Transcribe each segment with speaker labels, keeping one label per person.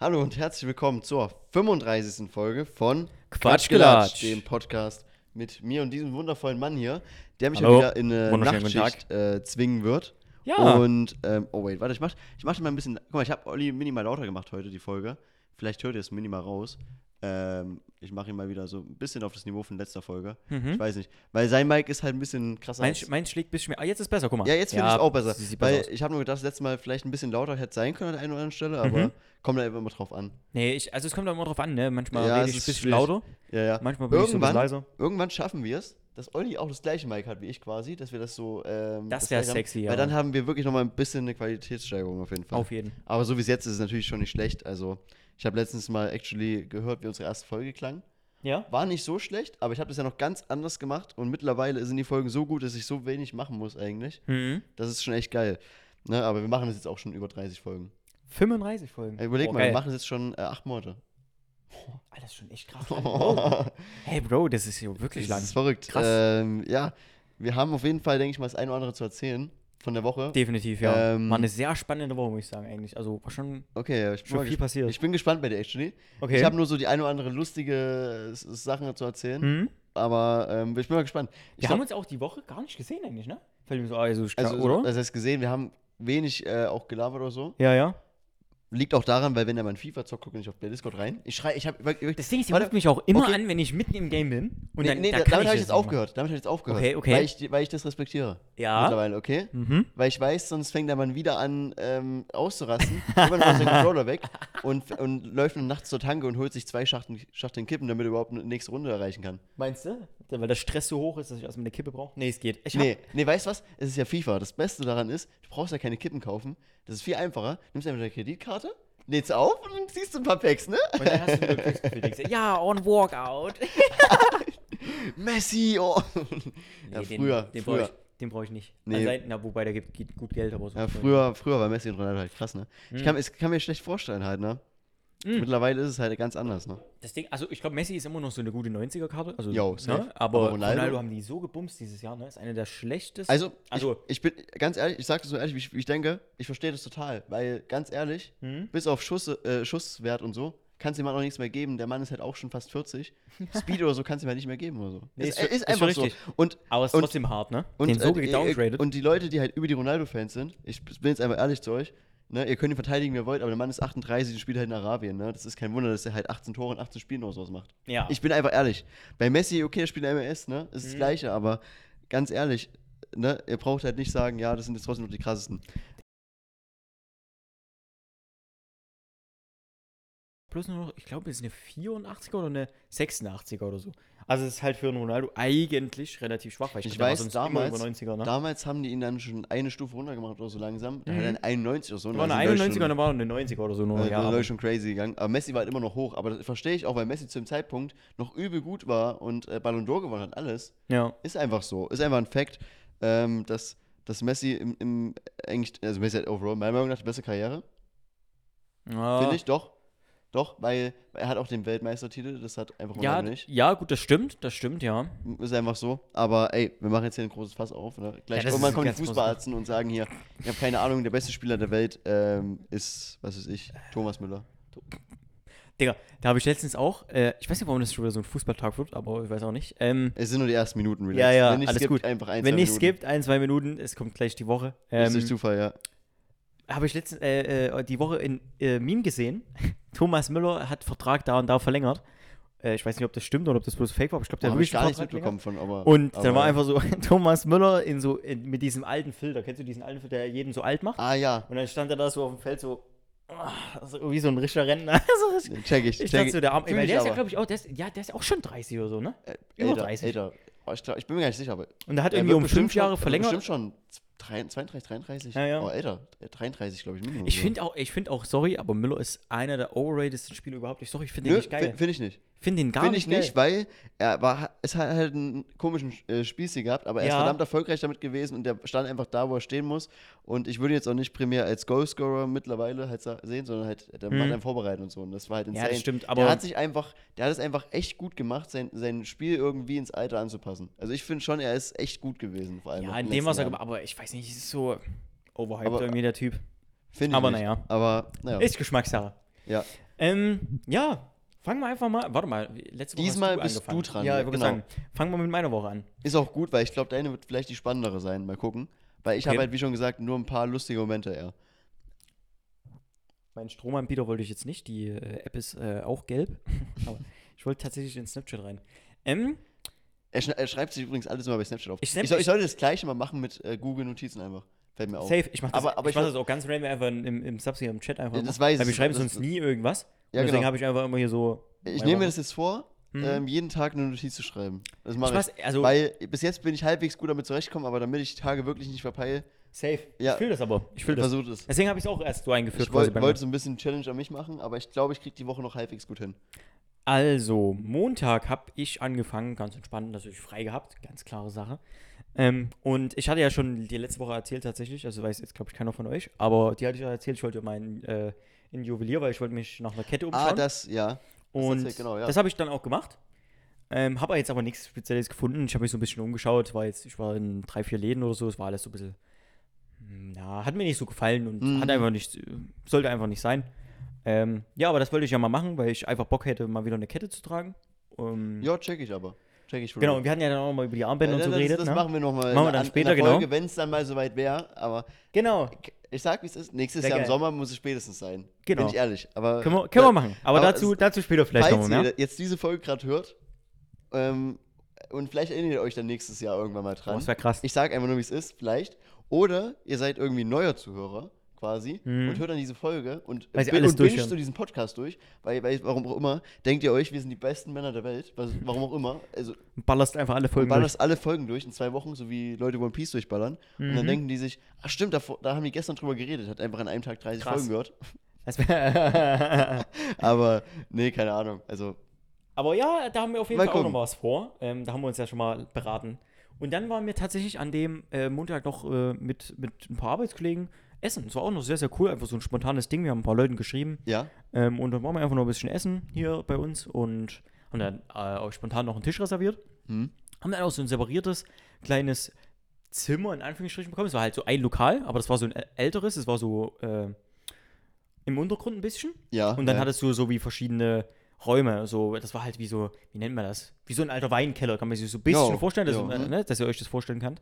Speaker 1: Hallo und herzlich willkommen zur 35. Folge von
Speaker 2: Quatschgelatsch.
Speaker 1: dem Podcast mit mir und diesem wundervollen Mann hier, der mich
Speaker 2: Hallo.
Speaker 1: mal wieder in eine
Speaker 2: Wunderschönen guten
Speaker 1: Nachtschicht äh, zwingen wird.
Speaker 2: Ja.
Speaker 1: Und, ähm, oh wait, warte, ich mach, ich mach den mal ein bisschen, guck mal, ich habe Olli minimal lauter gemacht heute, die Folge. Vielleicht hört ihr es minimal raus. Ähm, ich mache ihn mal wieder so ein bisschen auf das Niveau von letzter Folge.
Speaker 2: Mhm.
Speaker 1: Ich weiß nicht, weil sein Mic ist halt ein bisschen krasser.
Speaker 2: Mein,
Speaker 1: als-
Speaker 2: mein schlägt ein bisschen mehr. Ah, jetzt ist besser, guck mal.
Speaker 1: ja, jetzt finde ich es auch besser.
Speaker 2: sie Sieht
Speaker 1: weil
Speaker 2: besser aus.
Speaker 1: ich habe nur gedacht, das letzte Mal vielleicht ein bisschen lauter hätte sein können an der einen oder anderen Stelle,
Speaker 2: Mhm.
Speaker 1: aber kommt da immer drauf an.
Speaker 2: Nee, ich, also es kommt auch immer drauf an, ne? Manchmal
Speaker 1: Ja,
Speaker 2: rede
Speaker 1: es
Speaker 2: ich ein
Speaker 1: ist
Speaker 2: bisschen
Speaker 1: schwierig.
Speaker 2: lauter.
Speaker 1: Ja, ja.
Speaker 2: Manchmal bin ich so ein bisschen leiser.
Speaker 1: Irgendwann schaffen wir es, dass Olli auch das gleiche Mic hat wie ich quasi, dass wir das so. Ähm,
Speaker 2: Das
Speaker 1: gleiche
Speaker 2: wär sexy,
Speaker 1: haben.
Speaker 2: ja.
Speaker 1: Weil dann haben wir wirklich nochmal ein bisschen eine Qualitätssteigerung auf jeden Fall.
Speaker 2: Auf jeden.
Speaker 1: Aber so wie es jetzt ist, ist es natürlich schon nicht schlecht. Also, ich habe letztens mal actually gehört, wie unsere erste Folge klang.
Speaker 2: Ja?
Speaker 1: War nicht so schlecht, aber ich habe das ja noch ganz anders gemacht und mittlerweile sind die Folgen so gut, dass ich so wenig machen muss eigentlich.
Speaker 2: Mhm.
Speaker 1: Das ist schon echt geil. Ne, aber wir machen das jetzt auch schon über 30 Folgen.
Speaker 2: 35 Folgen.
Speaker 1: Ey, Überleg
Speaker 2: Boah,
Speaker 1: mal,
Speaker 2: Oh, geil.
Speaker 1: wir machen das jetzt schon äh, acht Monate.
Speaker 2: Alter, das ist schon echt krass. Hey, Bro, das ist hier wirklich
Speaker 1: Das
Speaker 2: lang.
Speaker 1: ist verrückt.
Speaker 2: Krass.
Speaker 1: Ähm, ja, wir haben auf jeden Fall, denke ich mal, das ein oder andere zu erzählen von der Woche.
Speaker 2: Definitiv, ja.
Speaker 1: Ähm,
Speaker 2: War eine sehr spannende Woche, muss ich sagen, eigentlich. Also war schon.
Speaker 1: Okay, ja, ich bin,
Speaker 2: Schon
Speaker 1: mal
Speaker 2: viel
Speaker 1: gesp-
Speaker 2: passiert.
Speaker 1: ich bin gespannt bei dir, actually.
Speaker 2: Okay.
Speaker 1: Ich habe nur so die ein oder andere lustige äh, S- Sachen zu erzählen,
Speaker 2: Mhm.
Speaker 1: aber ähm, ich bin mal gespannt. Ich
Speaker 2: Wir
Speaker 1: glaub,
Speaker 2: haben uns auch die Woche gar nicht gesehen, eigentlich, ne? Fällt mir so, also, ich
Speaker 1: also,
Speaker 2: glaub, oder?
Speaker 1: Das heißt gesehen, wir haben wenig äh, auch gelabert oder so.
Speaker 2: ja, ja.
Speaker 1: Liegt auch daran, weil wenn da mein FIFA zockt, guckt er nicht auf der Discord rein. Ich schrei, ich habe
Speaker 2: Das Ding ist, die
Speaker 1: Warte,
Speaker 2: ruft mich auch immer
Speaker 1: okay.
Speaker 2: an, wenn ich mitten im Game bin. Und
Speaker 1: nee,
Speaker 2: dann,
Speaker 1: nee,
Speaker 2: da
Speaker 1: da- damit
Speaker 2: kann ich
Speaker 1: habe ich
Speaker 2: das
Speaker 1: jetzt
Speaker 2: nicht machen.
Speaker 1: aufgehört. Damit habe ich jetzt aufgehört.
Speaker 2: Okay, okay.
Speaker 1: Weil ich, weil ich das respektiere.
Speaker 2: Ja.
Speaker 1: mittlerweile, okay?
Speaker 2: Mhm.
Speaker 1: Weil ich weiß, sonst fängt der Mann wieder an ähm, auszurasten, immer noch seinen Controller weg und, und läuft dann nachts zur Tanke und holt sich zwei Schachteln, Schachteln Kippen, damit er überhaupt eine nächste Runde erreichen kann.
Speaker 2: Meinst du? Weil der Stress so hoch ist, dass ich erstmal eine Kippe brauche? Nee, es geht. Ich hab,
Speaker 1: Nee, nee, weißt du was? Es ist ja FIFA. Das Beste daran ist, du brauchst ja keine Kippen kaufen. Das ist viel einfacher. Nimmst einfach deine Kreditkarte, lädst auf und dann ziehst du ein paar Packs, ne?
Speaker 2: Und dann hast du wieder Glücksgefühl. Denkst du, ja, on Walkout. Nee,
Speaker 1: Messi, oh. ja, früher,
Speaker 2: Den, den brauche
Speaker 1: früher.
Speaker 2: ich, den brauch ich nicht.
Speaker 1: Nee.
Speaker 2: Nee. na, wobei, der gibt gibt gut Geld, aber so.
Speaker 1: Ja, früher, früher war Messi und Ronaldo halt krass, ne?
Speaker 2: Hm.
Speaker 1: Ich kann, ich kann mir schlecht vorstellen halt, ne?
Speaker 2: Mhm.
Speaker 1: Mittlerweile ist es halt ganz anders, ne?
Speaker 2: Das Ding, also ich glaube, Messi ist immer noch so eine gute 90er-Karte. Also,
Speaker 1: Jo, safe.
Speaker 2: ne? Aber,
Speaker 1: Aber Ronaldo-
Speaker 2: Ronaldo, haben die so gebumst dieses Jahr, ne? Ist einer der schlechtesten.
Speaker 1: Also,
Speaker 2: Also-
Speaker 1: ich, ich bin ganz ehrlich, ich sage so ehrlich, wie ich, wie ich denke, ich verstehe das total, weil ganz ehrlich,
Speaker 2: Hm?
Speaker 1: bis auf Schusse, äh, Schusswert und so, kann es dem Mann auch nichts mehr geben. Der Mann ist halt auch schon fast 40. Speed oder so kann es ihm halt nicht mehr geben oder so.
Speaker 2: Nee,
Speaker 1: ist,
Speaker 2: ist schon-
Speaker 1: ist,
Speaker 2: ist schon
Speaker 1: einfach so.
Speaker 2: richtig.
Speaker 1: Und,
Speaker 2: aber es ist
Speaker 1: und-
Speaker 2: trotzdem hart, ne?
Speaker 1: und,
Speaker 2: den so
Speaker 1: äh,
Speaker 2: gedowngraded.
Speaker 1: und die Leute, die halt über die Ronaldo-Fans sind, ich bin jetzt einfach ehrlich zu euch, ne, ihr könnt ihn verteidigen, wie ihr wollt, aber der Mann ist 38 und spielt halt in Arabien. Ne? Das ist kein Wunder, dass er halt 18 Tore und 18 Spielen oder sowas macht.
Speaker 2: ja.
Speaker 1: Ich bin einfach ehrlich. Bei Messi, okay, er spielt in der MLS, ne? Ist
Speaker 2: Mhm.
Speaker 1: das Gleiche, aber ganz ehrlich, ne? Ihr braucht halt nicht sagen, ja, das sind jetzt trotzdem noch die krassesten.
Speaker 2: plus nur noch, ich glaube, es ist eine 84er oder eine 86er oder so. Also es ist halt für einen Ronaldo eigentlich relativ schwach, weil
Speaker 1: Ich
Speaker 2: glaub, der war
Speaker 1: weiß,
Speaker 2: sonst
Speaker 1: damals-
Speaker 2: immer über 90er, ne?
Speaker 1: Damals haben die ihn dann schon eine Stufe runtergemacht oder so langsam. Da
Speaker 2: Mhm.
Speaker 1: hat er einen 91 oder so.
Speaker 2: war eine 91er und dann war eine 90er oder so nur.
Speaker 1: Ja,
Speaker 2: ja,
Speaker 1: da
Speaker 2: aber-
Speaker 1: ist schon crazy gegangen. Aber Messi war halt immer noch hoch. Aber das verstehe ich auch, weil Messi zu dem Zeitpunkt noch übel gut war und äh, Ballon d'Or gewonnen hat. Alles
Speaker 2: ja.
Speaker 1: ist einfach so. Ist einfach ein Fact, ähm, dass, dass Messi im, im eigentlich, also Messi hat overall meiner Meinung nach die beste Karriere.
Speaker 2: Ja.
Speaker 1: Finde ich, doch. Doch, weil er hat auch den Weltmeistertitel, das hat einfach
Speaker 2: Ja,
Speaker 1: Ronaldo nicht.
Speaker 2: ja, gut, das stimmt, das stimmt, ja.
Speaker 1: Ist einfach so. Aber ey, wir machen jetzt hier ein großes Fass auf. Ne? Gleich
Speaker 2: Ja, das
Speaker 1: irgendwann
Speaker 2: ist
Speaker 1: kommen die
Speaker 2: ganz groß.
Speaker 1: Fußballarzen und sagen hier, ich habe keine Ahnung, der beste Spieler der Welt ähm, ist, was weiß ich, Thomas Müller.
Speaker 2: Digga, da habe ich letztens auch, äh, ich weiß nicht, warum das schon wieder so ein Fußballtag wird, aber ich weiß auch nicht. Ähm,
Speaker 1: Es sind nur die ersten Minuten, relax.
Speaker 2: ja, ja,
Speaker 1: Wenn nicht
Speaker 2: alles
Speaker 1: skippt,
Speaker 2: gut.
Speaker 1: einfach ein,
Speaker 2: Wenn
Speaker 1: zwei
Speaker 2: nichts
Speaker 1: Minuten.
Speaker 2: gibt, ein, zwei Minuten, es kommt gleich die Woche.
Speaker 1: Ist durch
Speaker 2: Ähm,
Speaker 1: Zufall, ja.
Speaker 2: habe ich letztens äh, äh, die Woche in äh, Meme gesehen. Thomas Müller hat Vertrag da und da verlängert. Äh, ich weiß nicht, ob das stimmt oder ob das bloß Fake war, aber ich glaube, der hat
Speaker 1: Habe ich
Speaker 2: wirklich
Speaker 1: gar
Speaker 2: einen
Speaker 1: nichts
Speaker 2: Vertrag
Speaker 1: mitbekommen von, aber.
Speaker 2: Und
Speaker 1: aber,
Speaker 2: dann war
Speaker 1: ja.
Speaker 2: einfach so Thomas Müller in so, in, mit diesem alten Filter. Kennst du diesen alten Filter, der jeden so alt macht?
Speaker 1: Ah ja,
Speaker 2: Und dann stand er da so auf dem Feld so, ah, so wie so ein richtiger Rentner. so richtig,
Speaker 1: check ich.
Speaker 2: ich
Speaker 1: check
Speaker 2: dachte so, der Arm,
Speaker 1: Fühl
Speaker 2: weil
Speaker 1: ich
Speaker 2: der ist ja,
Speaker 1: aber.
Speaker 2: glaube ich, auch, der ist, ja, der ist auch schon 30 oder so, ne? über
Speaker 1: Älter,
Speaker 2: 30.
Speaker 1: Älter. Oh, Äh, ich, glaub, ich bin mir gar nicht sicher, aber
Speaker 2: Und der hat
Speaker 1: Er
Speaker 2: irgendwie
Speaker 1: Äh, wird
Speaker 2: um
Speaker 1: bestimmt
Speaker 2: fünf Jahre
Speaker 1: schon,
Speaker 2: verlängert.
Speaker 1: Bestimmt schon 32, 33.
Speaker 2: Ja, ja.
Speaker 1: Oh, älter. 33, glaube ich, Minimum.
Speaker 2: Ich finde auch, ich finde auch, sorry, aber Müller ist einer der overratedsten Spieler überhaupt. Ich, sorry, ich finde den
Speaker 1: Nö,
Speaker 2: nicht geil.
Speaker 1: Finde find ich nicht.
Speaker 2: Finde den gar
Speaker 1: Finde
Speaker 2: nicht
Speaker 1: ich nicht,
Speaker 2: geil.
Speaker 1: weil er war, es hat halt einen komischen äh, Spießi gehabt, aber er ist
Speaker 2: Ja.
Speaker 1: verdammt erfolgreich damit gewesen und der stand einfach da, wo er stehen muss. Und ich würde ihn jetzt auch nicht primär als Goalscorer mittlerweile halt sa- sehen, sondern halt, der macht einen vorbereiten und so. Und das war halt
Speaker 2: Mhm. das
Speaker 1: insane.
Speaker 2: stimmt, aber-
Speaker 1: der hat sich einfach, der hat es einfach echt gut gemacht, sein, sein Spiel irgendwie ins Alter anzupassen. Also ich finde schon, er ist echt gut gewesen, vor allem.
Speaker 2: Ja,
Speaker 1: auch in
Speaker 2: in
Speaker 1: den
Speaker 2: dem was er
Speaker 1: letzten
Speaker 2: gemacht aber ich weiß nicht, es ist so overhyped
Speaker 1: Aber-
Speaker 2: irgendwie der Typ.
Speaker 1: Jahren. Find ich
Speaker 2: aber
Speaker 1: nicht.
Speaker 2: naja.
Speaker 1: Aber naja.
Speaker 2: Ist Geschmackssache.
Speaker 1: ja.
Speaker 2: Ähm, ja, fangen wir einfach mal. Warte mal, letzte Woche hast
Speaker 1: Diesmal bist
Speaker 2: angefangen.
Speaker 1: du dran,
Speaker 2: Ja,
Speaker 1: ja,
Speaker 2: ich würde
Speaker 1: genau.
Speaker 2: sagen, fangen wir mit meiner Woche an.
Speaker 1: Ist auch gut, weil ich glaube, deine wird vielleicht die spannendere sein. Mal gucken. Weil ich
Speaker 2: Okay.
Speaker 1: habe halt, wie schon gesagt, nur ein paar lustige Momente eher.
Speaker 2: Meinen Stromanbieter wollte ich jetzt nicht. Die äh, App ist äh, auch gelb. Aber ich wollte tatsächlich in Snapchat rein. Ähm,
Speaker 1: Er, schn- er schreibt sich übrigens alles immer bei Snapchat auf.
Speaker 2: Ich
Speaker 1: Ich,
Speaker 2: snap-
Speaker 1: soll, ich sollte das gleiche mal machen mit äh, Google Notizen einfach. Fällt mir auf.
Speaker 2: safe. Ich mache das,
Speaker 1: Aber- aber
Speaker 2: ich
Speaker 1: ich
Speaker 2: mach
Speaker 1: wa-
Speaker 2: das auch ganz random einfach im, im Subs hier im Chat einfach.
Speaker 1: Ja, das
Speaker 2: mal.
Speaker 1: weiß
Speaker 2: Weil wir
Speaker 1: ich.
Speaker 2: schreiben
Speaker 1: Das-
Speaker 2: sonst
Speaker 1: das-
Speaker 2: nie irgendwas.
Speaker 1: Ja,
Speaker 2: Und deswegen
Speaker 1: genau.
Speaker 2: habe ich einfach immer hier so.
Speaker 1: Ich
Speaker 2: meine
Speaker 1: nehme
Speaker 2: Woche.
Speaker 1: mir das jetzt vor,
Speaker 2: Mhm.
Speaker 1: ähm, jeden Tag eine Notiz zu schreiben. Das
Speaker 2: Ich
Speaker 1: mache ich.
Speaker 2: mach's- also-
Speaker 1: Weil bis jetzt bin ich halbwegs gut damit zurechtgekommen, aber damit ich die Tage wirklich nicht verpeile,
Speaker 2: Safe.
Speaker 1: Ja.
Speaker 2: Ich will das aber. Ich will das.
Speaker 1: versuche das.
Speaker 2: Deswegen habe ich es auch erst so eingeführt.
Speaker 1: Ich
Speaker 2: quasi
Speaker 1: wollte
Speaker 2: bei mir.
Speaker 1: wollte so ein bisschen Challenge an mich machen, aber ich glaube, ich kriege die Woche noch halbwegs gut hin.
Speaker 2: Also, Montag habe ich angefangen, ganz entspannt, natürlich frei gehabt, ganz klare Sache. Ähm, und ich hatte ja schon die letzte Woche erzählt tatsächlich, also weiß jetzt glaube ich keiner von euch, aber die hatte ich ja erzählt, ich wollte meinen äh, in Juwelier, weil ich wollte mich nach einer Kette umschauen.
Speaker 1: Ah, das, ja.
Speaker 2: und
Speaker 1: erzählt, genau, ja.
Speaker 2: das habe ich dann auch gemacht. Ähm, habe jetzt aber nichts Spezielles gefunden. Ich habe mich so ein bisschen umgeschaut, war jetzt, ich war in drei, vier Läden oder so, es war alles so ein bisschen, hm, na, hat mir nicht so gefallen und
Speaker 1: Mhm.
Speaker 2: hat einfach nicht, sollte einfach nicht sein. Ähm, ja, aber das wollte ich ja mal machen, weil ich einfach Bock hätte, mal wieder eine Kette zu tragen. Ähm,
Speaker 1: Ja, check ich aber. Check ich
Speaker 2: genau, und wir hatten ja dann auch mal über die Armbänder
Speaker 1: Ja,
Speaker 2: und so
Speaker 1: das,
Speaker 2: geredet.
Speaker 1: das
Speaker 2: ne?
Speaker 1: machen wir nochmal.
Speaker 2: Machen wir dann später, genau.
Speaker 1: Wenn es dann mal soweit wäre, aber
Speaker 2: Genau,
Speaker 1: ich sag, wie es ist. Nächstes
Speaker 2: Sehr
Speaker 1: Jahr im
Speaker 2: geil.
Speaker 1: Sommer muss es spätestens sein.
Speaker 2: Genau.
Speaker 1: Bin ich ehrlich. Aber
Speaker 2: können wir, können wir machen. Aber,
Speaker 1: aber
Speaker 2: dazu,
Speaker 1: es-
Speaker 2: dazu später vielleicht
Speaker 1: Falls
Speaker 2: nochmal.
Speaker 1: ihr
Speaker 2: Ne?
Speaker 1: jetzt diese Folge gerade hört ähm, und vielleicht erinnert ihr euch dann nächstes Jahr irgendwann mal
Speaker 2: Oh,
Speaker 1: dran.
Speaker 2: das wäre krass.
Speaker 1: ich sage einfach nur, wie es ist, vielleicht. Oder ihr seid irgendwie neuer Zuhörer quasi
Speaker 2: Mhm.
Speaker 1: und hört dann diese Folge und,
Speaker 2: Weil sie
Speaker 1: bin-
Speaker 2: alles
Speaker 1: und binget
Speaker 2: durchhören.
Speaker 1: so diesen Podcast durch, weil, weil warum auch immer, denkt ihr euch, wir sind die besten Männer der Welt, was, warum auch immer. Also
Speaker 2: Ballerst einfach alle Folgen durch.
Speaker 1: ballerst alle Folgen durch in zwei Wochen, so wie Leute One Piece durchballern. Und
Speaker 2: Mhm.
Speaker 1: dann denken die sich, ach stimmt, da, da haben die gestern drüber geredet, hat einfach an einem Tag 30
Speaker 2: Krass.
Speaker 1: Folgen gehört.
Speaker 2: Das wär-
Speaker 1: Aber nee, keine Ahnung. Also
Speaker 2: Aber ja, da haben wir auf jeden
Speaker 1: Mal
Speaker 2: Fall auch
Speaker 1: gucken.
Speaker 2: noch was vor. Ähm, da haben wir uns ja schon mal beraten. Und dann waren wir tatsächlich an dem äh, Montag noch äh, mit, mit ein paar Arbeitskollegen essen. Das war auch noch sehr, sehr cool. Einfach so ein spontanes Ding. Wir haben ein paar Leuten geschrieben.
Speaker 1: ja,
Speaker 2: Ähm, und dann waren wir einfach noch ein bisschen essen hier bei uns und haben dann äh, auch spontan noch einen Tisch reserviert.
Speaker 1: Hm.
Speaker 2: Haben dann auch so ein separiertes kleines Zimmer in Anführungsstrichen bekommen. Es war halt so ein Lokal, aber das war so ein äl- älteres. Es war so äh, im Untergrund ein bisschen.
Speaker 1: ja.
Speaker 2: Und dann
Speaker 1: ja.
Speaker 2: hattest du so wie verschiedene Räume. So, das war halt wie so, wie nennt man das? Wie so ein alter Weinkeller, kann man sich so ein bisschen
Speaker 1: Ja,
Speaker 2: vorstellen, dass,
Speaker 1: ja, mhm.
Speaker 2: ne, dass ihr euch das vorstellen könnt.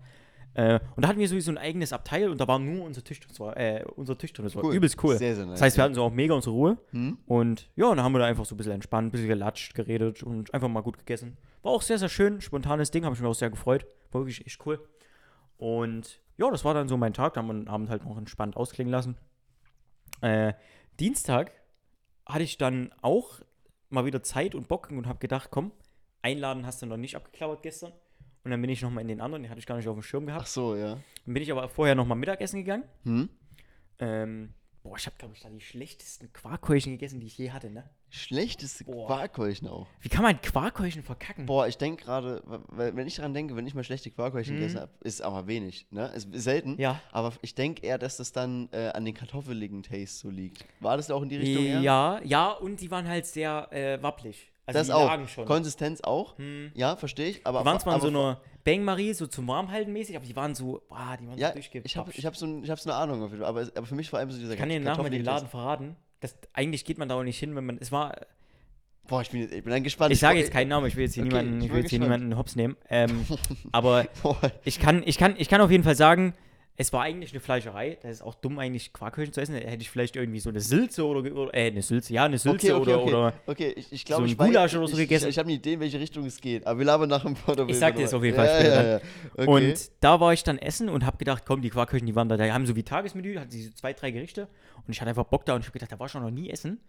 Speaker 2: Äh, und da hatten wir sowieso ein eigenes Abteil und da war nur unser Tisch drin. Das war, äh, unser Tisch drin. Das war
Speaker 1: Cool.
Speaker 2: übelst cool.
Speaker 1: Sehr, sehr nice,
Speaker 2: das heißt, wir
Speaker 1: ja.
Speaker 2: hatten so auch mega unsere Ruhe.
Speaker 1: Hm?
Speaker 2: Und ja, dann haben wir da einfach so ein bisschen entspannt, ein bisschen gelatscht, geredet und einfach mal gut gegessen. War auch sehr, sehr schön. Spontanes Ding, habe ich mir auch sehr gefreut. War wirklich echt cool. Und ja, das war dann so mein Tag. Da haben wir den Abend halt noch entspannt ausklingen lassen. Äh, Dienstag hatte ich dann auch mal wieder Zeit und Bock und habe gedacht, komm, einladen hast du noch nicht abgeklappert gestern. Und dann bin ich nochmal in den anderen, den hatte ich gar nicht auf dem Schirm
Speaker 1: Ach
Speaker 2: gehabt.
Speaker 1: so, ja.
Speaker 2: Dann bin ich aber vorher nochmal Mittagessen gegangen.
Speaker 1: Hm?
Speaker 2: Ähm, boah, ich habe, glaube ich, da die schlechtesten Quarkhäulchen gegessen, die ich je hatte, ne?
Speaker 1: Schlechteste
Speaker 2: Boah.
Speaker 1: Quarkhäulchen auch.
Speaker 2: Wie kann man Quarkhäulchen verkacken?
Speaker 1: Boah, ich denke gerade, weil- wenn ich daran denke, wenn ich mal schlechte Quarkhäulchen gegessen habe, ist aber wenig, ne? Ist selten.
Speaker 2: Mhm. Ja.
Speaker 1: Aber ich denke eher, dass das dann äh, an den kartoffeligen Taste so liegt. War das auch in die Richtung? eher?
Speaker 2: Äh, ja, ja, und die waren halt sehr äh, wappelig. Also
Speaker 1: Das
Speaker 2: die
Speaker 1: auch.
Speaker 2: lagen schon. Die
Speaker 1: Konsistenz auch. Ja, verstehe ich. Aber
Speaker 2: waren zwar in
Speaker 1: aber-
Speaker 2: so einer Bang-Marie, so zum Warmhalten mäßig, aber die waren so, boah, die waren
Speaker 1: Ja,
Speaker 2: so
Speaker 1: ich
Speaker 2: durchgepapscht.
Speaker 1: habe ich hab so, ein, ich hab so eine Ahnung auf jeden Fall. Aber, es- aber für mich vor allem so dieser
Speaker 2: Ich kann dir den Namen mal den
Speaker 1: Kartoffeligen-Taste.
Speaker 2: Laden verraten. Das, eigentlich geht man da auch nicht hin, wenn man, es war,
Speaker 1: Boah, ich bin, jetzt- ich bin dann gespannt.
Speaker 2: ich sage jetzt keinen Namen, ich will jetzt hier
Speaker 1: Okay,
Speaker 2: niemanden,
Speaker 1: ich
Speaker 2: ich
Speaker 1: bin
Speaker 2: will jetzt hier
Speaker 1: gespannt.
Speaker 2: niemanden hops nehmen, ähm, aber
Speaker 1: Boah,
Speaker 2: ich kann, ich, kann, ich kann auf jeden Fall sagen, es war eigentlich eine Fleischerei. Das ist auch dumm, eigentlich Quarkhäulchen zu essen. Da hätte ich vielleicht irgendwie so eine Silze oder, ge- oder äh, eine Silze, ja, eine
Speaker 1: okay,
Speaker 2: Silze
Speaker 1: okay,
Speaker 2: oder,
Speaker 1: okay.
Speaker 2: oder
Speaker 1: okay, ich, ich glaube,
Speaker 2: so ein
Speaker 1: ich weiß-
Speaker 2: Gulasch oder so
Speaker 1: ich-
Speaker 2: gegessen.
Speaker 1: Ich, ich habe eine Idee, in welche Richtung es geht. Aber wir labern nach dem Pod.
Speaker 2: Ich sag dir das auf jeden Fall
Speaker 1: ja,
Speaker 2: später
Speaker 1: Ja, ja. Okay.
Speaker 2: Und da war ich dann essen und habe gedacht, komm, die Quarkhöchen, die waren da, die haben so wie Tagesmenü, hatten sie so zwei, drei Gerichte. Und ich hatte einfach Bock da und ich habe gedacht, da war schon noch nie essen.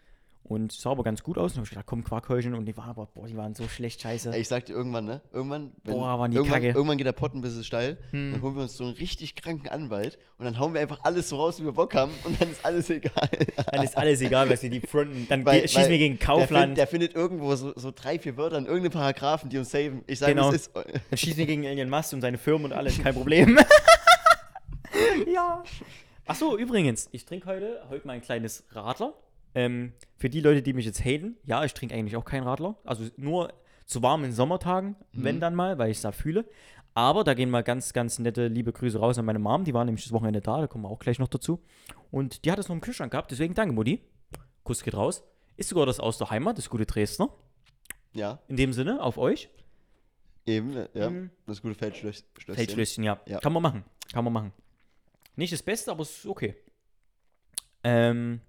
Speaker 2: Und es sah aber ganz gut aus. Und habe ich gedacht, komm, Quarkhöchen. Und die waren aber, boah, die waren so schlecht, scheiße.
Speaker 1: Ey, ich sag dir irgendwann, ne? Irgendwann, wenn,
Speaker 2: Boah, waren die
Speaker 1: irgendwann,
Speaker 2: Kacke. Hm.
Speaker 1: irgendwann geht der Pott ein bisschen steil, dann holen wir uns so einen richtig kranken Anwalt und dann hauen wir einfach alles so raus, wie wir Bock haben und dann ist alles egal.
Speaker 2: Dann ist alles egal, was sie die fronten. Dann
Speaker 1: Weil-
Speaker 2: ge-
Speaker 1: weil
Speaker 2: schießen wir gegen
Speaker 1: Der, find,
Speaker 2: Kaufland,
Speaker 1: der findet irgendwo so, so drei, vier Wörter in irgendeinem Paragraphen, die uns saven. Ich sage,
Speaker 2: Genau.
Speaker 1: es ist.
Speaker 2: dann schießen wir gegen Elon Musk und seine Firmen und alles, kein Problem. ja. Achso, übrigens, ich trinke heute, heute mal ein kleines Radler. Ähm, für die Leute, die mich jetzt haten, ja, ich trinke eigentlich auch keinen Radler. Also nur zu warmen Sommertagen, wenn dann mal, weil ich es da fühle. Aber da gehen mal ganz, ganz nette, liebe Grüße raus an meine Mom. Die war nämlich das Wochenende da, da kommen wir auch gleich noch dazu. Und die hat es noch im Kühlschrank gehabt, deswegen danke, Mutti. Kuss geht raus. Ist sogar das aus der Heimat, das gute Dresdner.
Speaker 1: Ja,
Speaker 2: In dem Sinne, auf euch.
Speaker 1: eben, äh, ja.
Speaker 2: Mhm.
Speaker 1: Das gute Feldschlöss- Schlösschen.
Speaker 2: Feldschlösschen, ja.
Speaker 1: Ja.
Speaker 2: Kann man machen. Kann man machen. Nicht das Beste, aber es ist okay. Ähm,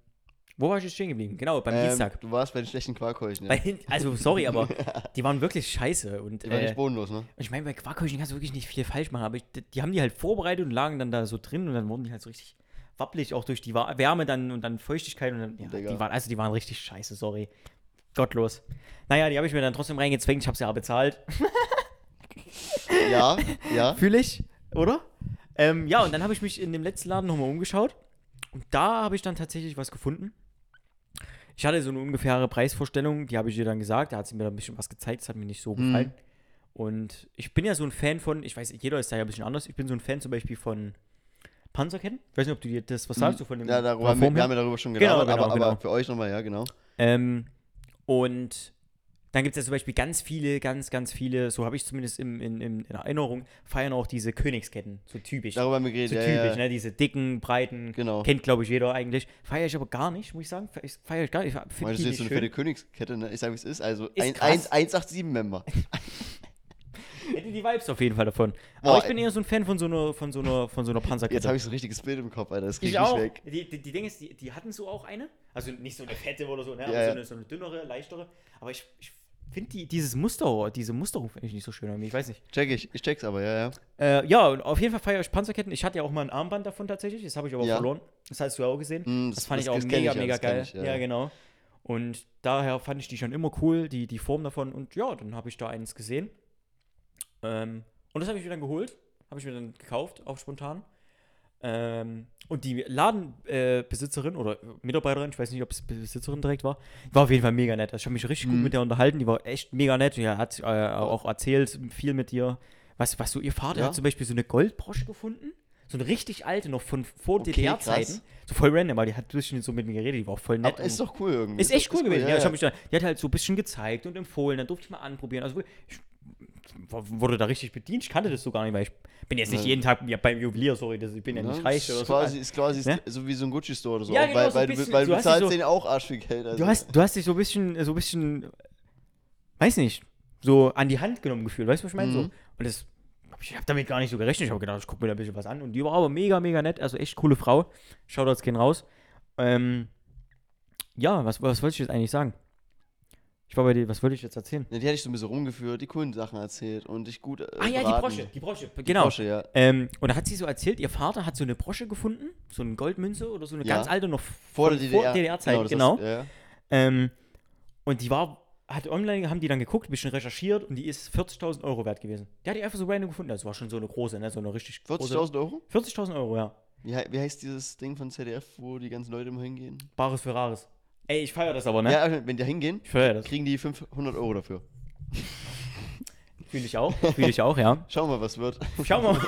Speaker 2: wo war ich jetzt stehen geblieben? Genau, beim
Speaker 1: Ähm,
Speaker 2: Dienstag.
Speaker 1: Du warst bei den schlechten Quarkhäuschen. Ja.
Speaker 2: Bei, hin- also, sorry, aber die waren wirklich scheiße. Und,
Speaker 1: Die waren
Speaker 2: äh,
Speaker 1: nicht bodenlos, ne?
Speaker 2: ich meine, bei Quarkhäuschen kannst du wirklich nicht viel falsch machen, aber ich, die- die haben die halt vorbereitet und lagen dann da so drin und dann wurden die halt so richtig wappelig, auch durch die Wa- Wärme dann und dann Feuchtigkeit und dann, ja,
Speaker 1: Digga.
Speaker 2: die waren, also die waren richtig scheiße, sorry. Gottlos. Naja, die habe ich mir dann trotzdem reingezwängt, ich habe sie ja bezahlt.
Speaker 1: Ja, ja.
Speaker 2: Fühle ich, oder? Ähm, ja, und dann habe ich mich in dem letzten Laden nochmal umgeschaut. Und da habe ich dann tatsächlich was gefunden. Ich hatte so eine ungefähre Preisvorstellung, die habe ich ihr dann gesagt. Da hat sie mir dann ein bisschen was gezeigt, das hat mir nicht
Speaker 1: Mhm.
Speaker 2: so gefallen. Und ich bin ja so ein Fan von, ich weiß, jeder ist da ja ein bisschen anders. Ich bin so ein Fan zum Beispiel von Panzerketten. Ich weiß nicht, ob du dir das, was sagst du von dem?
Speaker 1: Mhm. Ja, darüber haben wir,
Speaker 2: Form
Speaker 1: wir
Speaker 2: her?
Speaker 1: haben ja darüber schon
Speaker 2: Genau,
Speaker 1: gelabert,
Speaker 2: genau,
Speaker 1: aber,
Speaker 2: genau.
Speaker 1: aber für euch nochmal, ja, genau.
Speaker 2: Ähm, und dann gibt es ja zum Beispiel ganz viele, ganz, ganz viele, so habe ich zumindest im, in, in, in Erinnerung, feiern auch diese Königsketten, so typisch.
Speaker 1: Darüber haben wir
Speaker 2: so
Speaker 1: geredet, ja,
Speaker 2: typisch,
Speaker 1: ja.
Speaker 2: ne? Diese dicken, breiten,
Speaker 1: Genau.
Speaker 2: kennt glaube ich jeder eigentlich. Feiere ich aber gar nicht, muss ich sagen. Fe- Ich feiere ich gar nicht. Ich
Speaker 1: Meinst
Speaker 2: find
Speaker 1: du
Speaker 2: die
Speaker 1: jetzt
Speaker 2: nicht
Speaker 1: so eine
Speaker 2: schön.
Speaker 1: fette Königskette, ne? Ich sag, wie es ist. Also
Speaker 2: Ist
Speaker 1: ein-
Speaker 2: krass.
Speaker 1: ein- 187-Member.
Speaker 2: Hätte die Vibes auf jeden Fall davon.
Speaker 1: Boah,
Speaker 2: aber ich bin eher so ein Fan von so einer, von so einer, von so einer Panzerkette.
Speaker 1: Jetzt habe ich so ein richtiges Bild im Kopf, Alter. Das krieg ich
Speaker 2: ich
Speaker 1: nicht
Speaker 2: auch.
Speaker 1: weg.
Speaker 2: Die, die, die Ding ist, die, die hatten so auch eine. Also nicht so eine fette oder so, ne?
Speaker 1: Ja,
Speaker 2: aber
Speaker 1: ja.
Speaker 2: so, eine, so eine dünnere, leichtere. Aber ich, ich finde die, dieses Muster, diese Musterung finde ich nicht so schön irgendwie. Ich weiß nicht.
Speaker 1: Check ich. Ich check's aber, ja, ja.
Speaker 2: Äh, ja, und auf jeden Fall feiere ich Panzerketten. Ich hatte ja auch mal ein Armband davon tatsächlich. Das habe ich aber
Speaker 1: Ja.
Speaker 2: verloren. Das hast du ja auch gesehen.
Speaker 1: Mm,
Speaker 2: das, fand ich auch
Speaker 1: kenn ja,
Speaker 2: mega, mega
Speaker 1: das kenn
Speaker 2: geil.
Speaker 1: ich,
Speaker 2: ja.
Speaker 1: ja.
Speaker 2: genau. Und daher fand ich die schon immer cool, die, die Form davon. Und ja, dann habe ich da eins gesehen. Ähm, und das habe ich mir dann geholt. Habe ich mir dann gekauft, auch spontan. Ähm, und die Ladenbesitzerin äh, Besitzerin oder Mitarbeiterin, ich weiß nicht, ob es Besitzerin direkt war, war auf jeden Fall mega nett. Also ich habe mich richtig
Speaker 1: Mhm.
Speaker 2: gut mit der unterhalten, die war echt mega nett. Die hat äh, auch erzählt, viel mit dir. Was, was so ihr Vater
Speaker 1: Ja.
Speaker 2: hat zum Beispiel so eine Goldbrosche gefunden. So eine richtig alte, noch von vor
Speaker 1: Okay,
Speaker 2: DDR-Zeiten.
Speaker 1: krass.
Speaker 2: So voll random, aber die hat ein bisschen so mit mir geredet, die war auch voll nett.
Speaker 1: Aber ist
Speaker 2: und-
Speaker 1: doch cool irgendwie.
Speaker 2: ist echt cool gewesen. Ja,
Speaker 1: ja,
Speaker 2: ich
Speaker 1: ja.
Speaker 2: hab mich da, die hat halt so ein bisschen gezeigt und empfohlen, dann durfte ich mal anprobieren. Also ich w- wurde da richtig bedient. Ich kannte das so gar nicht, weil ich bin jetzt nicht
Speaker 1: Ja.
Speaker 2: jeden Tag ja, beim Juwelier, sorry, das, ich bin ja
Speaker 1: Ne?
Speaker 2: nicht reich oder
Speaker 1: ist
Speaker 2: so.
Speaker 1: quasi, ist quasi
Speaker 2: Ne?
Speaker 1: so wie so ein Gucci-Store oder so.
Speaker 2: Ja, genau,
Speaker 1: weil,
Speaker 2: so ein
Speaker 1: weil, du,
Speaker 2: bisschen.
Speaker 1: weil du
Speaker 2: Du hast dich
Speaker 1: bezahlst
Speaker 2: so-
Speaker 1: denen auch arsch viel Geld. Also.
Speaker 2: Du hast, du hast dich so ein bisschen, so ein bisschen, weiß nicht, so an die Hand genommen gefühlt, weißt du, was ich meine? So.
Speaker 1: Mhm.
Speaker 2: Und das, ich habe damit gar nicht so gerechnet. Ich habe gedacht, ich gucke mir da ein bisschen was an. Und die war aber mega, mega nett, also echt coole Frau. Shoutouts gehen raus. Ähm, ja, was, was wollte ich jetzt eigentlich sagen? Ich war bei dir, was wollte ich jetzt erzählen?
Speaker 1: Ja, Ne, die hätte ich so ein bisschen rumgeführt, die coolen Sachen erzählt und dich gut. Äh,
Speaker 2: Ah ja, die
Speaker 1: beraten.
Speaker 2: Brosche, die Brosche,
Speaker 1: Die
Speaker 2: genau.
Speaker 1: Brosche, ja.
Speaker 2: Ähm, und da hat sie so erzählt, ihr Vater hat so eine Brosche gefunden, so eine Goldmünze oder so eine
Speaker 1: Ja.
Speaker 2: ganz alte noch
Speaker 1: Vor
Speaker 2: von-
Speaker 1: der DDR.
Speaker 2: vor DDR-Zeit,
Speaker 1: das
Speaker 2: genau.
Speaker 1: Hast, ja.
Speaker 2: Ähm, und die war, hat online, haben die dann geguckt, ein bisschen recherchiert und die ist 40.000 Euro wert gewesen. Die hat die einfach so random gefunden. Das war schon so eine große, ne? So eine richtig große.
Speaker 1: 40.000 Euro?
Speaker 2: 40.000 Euro, ja.
Speaker 1: Wie, hei- wie heißt dieses Ding von ZDF, wo die ganzen Leute immer hingehen?
Speaker 2: Bares für Rares. Ey, ich feiere das aber, ne?
Speaker 1: Ja, wenn die hingehen,
Speaker 2: Ich feiere das.
Speaker 1: kriegen die 500 Euro dafür.
Speaker 2: Fühle ich auch. Fühle ich auch, ja.
Speaker 1: Schauen wir mal, was wird.
Speaker 2: Schauen wir mal,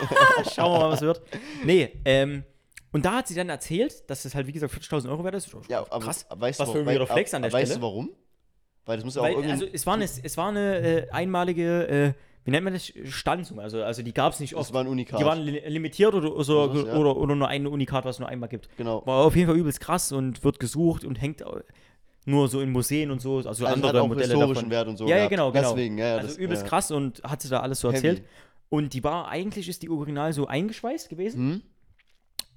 Speaker 2: schauen wir mal was wird. Nee, ähm, und da hat sie dann erzählt, dass das halt, wie gesagt, 40.000 Euro wert ist.
Speaker 1: Ja, aber
Speaker 2: krass.
Speaker 1: aber weißt
Speaker 2: Was
Speaker 1: du,
Speaker 2: für ein
Speaker 1: wei-
Speaker 2: Reflex an der
Speaker 1: Weißt du
Speaker 2: Stelle?
Speaker 1: warum? Weil das muss ja auch
Speaker 2: Weil,
Speaker 1: irgendwie.
Speaker 2: also, es war eine, es war eine äh, einmalige, äh, wie nennt man das, Stanzung. Also, also die gab es nicht oft.
Speaker 1: das war ein Unikat.
Speaker 2: Die waren li limitiert oder, oder,
Speaker 1: Das ist, ja.
Speaker 2: oder, oder nur ein Unikat, was nur einmal gibt.
Speaker 1: genau.
Speaker 2: War auf jeden Fall übelst krass und wird gesucht und hängt au- nur so in Museen und so, also,
Speaker 1: Also
Speaker 2: andere
Speaker 1: hat auch
Speaker 2: Modelle
Speaker 1: historischen
Speaker 2: davon.
Speaker 1: Wert und so.
Speaker 2: ja, ja,
Speaker 1: gehabt.
Speaker 2: genau, genau.
Speaker 1: Deswegen, ja, ja,
Speaker 2: also
Speaker 1: das,
Speaker 2: übelst
Speaker 1: ja.
Speaker 2: krass und hatte da alles so
Speaker 1: Heavy.
Speaker 2: erzählt. Und die war, eigentlich ist die original so eingeschweißt gewesen
Speaker 1: Hm?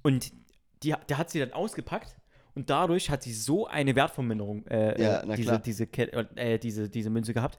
Speaker 2: und die, der hat sie dann ausgepackt und dadurch hat sie so eine Wertverminderung, äh,
Speaker 1: Ja,
Speaker 2: äh,
Speaker 1: na
Speaker 2: diese,
Speaker 1: klar.
Speaker 2: diese, Ke- äh, diese, diese Münze gehabt.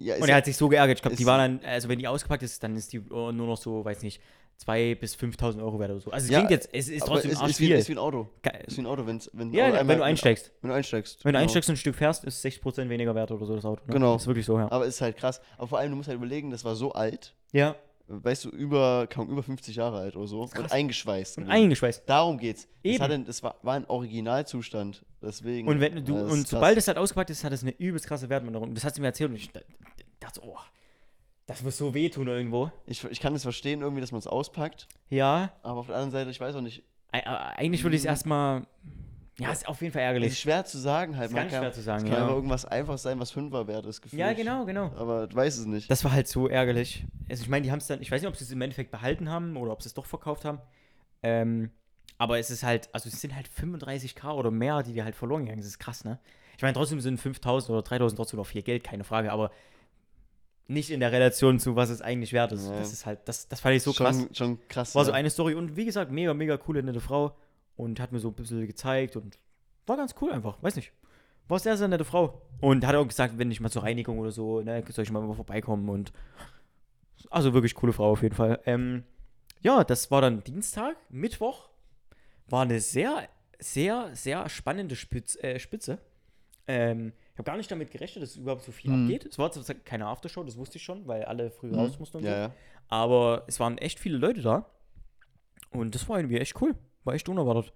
Speaker 1: Ja, ist
Speaker 2: Und
Speaker 1: ja-
Speaker 2: er hat sich so geärgert. Ich glaube,
Speaker 1: ist-
Speaker 2: die war dann, also wenn die ausgepackt ist, dann ist die oh, nur noch so, weiß nicht, 2.000 bis 5.000 Euro wert oder so. Also es
Speaker 1: Ja,
Speaker 2: klingt jetzt, es ist
Speaker 1: aber
Speaker 2: trotzdem
Speaker 1: ist,
Speaker 2: arsch
Speaker 1: ist, wie,
Speaker 2: viel.
Speaker 1: ist wie ein Auto.
Speaker 2: Ge-
Speaker 1: Ist wie ein Auto, wenn's, wenn
Speaker 2: Ja,
Speaker 1: Auto
Speaker 2: ja,
Speaker 1: einmal-
Speaker 2: wenn du einsteigst.
Speaker 1: Wenn du einsteigst.
Speaker 2: Wenn du
Speaker 1: genau.
Speaker 2: einsteigst und ein Stück fährst, ist 6% weniger wert oder so das Auto. Ne?
Speaker 1: Genau.
Speaker 2: Ist wirklich so, ja.
Speaker 1: Aber ist halt krass. Aber vor allem, du musst halt überlegen, das war so alt,
Speaker 2: Ja,
Speaker 1: weißt du, über, kaum über 50 Jahre alt oder so. Und
Speaker 2: krass.
Speaker 1: eingeschweißt.
Speaker 2: und
Speaker 1: gewesen.
Speaker 2: eingeschweißt.
Speaker 1: Darum geht's. Das,
Speaker 2: Eben.
Speaker 1: hatte, das war, war ein Originalzustand. Deswegen.
Speaker 2: Und, wenn du,
Speaker 1: Ja, das
Speaker 2: und
Speaker 1: ist
Speaker 2: sobald
Speaker 1: krass.
Speaker 2: es halt ausgepackt ist, hat es eine übelst krasse Wertminderung. Und Das hat sie mir erzählt und ich da- dachte, oh, das muss so wehtun irgendwo.
Speaker 1: Ich, ich kann es verstehen, irgendwie, dass man es auspackt.
Speaker 2: Ja,
Speaker 1: Aber auf der anderen Seite, ich weiß auch nicht.
Speaker 2: e- aber eigentlich würde ich es erstmal, ja, ist auf jeden Fall
Speaker 1: Es Mhm. ist
Speaker 2: ärgerlich.
Speaker 1: schwer zu sagen halt.
Speaker 2: Ist
Speaker 1: man
Speaker 2: ganz
Speaker 1: kann,
Speaker 2: schwer zu sagen,
Speaker 1: Es kann
Speaker 2: ja.
Speaker 1: aber irgendwas einfach sein, was Fünfer wert ist, gefühlt.
Speaker 2: Ja, genau, genau.
Speaker 1: Aber du weißt es nicht.
Speaker 2: Das war halt so ärgerlich. Also ich meine, die haben es dann, ich weiß nicht, ob sie es im Endeffekt behalten haben oder ob sie es doch verkauft haben. Ähm, aber es ist halt, also es sind halt 35k oder mehr, die dir halt verloren gegangen sind. Das ist krass, ne? Ich meine, trotzdem sind 5000 oder 3000 trotzdem noch viel Geld, keine Frage, aber nicht in der Relation zu, was es eigentlich wert ist.
Speaker 1: Ja.
Speaker 2: Das ist halt, das, das fand ich so
Speaker 1: schon,
Speaker 2: krass.
Speaker 1: schon krass.
Speaker 2: War so
Speaker 1: ne?
Speaker 2: eine Story und wie gesagt, mega, mega coole, nette Frau und hat mir so ein bisschen gezeigt und war ganz cool einfach, weiß nicht. War sehr, sehr nette Frau. Und hat auch gesagt, wenn ich mal zur Reinigung oder so, ne, soll ich mal vorbeikommen und also wirklich coole Frau auf jeden Fall. Ähm, ja, das war dann Dienstag, Mittwoch. War eine sehr, sehr, sehr spannende Spitz, äh, Spitze. Ähm, ich habe gar nicht damit gerechnet, dass überhaupt so viel
Speaker 1: Mhm.
Speaker 2: abgeht. Es war zwar keine Aftershow, das wusste ich schon, weil alle früh
Speaker 1: Mhm.
Speaker 2: raus mussten und so.
Speaker 1: ja, ja.
Speaker 2: Aber es waren echt viele Leute da. Und das war irgendwie echt cool. War echt unerwartet.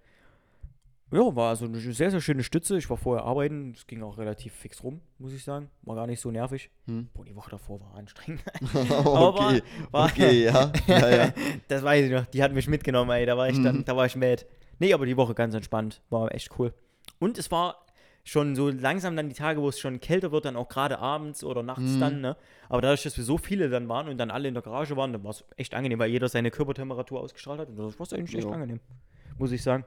Speaker 2: Ja, war also eine sehr, sehr schöne Stütze. Ich war vorher arbeiten. Es ging auch relativ fix rum, muss ich sagen. War gar nicht so nervig.
Speaker 1: Hm.
Speaker 2: Boah, die Woche davor war anstrengend. Aber war-
Speaker 1: okay,
Speaker 2: war-
Speaker 1: okay, ja, ja, ja. Mhm.
Speaker 2: das weiß ich noch. Die hat mich mitgenommen, ey. Da war ich dann, da war ich mad. Nee, aber die Woche ganz entspannt. War echt cool. Und es war schon so langsam dann die Tage, wo es schon kälter wird, dann auch gerade abends oder
Speaker 1: Mhm.
Speaker 2: nachts dann, ne? Aber dadurch, dass wir so viele dann waren und dann alle in der Garage waren, dann war es echt angenehm, weil jeder seine Körpertemperatur ausgestrahlt hat. Und das war eigentlich echt
Speaker 1: Ja.
Speaker 2: angenehm, muss ich sagen.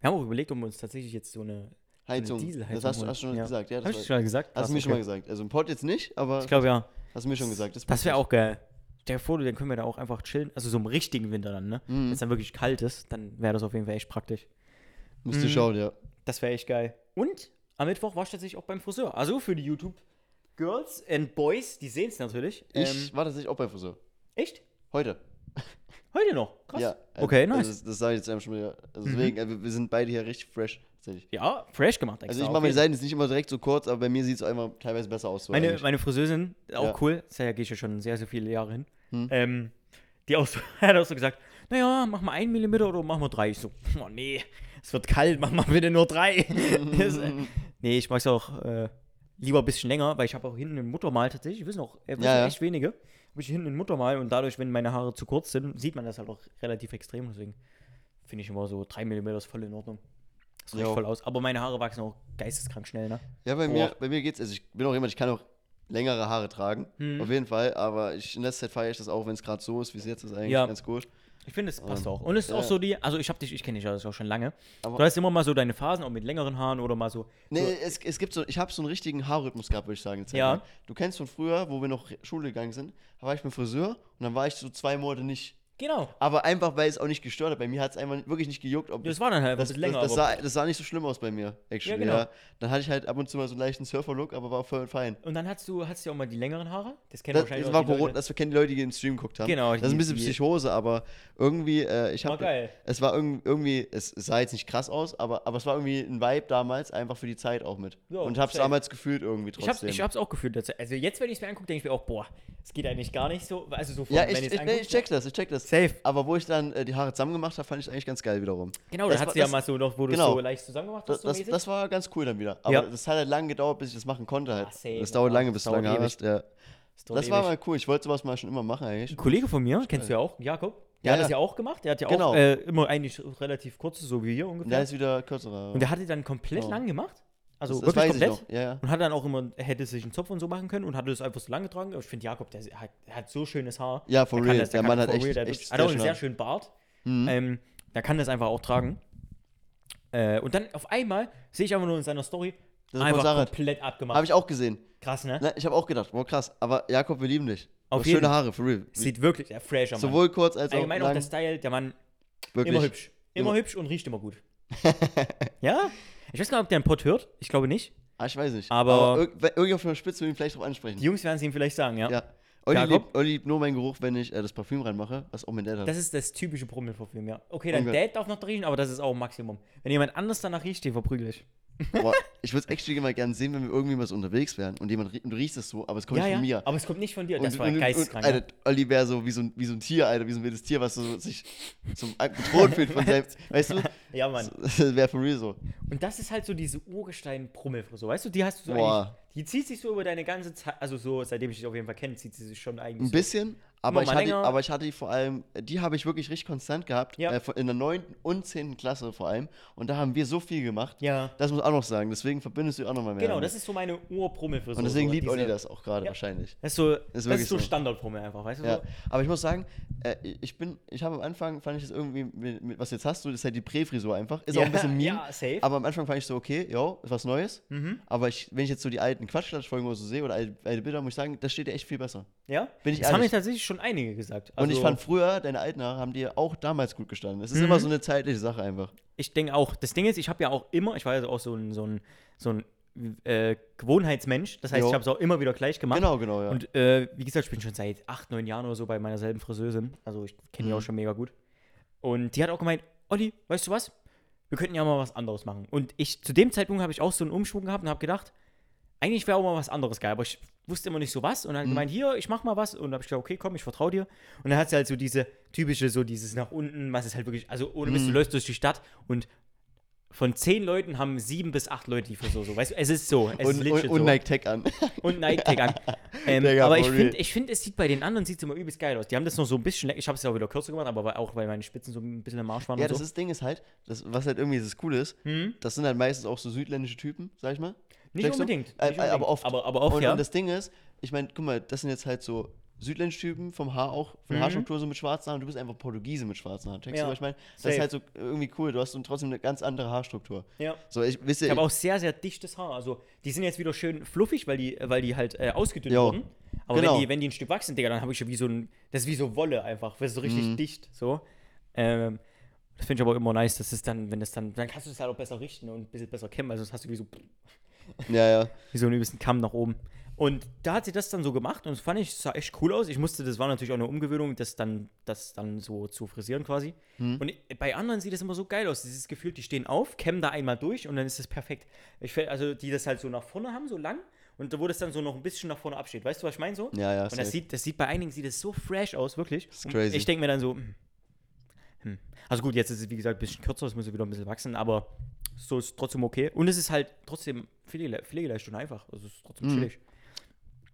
Speaker 2: Wir haben auch überlegt, ob wir uns tatsächlich jetzt so eine
Speaker 1: Heizung.
Speaker 2: Dieselheizung
Speaker 1: Das hast du
Speaker 2: holen.
Speaker 1: hast du schon
Speaker 2: halt Ja.
Speaker 1: gesagt. Ja,
Speaker 2: Hab
Speaker 1: das
Speaker 2: ich
Speaker 1: war,
Speaker 2: schon mal gesagt?
Speaker 1: hast
Speaker 2: Krass,
Speaker 1: du mir schon mal
Speaker 2: okay.
Speaker 1: gesagt. Also im Pod jetzt nicht, aber
Speaker 2: Ich glaube ja.
Speaker 1: hast du mir schon gesagt. Das,
Speaker 2: Das wäre auch geil. Stell dir vor, du- dann können wir da auch einfach chillen. Also so im richtigen Winter dann, ne?
Speaker 1: Mhm.
Speaker 2: Wenn es dann wirklich kalt ist, dann wäre das auf jeden Fall echt praktisch.
Speaker 1: Müsste schauen, ja.
Speaker 2: Das wäre echt geil. Und am Mittwoch war ich tatsächlich auch beim Friseur. Also für die YouTube-Girls and Boys, die sehen es natürlich.
Speaker 1: Ich
Speaker 2: Ähm,
Speaker 1: war tatsächlich auch bei Friseur.
Speaker 2: echt?
Speaker 1: Heute.
Speaker 2: Heute noch? Krass.
Speaker 1: Ja. äh,
Speaker 2: okay,
Speaker 1: also
Speaker 2: nice. Mhm.
Speaker 1: das, das sage ich jetzt einem schon wieder. Also deswegen, äh, wir- wir sind beide hier richtig fresh. Tatsächlich.
Speaker 2: ja, fresh gemacht.
Speaker 1: Also
Speaker 2: extra,
Speaker 1: ich mache
Speaker 2: auf
Speaker 1: meine
Speaker 2: jeden Fall.
Speaker 1: Seiten jetzt nicht immer direkt so kurz, aber bei mir sieht es einmal teilweise besser aus. So
Speaker 2: meine,
Speaker 1: eigentlich.
Speaker 2: meine Friseurin, auch
Speaker 1: Ja. Hm.
Speaker 2: cool, da gehe ich ja schon sehr, sehr viele Jahre hin. Ähm, die auch so, hat auch so gesagt, naja, mach mal einen Millimeter oder mach mal drei. Ich so, oh nee, es wird kalt, mach mal bitte nur drei. das, äh, nee, ich mach's auch äh, lieber ein bisschen länger, weil ich habe auch hinten ein Muttermal tatsächlich, wissen auch äh, wissen
Speaker 1: Ja, ja.
Speaker 2: echt wenige, habe ich hinten ein Muttermal und dadurch, wenn meine Haare zu kurz sind, sieht man das halt auch relativ extrem. Deswegen finde ich immer so drei Millimeter ist voll in Ordnung. Das reicht
Speaker 1: Jo.
Speaker 2: voll aus. Aber meine Haare wachsen auch geisteskrank schnell, ne?
Speaker 1: Ja, bei
Speaker 2: Boah.
Speaker 1: mir, bei mir geht's. Also ich bin auch jemand, ich kann auch längere Haare tragen.
Speaker 2: Mhm.
Speaker 1: Auf jeden Fall. Aber ich, in letzter Zeit feiere ich das auch, wenn es gerade so ist, wie es jetzt ist, eigentlich
Speaker 2: Ja.
Speaker 1: ganz gut.
Speaker 2: Ich finde, es passt auch. Und es ist
Speaker 1: Ähm, ja.
Speaker 2: auch so die, also ich habe dich, ich kenne dich ja auch schon lange.
Speaker 1: Aber-
Speaker 2: du hast immer mal so deine Phasen, auch mit längeren Haaren oder mal so.
Speaker 1: Nee, äh, es, es gibt so, ich habe so einen richtigen Haarrhythmus gehabt, würde ich sagen. eine Zeit
Speaker 2: Ja.
Speaker 1: lang. Du kennst von früher, wo wir noch Schule gegangen sind, da war ich beim Friseur und dann war ich so zwei Monate nicht.
Speaker 2: Genau.
Speaker 1: Aber einfach, weil es auch nicht gestört hat. Bei mir hat es einfach wirklich nicht gejuckt, ob
Speaker 2: Das war dann halt
Speaker 1: das,
Speaker 2: ein bisschen länger.
Speaker 1: das, das,
Speaker 2: aber,
Speaker 1: sah, das sah nicht so schlimm aus bei mir, actually.
Speaker 2: genau.
Speaker 1: ja. Dann hatte ich halt ab und zu mal so einen leichten Surfer-Look, aber war voll fein.
Speaker 2: und dann hast du, hast du ja auch mal die längeren Haare. Das kennen
Speaker 1: Das,
Speaker 2: wahrscheinlich
Speaker 1: das
Speaker 2: auch
Speaker 1: war
Speaker 2: die
Speaker 1: Corona,
Speaker 2: Leute.
Speaker 1: das kennen die Leute, die den Stream geguckt haben.
Speaker 2: Genau,
Speaker 1: Das ist
Speaker 2: die-
Speaker 1: ein bisschen
Speaker 2: die-
Speaker 1: Psychose, aber irgendwie, äh, ich
Speaker 2: War
Speaker 1: habe.
Speaker 2: geil.
Speaker 1: Es war irgendwie, irgendwie, es es sah jetzt nicht krass aus, aber, aber es war irgendwie ein Vibe damals, einfach für die Zeit auch mit.
Speaker 2: Ja,
Speaker 1: und hab's
Speaker 2: safe.
Speaker 1: damals gefühlt irgendwie
Speaker 2: Ich hab's,
Speaker 1: trotzdem.
Speaker 2: ich hab's auch gefühlt. dass- Also jetzt, wenn ich es mir angucke, denke ich mir auch, boah, es geht eigentlich gar nicht so. Also so von,
Speaker 1: ja,
Speaker 2: wenn
Speaker 1: ich,
Speaker 2: ich's
Speaker 1: ich, nee,
Speaker 2: anguck,
Speaker 1: ich check das, ich check das.
Speaker 2: Safe.
Speaker 1: Aber wo ich dann äh, die Haare zusammen gemacht habe, fand ich eigentlich ganz geil wiederum.
Speaker 2: Genau,
Speaker 1: das
Speaker 2: da hast
Speaker 1: war-
Speaker 2: du ja
Speaker 1: das-
Speaker 2: mal so noch, wo du es
Speaker 1: genau.
Speaker 2: so leicht zusammen gemacht
Speaker 1: Das,
Speaker 2: hast.
Speaker 1: das,
Speaker 2: so mäßig.
Speaker 1: das war ganz cool dann wieder. Aber
Speaker 2: Ja.
Speaker 1: das hat halt lange gedauert, bis ich das machen konnte halt.
Speaker 2: Ah, safe,
Speaker 1: das dauert
Speaker 2: ja,
Speaker 1: lange,
Speaker 2: das
Speaker 1: bis du
Speaker 2: dauert
Speaker 1: lange Haare
Speaker 2: ewig.
Speaker 1: hast. Ja.
Speaker 2: Das dauert
Speaker 1: Das war
Speaker 2: ewig.
Speaker 1: mal cool. Ich wollte sowas mal schon immer machen eigentlich.
Speaker 2: Ein Kollege von mir, kennst du ja auch, Jakob, der
Speaker 1: Ja,
Speaker 2: hat das
Speaker 1: ja.
Speaker 2: ja auch gemacht. Der hat ja
Speaker 1: Genau.
Speaker 2: auch äh, immer eigentlich relativ kurze, so wie hier
Speaker 1: Und
Speaker 2: ungefähr.
Speaker 1: da ist wieder kürzerer.
Speaker 2: Und der hat die dann komplett
Speaker 1: Ja.
Speaker 2: lang gemacht. Also
Speaker 1: das, das
Speaker 2: wirklich
Speaker 1: weiß
Speaker 2: komplett.
Speaker 1: ich noch. Ja, ja.
Speaker 2: Und hat dann auch immer, er hätte sich einen Zopf und so machen können und hatte das einfach so lang getragen. Aber ich finde, Jakob, der hat, der hat so schönes Haar.
Speaker 1: Ja, for
Speaker 2: der kann
Speaker 1: real.
Speaker 2: Das,
Speaker 1: Der
Speaker 2: kann
Speaker 1: Mann
Speaker 2: das
Speaker 1: hat
Speaker 2: for
Speaker 1: echt-
Speaker 2: real. Der
Speaker 1: echt
Speaker 2: hat
Speaker 1: sehr
Speaker 2: auch
Speaker 1: Mhm.
Speaker 2: einen
Speaker 1: schön
Speaker 2: sehr
Speaker 1: Haar.
Speaker 2: schönen Bart. Ähm, der kann das einfach auch tragen. Äh, und dann auf einmal sehe ich einfach nur in seiner Story,
Speaker 1: Das ist Paul
Speaker 2: einfach
Speaker 1: Sarret.
Speaker 2: komplett abgemacht.
Speaker 1: Habe ich auch gesehen.
Speaker 2: Krass, ne?
Speaker 1: Na, ich habe auch gedacht, boah krass, aber Jakob, wir lieben dich. Du
Speaker 2: Auf
Speaker 1: hast
Speaker 2: jeden.
Speaker 1: schöne Haare, for real.
Speaker 2: Sieht wirklich, der fresher Mann.
Speaker 1: Sowohl kurz als auch
Speaker 2: Allgemein auch
Speaker 1: lang.
Speaker 2: der Style, der Mann,
Speaker 1: wirklich.
Speaker 2: immer hübsch. Immer
Speaker 1: Immer-
Speaker 2: hübsch und riecht immer gut. ja? Ich weiß gar nicht, ob der einen Pott hört. Ich glaube nicht.
Speaker 1: Ah, ich weiß nicht.
Speaker 2: Aber-
Speaker 1: irg- wenn- irgendwie auf der Spitze will ich ihn vielleicht drauf ansprechen.
Speaker 2: Die Jungs werden es ihm vielleicht sagen, ja.
Speaker 1: ja. Olli
Speaker 2: Jakob?
Speaker 1: liebt, Olli liebt nur meinen Geruch, wenn ich äh, das Parfüm reinmache, was auch mein Dad hat.
Speaker 2: Das ist das typische Promilparfüm, ja. Okay, dein
Speaker 1: Okay.
Speaker 2: Dad darf noch riechen, aber das ist auch Maximum. Wenn jemand anders danach riecht, den verprügel ich.
Speaker 1: Boah, ich würde es actually mal gerne sehen, wenn wir irgendwie mal so unterwegs wären und jemand rie- und du riechst es so, aber es kommt
Speaker 2: ja,
Speaker 1: nicht
Speaker 2: ja.
Speaker 1: von mir.
Speaker 2: Aber es kommt nicht von dir.
Speaker 1: und,
Speaker 2: Das war
Speaker 1: und,
Speaker 2: geisteskrank.
Speaker 1: Und,
Speaker 2: ja.
Speaker 1: Alter, Olli wäre so wie so, ein, wie so ein Tier, Alter, wie so ein wildes Tier, was so sich zum bedroht fühlt von seinem. Weißt du?
Speaker 2: Ja, Mann.
Speaker 1: Das wäre for real so.
Speaker 2: Und das ist halt so diese Urgestein-Prummelfrisur. Weißt du, die hast du so
Speaker 1: Boah.
Speaker 2: eigentlich. Die zieht sich so über deine ganze Zeit. Also, so, seitdem ich dich auf jeden Fall kenne, zieht sie sich schon eigentlich.
Speaker 1: Ein
Speaker 2: so.
Speaker 1: bisschen, Aber
Speaker 2: Immer
Speaker 1: ich,
Speaker 2: mal
Speaker 1: hatte,
Speaker 2: länger.
Speaker 1: aber ich hatte die vor allem, die habe ich wirklich richtig konstant gehabt,
Speaker 2: Ja.
Speaker 1: äh, von- in der 9. und 10. Klasse vor allem. Und da haben wir so viel gemacht.
Speaker 2: Ja.
Speaker 1: Das muss ich auch noch sagen, deswegen verbindest du auch noch mal mehr.
Speaker 2: Genau,
Speaker 1: damit.
Speaker 2: das ist so meine Urprommelfrisur.
Speaker 1: Und deswegen
Speaker 2: so,
Speaker 1: liebt
Speaker 2: diese-
Speaker 1: Olli das auch gerade
Speaker 2: Ja.
Speaker 1: wahrscheinlich.
Speaker 2: Das ist so, das
Speaker 1: wirklich
Speaker 2: ist so
Speaker 1: so.
Speaker 2: Standardprommel einfach, weißt du?
Speaker 1: Ja,
Speaker 2: So?
Speaker 1: aber ich muss sagen, äh, ich bin, ich habe am Anfang, fand ich das irgendwie, mit, mit, was du jetzt hast du, das ist halt die Prä-Frisur einfach. Ist auch ein
Speaker 2: Ja,
Speaker 1: bisschen meme,
Speaker 2: ja, safe. Hm. Mhm,
Speaker 1: aber am Anfang fand ich so, okay, jo, ist was Neues. Aber ich, wenn ich jetzt so die alten Quatschklatsch-Folgen oder so sehe oder alte, alte Bilder, muss ich sagen, das steht dir echt viel besser.
Speaker 2: Ja?
Speaker 1: Bin ich
Speaker 2: das haben mir
Speaker 1: ehrlich.
Speaker 2: tatsächlich schon einige gesagt.
Speaker 1: Und ich
Speaker 2: Also, Mhm.
Speaker 1: fand früher, deine alten Haare haben dir auch damals gut gestanden. Es ist immer so eine zeitliche Sache einfach.
Speaker 2: ich denke auch, das Ding ist, ich habe ja auch immer, ich war ja auch so ein, so ein, so ein äh, Gewohnheitsmensch. Das heißt,
Speaker 1: Jo.
Speaker 2: ich habe es auch immer wieder gleich gemacht.
Speaker 1: Genau, genau, ja.
Speaker 2: Und äh, wie gesagt, ich bin schon seit acht, neun Jahren oder so bei meiner selben Friseusin. Also ich kenne
Speaker 1: Mhm.
Speaker 2: die auch schon mega gut. Und die hat auch gemeint, Olli, weißt du was? Wir könnten ja mal was anderes machen. Und ich, zu dem Zeitpunkt habe ich auch so einen Umschwung gehabt und habe gedacht, eigentlich wäre auch mal was anderes geil, aber ich wusste immer nicht so was. Und dann hat
Speaker 1: Mhm.
Speaker 2: gemeint, hier, ich mach mal was. Und dann habe ich gesagt, okay, komm, ich vertraue dir. Und dann hat sie halt so diese typische, so dieses nach unten, was ist halt wirklich, also ohne
Speaker 1: Mhm.
Speaker 2: Mist, du läufst durch die Stadt und von zehn Leuten haben sieben bis acht Leute die Frisur so. Weißt du, es ist so. Es ist
Speaker 1: und, und,
Speaker 2: legit so
Speaker 1: und Nike Tech an.
Speaker 2: und Nike Tag an. Ähm,
Speaker 1: Digga,
Speaker 2: aber ich
Speaker 1: for
Speaker 2: finde,
Speaker 1: real.
Speaker 2: ich find, es sieht bei den anderen sieht's immer übelst geil aus. Die haben das noch so ein bisschen, lä- ich habe es ja auch wieder kürzer gemacht, aber weil- auch weil meine Spitzen so ein bisschen im Marsch waren
Speaker 1: Ja,
Speaker 2: und
Speaker 1: das
Speaker 2: so. Mhm.
Speaker 1: ist, Ding ist halt, das, was halt irgendwie das Coole ist, das sind halt meistens auch so südländische Typen, sag ich mal.
Speaker 2: Nicht
Speaker 1: Checkst du?
Speaker 2: unbedingt,
Speaker 1: Äh,
Speaker 2: nicht
Speaker 1: äh,
Speaker 2: unbedingt.
Speaker 1: Aber oft.
Speaker 2: Aber- aber oft,
Speaker 1: und,
Speaker 2: ja.
Speaker 1: Und das Ding ist, ich meine, guck mal, das sind jetzt halt so südländische Typen vom Haar auch, von der Haarstruktur so mit schwarzen Haaren. Du bist einfach Portugiese mit schwarzen Haaren. Checkst
Speaker 2: Mhm. Ja,
Speaker 1: du, was ich meine? Das
Speaker 2: safe.
Speaker 1: ist halt so irgendwie cool. Du hast so trotzdem eine ganz andere Haarstruktur.
Speaker 2: Ja.
Speaker 1: So, ich wisst
Speaker 2: Ich
Speaker 1: ihr,
Speaker 2: habe auch sehr, sehr dichtes Haar. Also die sind jetzt wieder schön fluffig, weil die, weil die halt äh, ausgedünnt
Speaker 1: Jo.
Speaker 2: wurden. Aber
Speaker 1: Genau.
Speaker 2: wenn, die, wenn die ein Stück wachsen, Digga, dann habe ich schon wie so ein, das ist wie so Wolle einfach, das ist so richtig
Speaker 1: Mhm.
Speaker 2: dicht, so. Ähm, das finde ich aber immer nice, dass es dann, wenn das dann, dann kannst du es halt auch besser richten und ein bisschen besser kämmen, also sonst hast du wie so
Speaker 1: ja, ja.
Speaker 2: wie so einen übelsten Kamm nach oben. Und da hat sie das dann so gemacht und das fand ich, sah echt cool aus. Ich musste, das war natürlich auch eine Umgewöhnung, das dann, das dann so zu frisieren quasi. Und bei anderen sieht das immer so geil aus. Dieses Gefühl, die stehen auf, kämmen da einmal durch und dann ist das perfekt. Ich fäll- also die das halt so nach vorne haben, so lang und da wo das dann so noch ein bisschen nach vorne absteht. Weißt du, was ich meine so?
Speaker 1: Ja, ja,
Speaker 2: Und
Speaker 1: safe.
Speaker 2: das sieht, das sieht bei einigen sieht das so fresh aus, wirklich. Und
Speaker 1: crazy.
Speaker 2: Ich denke mir dann so, hm. hm. also gut, jetzt ist es wie gesagt ein bisschen kürzer, es muss wieder ein bisschen wachsen, aber so ist trotzdem okay. Und es ist halt trotzdem pflege- pflegeleicht und einfach. Also es ist trotzdem
Speaker 1: Mhm.
Speaker 2: chillig.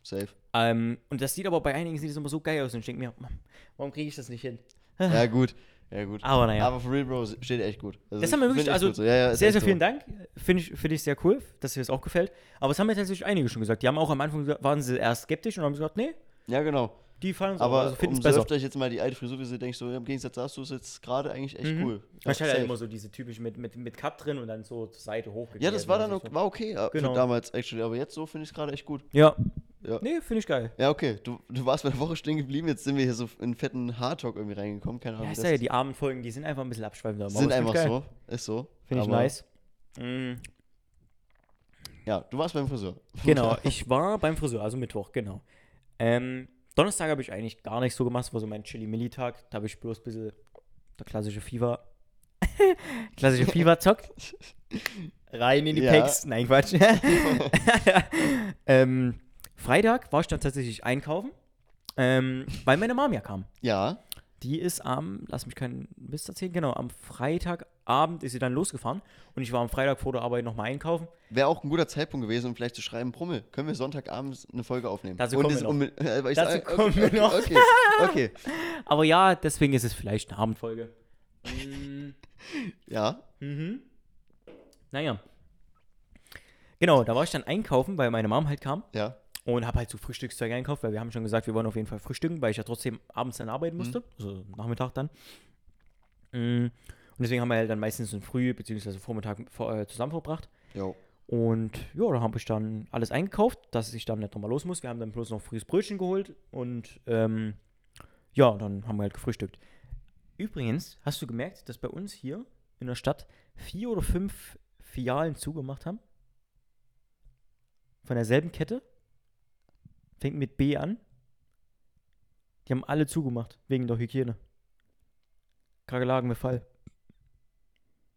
Speaker 1: Safe.
Speaker 2: Ähm, und das sieht aber bei einigen sieht es immer so geil aus und ich denke mir, Mann, warum kriege ich das nicht hin?
Speaker 1: Ja, gut. Ja, gut.
Speaker 2: Aber naja.
Speaker 1: Aber for real, Bro, steht echt gut. Also,
Speaker 2: Das haben wir
Speaker 1: ich
Speaker 2: wirklich,
Speaker 1: find echt
Speaker 2: also
Speaker 1: gut so. Ja, ja, ist
Speaker 2: sehr,
Speaker 1: echt
Speaker 2: sehr
Speaker 1: so.
Speaker 2: vielen Dank. Finde ich, finde ich sehr cool, dass dir das auch gefällt. Aber es haben mir tatsächlich einige schon gesagt. Die haben auch am Anfang gesagt- waren sie erst skeptisch und haben gesagt, nee,
Speaker 1: Ja, genau.
Speaker 2: die fallen uns
Speaker 1: Aber
Speaker 2: also finden es besser.
Speaker 1: umsurft euch jetzt mal die alte Frisur, wie sie denkt, so ja, im Gegensatz dazu ist jetzt gerade eigentlich echt cool. Ja,
Speaker 2: Ich hatte halt
Speaker 1: safe.
Speaker 2: immer so diese typischen mit, mit, mit Cup drin und dann so zur Seite hochgekehrt.
Speaker 1: ja, das war dann
Speaker 2: Also
Speaker 1: okay, war okay äh,
Speaker 2: Genau.
Speaker 1: für damals, actually. Aber jetzt so finde ich es gerade echt gut.
Speaker 2: so. Ja.
Speaker 1: Ja.
Speaker 2: Nee, finde ich geil.
Speaker 1: Ja, okay. Du, du warst bei der Woche stehen geblieben, jetzt sind wir hier so in fetten Hardtalk irgendwie reingekommen. Keine Ahnung.
Speaker 2: Ja,
Speaker 1: wie
Speaker 2: ist
Speaker 1: das
Speaker 2: ja die armen Folgen, die sind einfach ein bisschen abschweifender. aber
Speaker 1: sind
Speaker 2: das find
Speaker 1: einfach
Speaker 2: ich geil.
Speaker 1: so. Ist so.
Speaker 2: Finde ich
Speaker 1: Aber,
Speaker 2: nice. Mhm.
Speaker 1: Ja, du warst beim Friseur.
Speaker 2: Genau, ich war beim Friseur, also Mittwoch, genau. Ähm, Donnerstag habe ich eigentlich gar nichts so gemacht, es war so mein Chili-Milli-Tag. Da habe ich bloß ein bisschen der klassische FIFA. klassische FIFA-Zock. Rein in die
Speaker 1: Ja.
Speaker 2: Packs. Nein, Quatsch. ähm, Freitag war ich dann tatsächlich einkaufen, ähm, weil meine Mom ja kam.
Speaker 1: Ja.
Speaker 2: Die ist am, lass mich keinen Mist erzählen, genau, am Freitagabend ist sie dann losgefahren und ich war am Freitag vor der Arbeit nochmal einkaufen.
Speaker 1: Wäre auch ein guter Zeitpunkt gewesen, um vielleicht zu schreiben, Brummel, können wir Sonntagabend eine Folge aufnehmen?
Speaker 2: Dazu
Speaker 1: Und
Speaker 2: kommen
Speaker 1: es-
Speaker 2: wir noch.
Speaker 1: und mit- weil ich
Speaker 2: Dazu
Speaker 1: sage, okay,
Speaker 2: kommen wir
Speaker 1: okay,
Speaker 2: noch.
Speaker 1: Okay, okay.
Speaker 2: Aber ja, deswegen ist es vielleicht eine Abendfolge. Mm,
Speaker 1: Ja,
Speaker 2: naja. Genau, da war ich dann einkaufen, weil meine Mom halt kam
Speaker 1: ja.
Speaker 2: und habe halt so Frühstückszeug einkauft, weil wir haben schon gesagt, wir wollen auf jeden Fall frühstücken, weil ich ja trotzdem abends dann arbeiten musste, also Nachmittag dann. Mm, Und deswegen haben wir halt dann meistens so früh bzw. Vormittag vor- äh, zusammen verbracht.
Speaker 1: Jo.
Speaker 2: Und ja, da habe ich dann alles eingekauft, dass ich dann nicht nochmal los muss. Wir haben dann bloß noch frühes Brötchen geholt und ähm, ja, dann haben wir halt gefrühstückt. Übrigens, hast du gemerkt, dass bei uns hier in der Stadt vier oder fünf Filialen zugemacht haben? Von derselben Kette? Fängt mit B an. Die haben alle zugemacht, wegen der Hygiene. Kakerlakenbefall.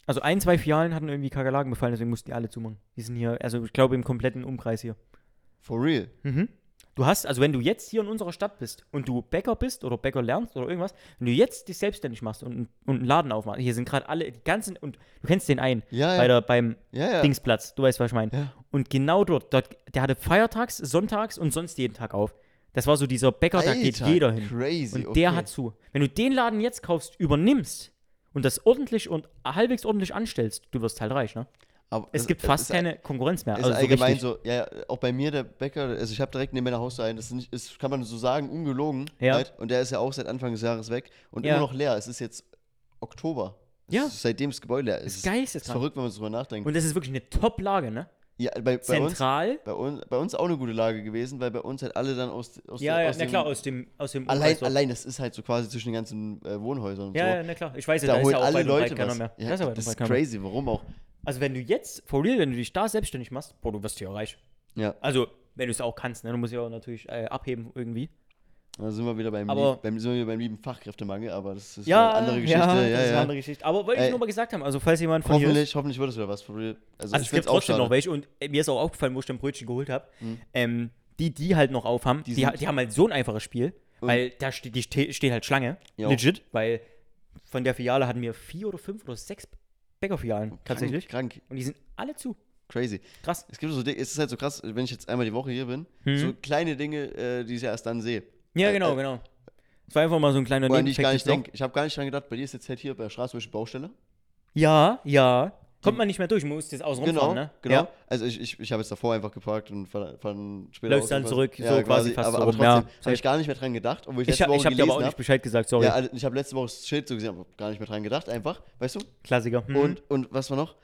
Speaker 2: Also ein, zwei Filialen hatten irgendwie Kakerlakenbefall, deswegen mussten die alle zumachen. Die sind hier, also ich glaube im kompletten Umkreis hier.
Speaker 1: For real.
Speaker 2: Mhm. Du hast, also wenn du jetzt hier in unserer Stadt bist und du Bäcker bist oder Bäcker lernst oder irgendwas, wenn du jetzt dich selbstständig machst und, und einen Laden aufmachst, hier sind gerade alle, die ganzen, und du kennst den einen,
Speaker 1: Ja,
Speaker 2: bei
Speaker 1: ja.
Speaker 2: der, beim
Speaker 1: Ja, ja.
Speaker 2: Dingsplatz, du weißt, was ich meine.
Speaker 1: Ja.
Speaker 2: Und genau dort, dort, der hatte feiertags, sonntags und sonst jeden Tag auf. Das war so dieser Bäcker, da geht
Speaker 1: Alter,
Speaker 2: jeder hin.
Speaker 1: Crazy.
Speaker 2: Und
Speaker 1: okay.
Speaker 2: der hat zu. Wenn du den Laden jetzt kaufst, übernimmst und das ordentlich und halbwegs ordentlich anstellst, du wirst halt reich, ne?
Speaker 1: Aber
Speaker 2: Es
Speaker 1: das-
Speaker 2: gibt
Speaker 1: das
Speaker 2: fast
Speaker 1: Also, ist-
Speaker 2: keine Konkurrenz mehr.
Speaker 1: Ist
Speaker 2: Also so
Speaker 1: allgemein
Speaker 2: richtig.
Speaker 1: so, ja, ja, auch bei mir der Bäcker, also ich habe direkt neben meiner Haustür einen, das ist nicht, ist, kann man so sagen, ungelogen.
Speaker 2: Ja.
Speaker 1: Halt, und der ist ja auch seit Anfang des Jahres weg und
Speaker 2: Ja.
Speaker 1: immer noch leer. Es ist jetzt Oktober. Es
Speaker 2: Ja.
Speaker 1: Ist, seitdem das Gebäude leer ist.
Speaker 2: ist geisteskrank.
Speaker 1: verrückt, wenn man so drüber nachdenkt.
Speaker 2: Und das ist wirklich eine Top-Lage, ne?
Speaker 1: ja, bei, bei, uns,
Speaker 2: Zentral.
Speaker 1: bei, uns, bei uns auch eine gute Lage gewesen, weil bei uns halt alle dann aus, aus,
Speaker 2: ja,
Speaker 1: der-
Speaker 2: ja,
Speaker 1: aus
Speaker 2: na
Speaker 1: dem-
Speaker 2: klar, aus dem, aus dem
Speaker 1: Allein,
Speaker 2: Umkreis so.
Speaker 1: allein, das ist halt so quasi zwischen den ganzen äh, Wohnhäusern und
Speaker 2: Ja,
Speaker 1: so.
Speaker 2: ja, na klar. Ich weiß, ja,
Speaker 1: Da,
Speaker 2: da ist
Speaker 1: holen
Speaker 2: ja auch
Speaker 1: alle
Speaker 2: weit und breit
Speaker 1: Leute
Speaker 2: keiner
Speaker 1: was.
Speaker 2: mehr.
Speaker 1: Ja,
Speaker 2: da ist ja weit
Speaker 1: das
Speaker 2: und
Speaker 1: ist
Speaker 2: breit keiner mehr.
Speaker 1: crazy, warum auch?
Speaker 2: Also wenn du jetzt, for real, wenn du dich da selbstständig machst, boah, du wirst hier reich.
Speaker 1: Ja,
Speaker 2: Also, wenn du es auch kannst, ne? Du musst ja auch natürlich äh, abheben irgendwie.
Speaker 1: da sind wir wieder beim,
Speaker 2: Aber-
Speaker 1: lieb, beim, sind wir wieder beim lieben Fachkräftemangel, aber das ist
Speaker 2: Ja,
Speaker 1: eine andere Geschichte.
Speaker 2: Ja,
Speaker 1: Ja,
Speaker 2: das
Speaker 1: ja,
Speaker 2: ist eine andere Geschichte. Aber wollte ich
Speaker 1: Ey.
Speaker 2: nur mal gesagt haben, also falls jemand von hier ist,
Speaker 1: Hoffentlich, hoffentlich wird es wieder was. for real. Also,
Speaker 2: also
Speaker 1: ich
Speaker 2: es
Speaker 1: find's
Speaker 2: gibt
Speaker 1: auch
Speaker 2: trotzdem
Speaker 1: schade. Hm.
Speaker 2: noch welche und äh, mir ist auch aufgefallen, wo ich den Brötchen geholt habe, ähm, die, die halt noch aufhaben, die,
Speaker 1: sind-
Speaker 2: ha- die haben halt so ein einfaches Spiel, weil da steht, die ste steht halt Schlange,
Speaker 1: Ja.
Speaker 2: legit, weil von der Filiale hatten wir vier oder fünf oder sechs Bäckerfilialen tatsächlich
Speaker 1: Krank, krank,
Speaker 2: und die sind alle zu.
Speaker 1: crazy.
Speaker 2: Krass.
Speaker 1: Es gibt so Dinge, es ist halt so krass, wenn ich jetzt einmal die Woche hier bin,
Speaker 2: Hm.
Speaker 1: so kleine Dinge, äh, die ich erst dann sehe.
Speaker 2: Ja, genau, genau. Es war einfach mal so ein kleiner
Speaker 1: Oder an die äh, ich gar nicht
Speaker 2: Nebeneffekt jetzt
Speaker 1: denke. Ich habe gar nicht dran gedacht, bei dir ist jetzt halt hier bei der Straße zum Beispiel Baustelle.
Speaker 2: noch. Ja, ja. Kommt man nicht mehr durch, man muss jetzt außen
Speaker 1: Genau,
Speaker 2: rumfahren, ne?
Speaker 1: genau.
Speaker 2: Ja.
Speaker 1: Also ich, ich, ich habe jetzt davor einfach geparkt und fahr- fahr dann später
Speaker 2: Läufst
Speaker 1: auch
Speaker 2: dann
Speaker 1: gefahren.
Speaker 2: zurück, so quasi fast
Speaker 1: aber,
Speaker 2: so
Speaker 1: aber
Speaker 2: rum,
Speaker 1: trotzdem
Speaker 2: ja.
Speaker 1: habe ich gar nicht mehr dran gedacht, obwohl ich
Speaker 2: Ich,
Speaker 1: letzte
Speaker 2: ha-
Speaker 1: Woche
Speaker 2: ich habe dir aber auch
Speaker 1: gelesen
Speaker 2: nicht
Speaker 1: habe.
Speaker 2: Bescheid gesagt, sorry.
Speaker 1: Ja, also ich habe letzte Woche das Schild so gesehen, aber gar nicht mehr dran gedacht, einfach, weißt du?
Speaker 2: Klassiker. Mhm.
Speaker 1: Und, und was war noch?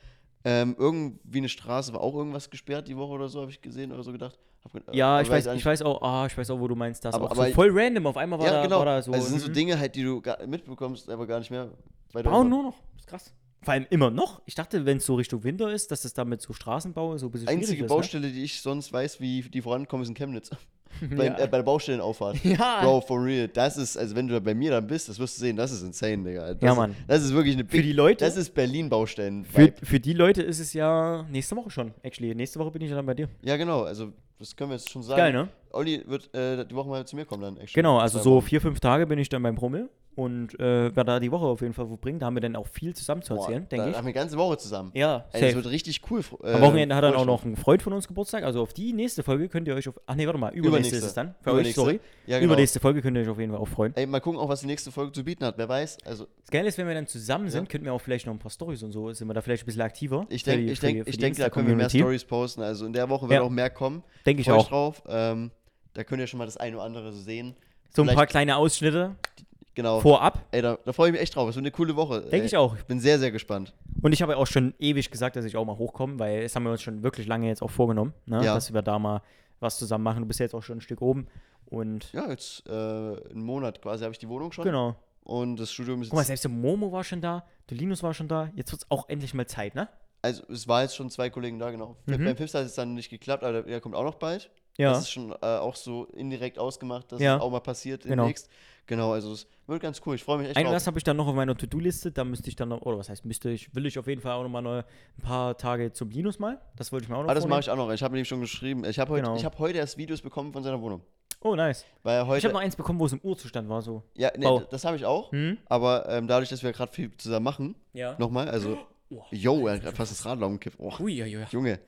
Speaker 1: Ähm, irgendwie eine Straße war auch irgendwas gesperrt die Woche oder so, habe ich gesehen oder so gedacht. Hab ge-
Speaker 2: Ja,
Speaker 1: aber
Speaker 2: ich weiß,
Speaker 1: auch nicht.
Speaker 2: ich weiß auch, ah, ich weiß auch, wo du meinst, das.
Speaker 1: Aber-
Speaker 2: auch so
Speaker 1: aber-
Speaker 2: voll random, auf einmal war,
Speaker 1: ja,
Speaker 2: da,
Speaker 1: genau.
Speaker 2: war da so.
Speaker 1: also es sind so
Speaker 2: mhm.
Speaker 1: Dinge halt, die du gar mitbekommst, aber gar nicht mehr. Weil du
Speaker 2: Bauen
Speaker 1: immer-
Speaker 2: nur noch. Ist krass. Vor allem immer noch. Ich dachte, wenn es so Richtung Winter ist, dass es damit so Straßenbau so ein bisschen
Speaker 1: Einzige
Speaker 2: schwierig ist. ne?
Speaker 1: Baustelle, die ich sonst weiß, wie die vorankommen, ist in Chemnitz. bei,
Speaker 2: Ja.
Speaker 1: äh, bei der Baustellenauffahrt.
Speaker 2: Ja.
Speaker 1: Bro, for real. Das ist, also wenn du da bei mir dann bist, das wirst du sehen, das ist insane, Digga. Das
Speaker 2: Ja,
Speaker 1: ist-
Speaker 2: Mann.
Speaker 1: Das ist wirklich eine Für
Speaker 2: die Leute?
Speaker 1: Das ist Berlin-Baustellen.
Speaker 2: Ne? Für, für die Leute ist es ja nächste Woche schon, actually. Nächste Woche bin ich ja dann bei dir.
Speaker 1: Ja, genau. Also, das können wir jetzt schon sagen.
Speaker 2: Geil, ne?
Speaker 1: Olli wird äh, die Woche mal zu mir kommen dann. actually.
Speaker 2: Genau, also
Speaker 1: Zwei
Speaker 2: so
Speaker 1: Wochen.
Speaker 2: vier, fünf Tage bin ich dann beim Brummel und äh, werde da die Woche auf jeden Fall verbringen. Da haben wir dann auch viel zusammen zu
Speaker 1: Boah,
Speaker 2: erzählen,
Speaker 1: da
Speaker 2: denke ich.
Speaker 1: haben wir die ganze Woche zusammen.
Speaker 2: Ja,
Speaker 1: Ey, das
Speaker 2: safe.
Speaker 1: wird richtig cool. fr- äh,
Speaker 2: Am Wochenende hat dann auch
Speaker 1: Vorstellung.
Speaker 2: noch ein Freund von uns Geburtstag. Also auf die nächste Folge könnt ihr euch auf. Ach nee, warte mal, übernächste,
Speaker 1: Übernächste.
Speaker 2: ist es dann. Für
Speaker 1: Übernächste.
Speaker 2: euch, sorry.
Speaker 1: Ja, genau.
Speaker 2: Übernächste Folge könnt ihr euch auf jeden Fall auch freuen.
Speaker 1: Ey, mal gucken, auch was die nächste Folge zu bieten hat. Wer weiß. Also,
Speaker 2: Das Geile ist, wenn wir dann zusammen sind,
Speaker 1: Ja.
Speaker 2: könnten wir auch vielleicht noch ein paar Stories und so, sind wir da vielleicht ein bisschen aktiver.
Speaker 1: ich
Speaker 2: für
Speaker 1: denke,
Speaker 2: die-
Speaker 1: ich
Speaker 2: für die-
Speaker 1: denk,
Speaker 2: für
Speaker 1: ich
Speaker 2: die
Speaker 1: denk, da können wir mehr
Speaker 2: Insta-Community.
Speaker 1: Stories posten. Also, in der Woche wird
Speaker 2: Ja.
Speaker 1: auch mehr kommen.
Speaker 2: Denke ich
Speaker 1: Freut euch
Speaker 2: auch.
Speaker 1: drauf. Ähm, da könnt ihr schon mal das eine oder andere so sehen.
Speaker 2: So ein
Speaker 1: Vielleicht-
Speaker 2: paar kleine Ausschnitte
Speaker 1: Genau.
Speaker 2: vorab.
Speaker 1: Ey, da, da freue ich mich echt drauf. Es wird eine coole Woche.
Speaker 2: Denke ich auch.
Speaker 1: Ich bin sehr, sehr gespannt.
Speaker 2: Und ich habe ja auch schon ewig gesagt, dass ich auch mal hochkomme, weil das haben wir uns schon wirklich lange jetzt auch vorgenommen, ne?
Speaker 1: Ja.
Speaker 2: dass wir da mal was zusammen machen. Du bist ja jetzt auch schon ein Stück oben. Und
Speaker 1: Ja, jetzt äh, einen Monat quasi habe ich die Wohnung schon.
Speaker 2: genau.
Speaker 1: Und das Studium ist
Speaker 2: Guck mal,
Speaker 1: jetzt,
Speaker 2: selbst der Momo war schon da, der Linus war schon da. Jetzt wird es auch endlich mal Zeit, ne?
Speaker 1: also es war jetzt schon zwei Kollegen da, genau.
Speaker 2: Mhm.
Speaker 1: Beim Fipster hat es dann nicht geklappt, aber der, der kommt auch noch bald.
Speaker 2: Ja.
Speaker 1: Das ist schon äh, auch so indirekt ausgemacht, dass
Speaker 2: Ja.
Speaker 1: es auch mal passiert
Speaker 2: Genau.
Speaker 1: demnächst. Genau, also es wird ganz cool. Ich freue mich echt
Speaker 2: Ein
Speaker 1: drauf.
Speaker 2: was habe ich dann noch auf meiner To-Do-Liste, da müsste ich dann noch, oder was heißt müsste ich, will ich auf jeden Fall auch noch mal neu, ein paar Tage zum Linus mal. Das wollte ich mir auch noch
Speaker 1: Ah, das mache
Speaker 2: vornehmen.
Speaker 1: ich auch noch. Ich habe nämlich schon geschrieben. Ich habe heute,
Speaker 2: Genau.
Speaker 1: ich hab heute erst Videos bekommen von seiner Wohnung.
Speaker 2: Oh, nice.
Speaker 1: Weil er
Speaker 2: Ich habe
Speaker 1: heute.
Speaker 2: noch eins bekommen, wo es im Urzustand war, so.
Speaker 1: ja, nee,
Speaker 2: Bau.
Speaker 1: das habe ich auch.
Speaker 2: Hm?
Speaker 1: Aber ähm, dadurch, dass wir gerade viel zusammen machen,
Speaker 2: Ja.
Speaker 1: nochmal, also.
Speaker 2: Oh.
Speaker 1: Yo, er hat gerade fast das Radler umgekippt. Oh,
Speaker 2: Ui, ui, ui.
Speaker 1: Junge.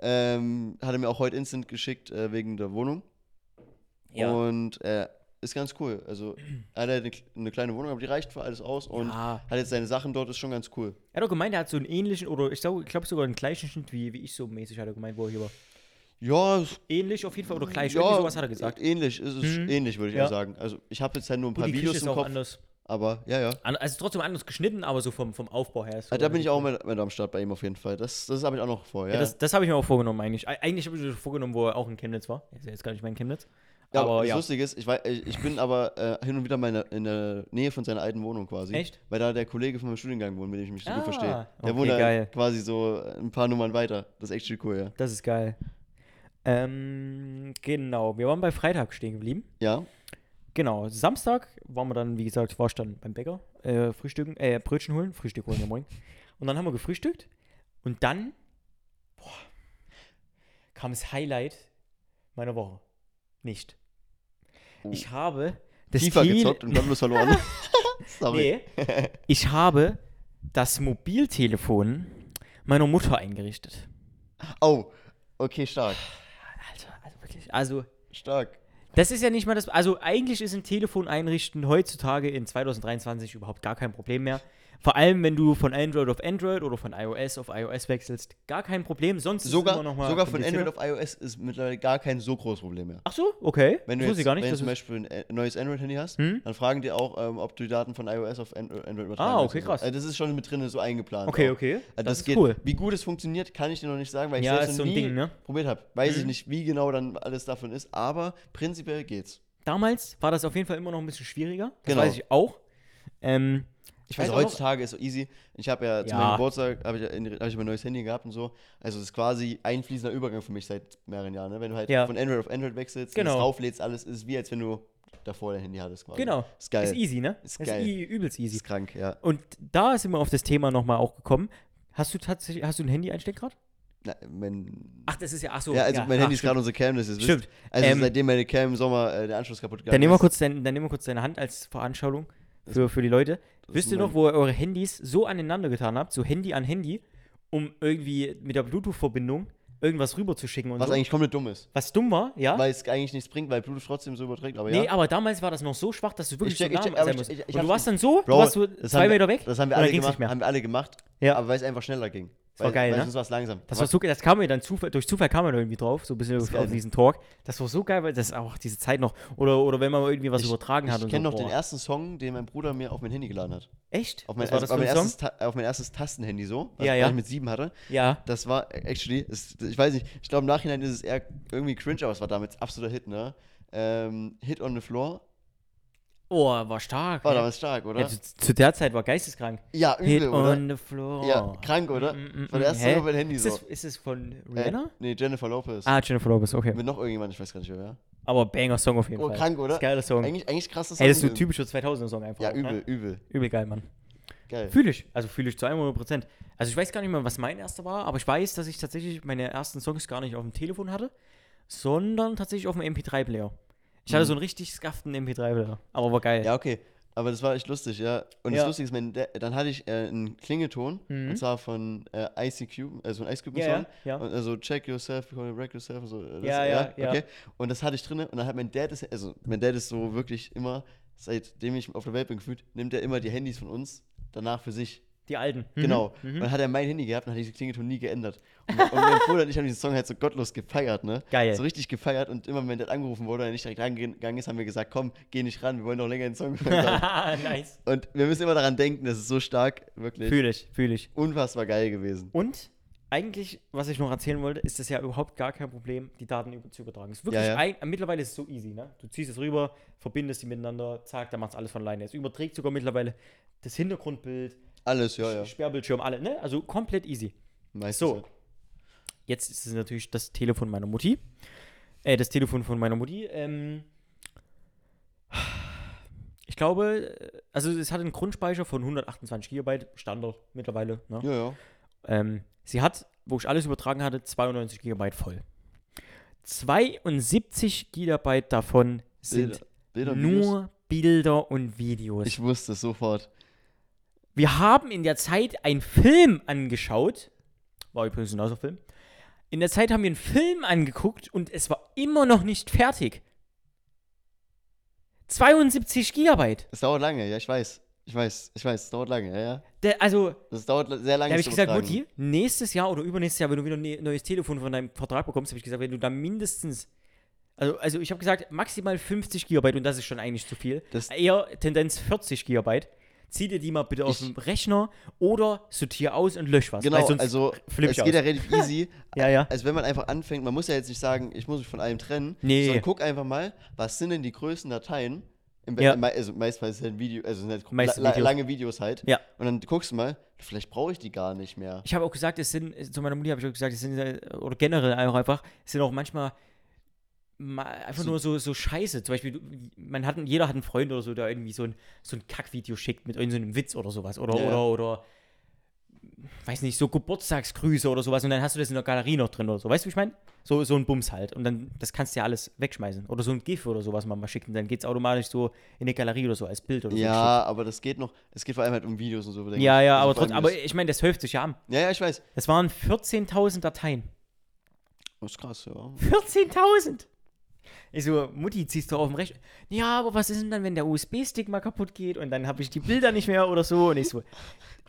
Speaker 1: Ähm, hat er mir auch heute instant geschickt äh, wegen der Wohnung.
Speaker 2: Ja.
Speaker 1: Und äh, ist ganz cool. Also, er hat eine, eine kleine Wohnung, aber die reicht für alles aus. Und
Speaker 2: Ja.
Speaker 1: hat jetzt seine Sachen dort, ist schon ganz cool.
Speaker 2: Er hat doch gemeint, er hat so einen ähnlichen, oder ich glaube glaub sogar einen gleichen Schnitt, wie, wie ich so mäßig hatte gemeint, wo er hier war.
Speaker 1: Ja, ist-
Speaker 2: Ähnlich auf jeden Fall, oder gleich.
Speaker 1: ja
Speaker 2: Irgendwie sowas hat er gesagt.
Speaker 1: Ähnlich, ist es
Speaker 2: Hm.
Speaker 1: ähnlich, würde ich
Speaker 2: Ja.
Speaker 1: eher sagen. Also, ich habe jetzt halt nur ein
Speaker 2: Gut,
Speaker 1: paar
Speaker 2: die Küche
Speaker 1: Videos
Speaker 2: ist
Speaker 1: im
Speaker 2: auch
Speaker 1: Kopf.
Speaker 2: anders.
Speaker 1: Aber ja, ja.
Speaker 2: An, also trotzdem anders geschnitten, aber so vom, vom Aufbau her. Ist so
Speaker 1: Ah, Da bin ich auch mit, mit am Start bei ihm auf jeden Fall. Das, das habe ich auch noch vor. Ja,
Speaker 2: Ja, das das habe ich mir auch vorgenommen eigentlich. Eig- Eigentlich habe ich mir das vorgenommen, wo er auch in Chemnitz war. Er ist ja jetzt gar nicht mehr in Chemnitz.
Speaker 1: Ja,
Speaker 2: aber
Speaker 1: das
Speaker 2: ja.
Speaker 1: Lustige ist, ich, wei- ich ich bin aber äh, hin und wieder mal in der- in der Nähe von seiner alten Wohnung quasi.
Speaker 2: Echt?
Speaker 1: Weil da der Kollege von meinem Studiengang wohnt, mit dem ich mich so
Speaker 2: Ah,
Speaker 1: gut verstehe. Der
Speaker 2: okay,
Speaker 1: wohnt da
Speaker 2: geil.
Speaker 1: quasi so ein paar Nummern weiter. Das ist echt schon cool, ja.
Speaker 2: Das ist geil. Ähm, genau, wir waren bei Freitag stehen geblieben.
Speaker 1: Ja,
Speaker 2: Genau, Samstag waren wir dann, wie gesagt, war ich dann beim Bäcker, äh, frühstücken, äh, Brötchen holen, Frühstück holen ja morgen. Und dann haben wir gefrühstückt und dann boah, kam das Highlight meiner Woche. Nicht.
Speaker 1: Oh.
Speaker 2: Ich habe das
Speaker 1: FIFA
Speaker 2: Tele-
Speaker 1: gezockt und dann bloß verloren. Sorry.
Speaker 2: Nee, ich habe das Mobiltelefon meiner Mutter eingerichtet.
Speaker 1: Oh, okay, stark.
Speaker 2: Alter, also wirklich, also
Speaker 1: Stark.
Speaker 2: Das ist ja nicht mal das. Also eigentlich ist ein Telefon einrichten heutzutage in 2023 überhaupt gar kein Problem mehr. Vor allem, wenn du von Android auf Android oder von iOS auf iOS wechselst, gar kein Problem. Sonst ist
Speaker 1: Sogar,
Speaker 2: es immer noch mal
Speaker 1: sogar von Android
Speaker 2: komplizierter.
Speaker 1: auf iOS ist mittlerweile gar kein so großes Problem mehr.
Speaker 2: Ach so, okay.
Speaker 1: Wenn du, jetzt,
Speaker 2: das wusste ich gar nicht.
Speaker 1: wenn du
Speaker 2: dass
Speaker 1: zum
Speaker 2: es-
Speaker 1: Beispiel ein äh, neues Android-Handy hast,
Speaker 2: Hm?
Speaker 1: dann fragen die auch, ähm, ob du die Daten von iOS auf An- Android übertragen
Speaker 2: Ah,
Speaker 1: willst
Speaker 2: okay,
Speaker 1: und so.
Speaker 2: krass.
Speaker 1: Also das ist schon mit drin, so eingeplant.
Speaker 2: okay,
Speaker 1: auch.
Speaker 2: okay.
Speaker 1: Also das,
Speaker 2: ist
Speaker 1: geht.
Speaker 2: cool.
Speaker 1: Wie gut es funktioniert, kann ich dir noch nicht sagen, weil ich
Speaker 2: Ja,
Speaker 1: selbst
Speaker 2: ist
Speaker 1: noch
Speaker 2: so ein
Speaker 1: nie
Speaker 2: Ding, ne?
Speaker 1: probiert habe. Weiß ich
Speaker 2: Mhm.
Speaker 1: nicht, wie genau dann alles davon ist, aber prinzipiell geht's.
Speaker 2: Damals war das auf jeden Fall immer noch ein bisschen schwieriger. Das
Speaker 1: Genau.
Speaker 2: weiß ich auch. Ähm,
Speaker 1: Ich weiß,
Speaker 2: auch noch-
Speaker 1: heutzutage ist so easy. Ich habe ja zu
Speaker 2: Ja.
Speaker 1: meinem Geburtstag habe ich, ja in- hab ich mein neues Handy gehabt und so. Also es ist quasi ein fließender Übergang für mich seit mehreren Jahren. Ne? Wenn du halt
Speaker 2: Ja.
Speaker 1: von Android auf Android wechselst,
Speaker 2: Genau.
Speaker 1: und es drauflädst, alles ist wie als wenn du davor dein Handy hattest quasi.
Speaker 2: Genau.
Speaker 1: Ist geil.
Speaker 2: Ist easy, ne?
Speaker 1: Ist geil.
Speaker 2: i- übelst easy.
Speaker 1: Ist krank, ja.
Speaker 2: Und da sind wir auf das Thema nochmal auch gekommen. Hast du tatsächlich, hast du ein Handy einsteckgrad?
Speaker 1: Na, mein,
Speaker 2: Ach, das ist ja, ach so.
Speaker 1: ja, also mein
Speaker 2: ah,
Speaker 1: Handy ist
Speaker 2: stimmt.
Speaker 1: gerade unsere Cam, das ist
Speaker 2: Stimmt.
Speaker 1: Also
Speaker 2: Ähm,
Speaker 1: seitdem meine Cam im Sommer äh, der Anschluss kaputt gegangen
Speaker 2: Dann nehmen wir
Speaker 1: ist.
Speaker 2: kurz, dein, dann nehmen wir kurz deine Hand als Veranschauung für, für die Leute. Wisst ihr
Speaker 1: mein-
Speaker 2: noch, wo ihr eure Handys so aneinander getan habt, so Handy an Handy, um irgendwie mit der Bluetooth-Verbindung irgendwas rüberzuschicken und
Speaker 1: Was
Speaker 2: so?
Speaker 1: eigentlich komplett dumm ist.
Speaker 2: was dumm war, ja?
Speaker 1: Weil es eigentlich nichts bringt, weil Bluetooth trotzdem so überträgt, aber ja.
Speaker 2: Nee, aber damals war das noch so schwach, dass du wirklich
Speaker 1: Ich check-
Speaker 2: so nah
Speaker 1: ich check-
Speaker 2: sein
Speaker 1: aber ich-
Speaker 2: musst.
Speaker 1: ich- ich
Speaker 2: und du
Speaker 1: hab's-
Speaker 2: warst dann so, du warst so
Speaker 1: das
Speaker 2: zwei
Speaker 1: haben wir-
Speaker 2: Meter weg.
Speaker 1: Das haben wir
Speaker 2: und dann
Speaker 1: alle
Speaker 2: ging's
Speaker 1: gemacht,
Speaker 2: nicht mehr.
Speaker 1: haben wir alle gemacht,
Speaker 2: Ja.
Speaker 1: aber weil es einfach schneller ging. Das
Speaker 2: war
Speaker 1: weil,
Speaker 2: geil,
Speaker 1: weil
Speaker 2: ne?
Speaker 1: sonst war es langsam.
Speaker 2: Das
Speaker 1: Aber
Speaker 2: war so geil, das kam mir dann Zufall, durch Zufall kam er da irgendwie drauf, so ein bisschen auf,
Speaker 1: geil,
Speaker 2: auf
Speaker 1: ne?
Speaker 2: diesen Talk. Das war so geil, weil das auch diese Zeit noch. Oder, oder wenn man mal irgendwie was übertragen hat
Speaker 1: Ich
Speaker 2: und
Speaker 1: kenne
Speaker 2: so.
Speaker 1: noch den
Speaker 2: boah.
Speaker 1: ersten Song, den mein Bruder mir auf mein Handy geladen hat.
Speaker 2: Echt?
Speaker 1: Auf mein,
Speaker 2: Was war das
Speaker 1: also auf mein,
Speaker 2: für ein
Speaker 1: erstes,
Speaker 2: Song?
Speaker 1: Ta auf mein erstes Tastenhandy so, was
Speaker 2: Ja,
Speaker 1: was
Speaker 2: ja.
Speaker 1: ich mit sieben hatte.
Speaker 2: Ja.
Speaker 1: Das war, äh, actually, ist, ich weiß nicht, ich glaube im Nachhinein ist es eher irgendwie cringe, aber es war damals absoluter Hit, ne? Ähm, Hit on the Floor
Speaker 2: Oh, war stark.
Speaker 1: war
Speaker 2: ne?
Speaker 1: damals stark, oder?
Speaker 2: ja, zu, zu der Zeit war geisteskrank.
Speaker 1: Ja, übel,
Speaker 2: Hit
Speaker 1: oder?
Speaker 2: on the floor.
Speaker 1: Ja, krank, oder?
Speaker 2: Mm, mm,
Speaker 1: Von
Speaker 2: mm,
Speaker 1: der ersten
Speaker 2: hä?
Speaker 1: Song auf mein Handy
Speaker 2: ist,
Speaker 1: so.
Speaker 2: das, ist das von
Speaker 1: Äh,
Speaker 2: Rihanna?
Speaker 1: nee, Jennifer Lopez.
Speaker 2: ah, Jennifer Lopez, okay.
Speaker 1: Mit noch irgendjemand, ich weiß gar nicht wer. ja.
Speaker 2: Aber Banger Song auf jeden
Speaker 1: Oh,
Speaker 2: Fall.
Speaker 1: krank, oder?
Speaker 2: Ist Geiler Song.
Speaker 1: Eigentlich, eigentlich krass, dass
Speaker 2: Ey, das ist so typischer 2000er Song einfach.
Speaker 1: Ja,
Speaker 2: auch,
Speaker 1: übel,
Speaker 2: Ne?
Speaker 1: übel.
Speaker 2: Übel geil, Mann.
Speaker 1: Geil.
Speaker 2: Fühle ich. Also fühle ich zu 100 Prozent. Also ich weiß gar nicht mehr, was mein erster war, aber ich weiß, dass ich tatsächlich meine ersten Songs gar nicht auf dem Telefon hatte, sondern tatsächlich auf dem MP3-Player. Ich hatte so einen richtig skaften MP3-Player. Aber war geil.
Speaker 1: Mhm. Ja, okay. Aber das war echt lustig, ja. Und
Speaker 2: Ja. Mhm.
Speaker 1: das Lustige ist, mein, Da- dann hatte ich äh, einen Klingelton, und zwar von äh, ICQ, also ein Ice Cube
Speaker 2: Ja, ja,
Speaker 1: Song.
Speaker 2: ja.
Speaker 1: Und, also check yourself, before you wreck yourself und so. äh, Das,
Speaker 2: Ja,
Speaker 1: äh,
Speaker 2: ja, ja.
Speaker 1: Okay. Und das hatte ich drin und dann hat mein Dad, ist, also mein Dad ist so wirklich immer, seitdem ich auf der Welt bin gefühlt, nimmt er immer die Handys von uns danach für sich.
Speaker 2: Die alten. Mhm.
Speaker 1: Genau. Und dann hat er mein Handy gehabt und hat diesen Klingelton nie geändert. Und, und mein Bruder und ich haben diesen Song halt so gottlos gefeiert, ne?
Speaker 2: Geil.
Speaker 1: So richtig gefeiert und immer, wenn der angerufen wurde und er nicht direkt rangegangen ist, haben wir gesagt, komm, geh nicht ran, wir wollen noch länger den Song hören.
Speaker 2: nice.
Speaker 1: und wir müssen immer daran denken, das ist so stark, wirklich
Speaker 2: Fühle ich, fühle ich.
Speaker 1: unfassbar geil gewesen.
Speaker 2: Und eigentlich, was ich noch erzählen wollte, ist das ja überhaupt gar kein Problem, die Daten über zu übertragen. Ist wirklich
Speaker 1: Ja, ja.
Speaker 2: Ein, mittlerweile ist es so easy, ne? Du ziehst es rüber, verbindest die miteinander, zack, dann macht es alles von alleine. Es überträgt sogar mittlerweile das Hintergrundbild,
Speaker 1: Alles, ja, ja.
Speaker 2: Sperrbildschirm, alle, ne? Also komplett easy.
Speaker 1: Meistens
Speaker 2: So.
Speaker 1: halt.
Speaker 2: Jetzt ist es natürlich das Telefon meiner Mutti. Äh, das Telefon von meiner Mutti. Ähm, ich glaube, also es hat einen Grundspeicher von 128 GB, Standard mittlerweile. Ne?
Speaker 1: Ja, ja.
Speaker 2: Ähm, sie hat, wo ich alles übertragen hatte, 92 GB voll. 72 GB davon sind
Speaker 1: Bilder, und Videos.
Speaker 2: nur Bilder und Videos.
Speaker 1: Ich wusste es sofort.
Speaker 2: Wir haben in der Zeit einen Film angeschaut. War übrigens ein neuer Film. In der Zeit haben wir einen Film angeguckt und es war immer noch nicht fertig. 72 Gigabyte.
Speaker 1: Es dauert lange, ja, ich weiß. Ich weiß, ich weiß, es dauert lange, ja, ja.
Speaker 2: Da, also,
Speaker 1: Das dauert le- sehr lange.
Speaker 2: da habe ich
Speaker 1: zu
Speaker 2: gesagt,
Speaker 1: übertragen.
Speaker 2: Mutti, nächstes Jahr oder übernächstes Jahr, wenn du wieder ein ne- neues Telefon von deinem Vertrag bekommst, habe ich gesagt, wenn du da mindestens. Also, also ich habe gesagt, maximal 50 Gigabyte und das ist schon eigentlich zu viel.
Speaker 1: Das-
Speaker 2: Eher Tendenz 40 Gigabyte. Zieh dir die mal bitte aus
Speaker 1: Ich-
Speaker 2: dem Rechner oder sortier aus und lösch was. weil
Speaker 1: Genau,
Speaker 2: sonst
Speaker 1: also
Speaker 2: flipp
Speaker 1: es
Speaker 2: ich
Speaker 1: geht ja
Speaker 2: aus.
Speaker 1: relativ easy.
Speaker 2: Ja, ja.
Speaker 1: Also wenn man einfach anfängt, man muss ja jetzt nicht sagen, ich muss mich von allem trennen,
Speaker 2: Nee.
Speaker 1: sondern guck einfach mal, was sind denn die größten Dateien? Im Be-
Speaker 2: Ja.
Speaker 1: äh, mei- Also meistens sind Video, also sind halt
Speaker 2: Meistens
Speaker 1: la la-
Speaker 2: Videos.
Speaker 1: lange Videos halt.
Speaker 2: Ja.
Speaker 1: Und dann guckst du mal, vielleicht brauche ich die gar nicht mehr.
Speaker 2: Ich habe auch gesagt, es sind, äh, zu meiner Mutti habe ich auch gesagt, es sind, äh, oder generell auch einfach, es sind auch manchmal ma- einfach nur so, so Scheiße. Zum Beispiel, du- man hat, einen- jeder hat einen Freund oder so, der irgendwie so ein, so ein Kackvideo schickt mit irgendeinem Witz oder sowas. Oder,
Speaker 1: Ja, ja.
Speaker 2: oder, oder, weiß nicht, so Geburtstagsgrüße oder sowas. Und dann hast du das in der Galerie noch drin oder so. Weißt du, wie ich meine? So, so ein Bums halt. Und dann, das kannst du ja alles wegschmeißen. Oder so ein GIF oder sowas mal, mal schicken. Dann geht es automatisch so in die Galerie oder so als Bild oder so.
Speaker 1: Ja, aber das geht noch. Es geht vor allem halt um Videos und so. denke
Speaker 2: Ja,
Speaker 1: ich.
Speaker 2: ja,
Speaker 1: Also
Speaker 2: aber
Speaker 1: vor allem
Speaker 2: trotzdem, aber
Speaker 1: Videos.
Speaker 2: ich meine, das hilft sich ja an.
Speaker 1: Ja, ja, ich weiß.
Speaker 2: Das waren 14.000 Dateien.
Speaker 1: Das ist krass, ja.
Speaker 2: 14.000! Ich so, Mutti, ziehst du auf dem Rechner? Ja, aber was ist denn dann, wenn der USB-Stick mal kaputt geht und dann habe ich die Bilder nicht mehr oder so? Und ich so,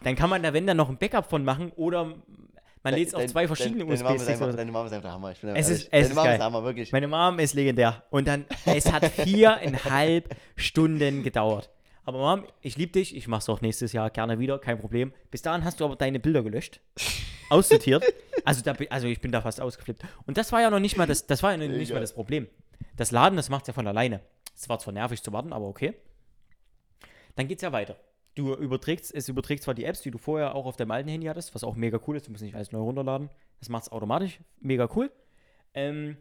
Speaker 2: dann kann man da, wenn dann noch ein Backup von machen oder man lädt es auf
Speaker 1: Dein-
Speaker 2: zwei verschiedene
Speaker 1: dein- deine Mama ist
Speaker 2: USB-Sticks.
Speaker 1: einfach-
Speaker 2: oder so.
Speaker 1: Deine Mama ist einfach der Hammer. Ich bin
Speaker 2: Es
Speaker 1: ehrlich.
Speaker 2: ist- es
Speaker 1: deine
Speaker 2: ist
Speaker 1: Mama
Speaker 2: geil.
Speaker 1: ist der Hammer, wirklich.
Speaker 2: Meine Mom ist legendär. Und dann, es hat viereinhalb Stunden gedauert. Aber Mom, ich liebe dich, ich mach's auch nächstes Jahr gerne wieder, kein Problem. Bis dahin hast du aber deine Bilder gelöscht, aussortiert. Also, da, bin- also ich bin da fast ausgeflippt. Und das war ja noch nicht mal das, das war ja noch nicht
Speaker 1: Mega.
Speaker 2: mal das Problem. Das Laden, das macht's ja von alleine. Es war zwar nervig zu warten, aber okay. Dann geht's ja weiter. Du überträgst, es überträgt zwar die Apps, die du vorher auch auf deinem alten Handy hattest, was auch mega cool ist, du musst nicht alles neu runterladen. Das macht's automatisch, mega cool. Ähm,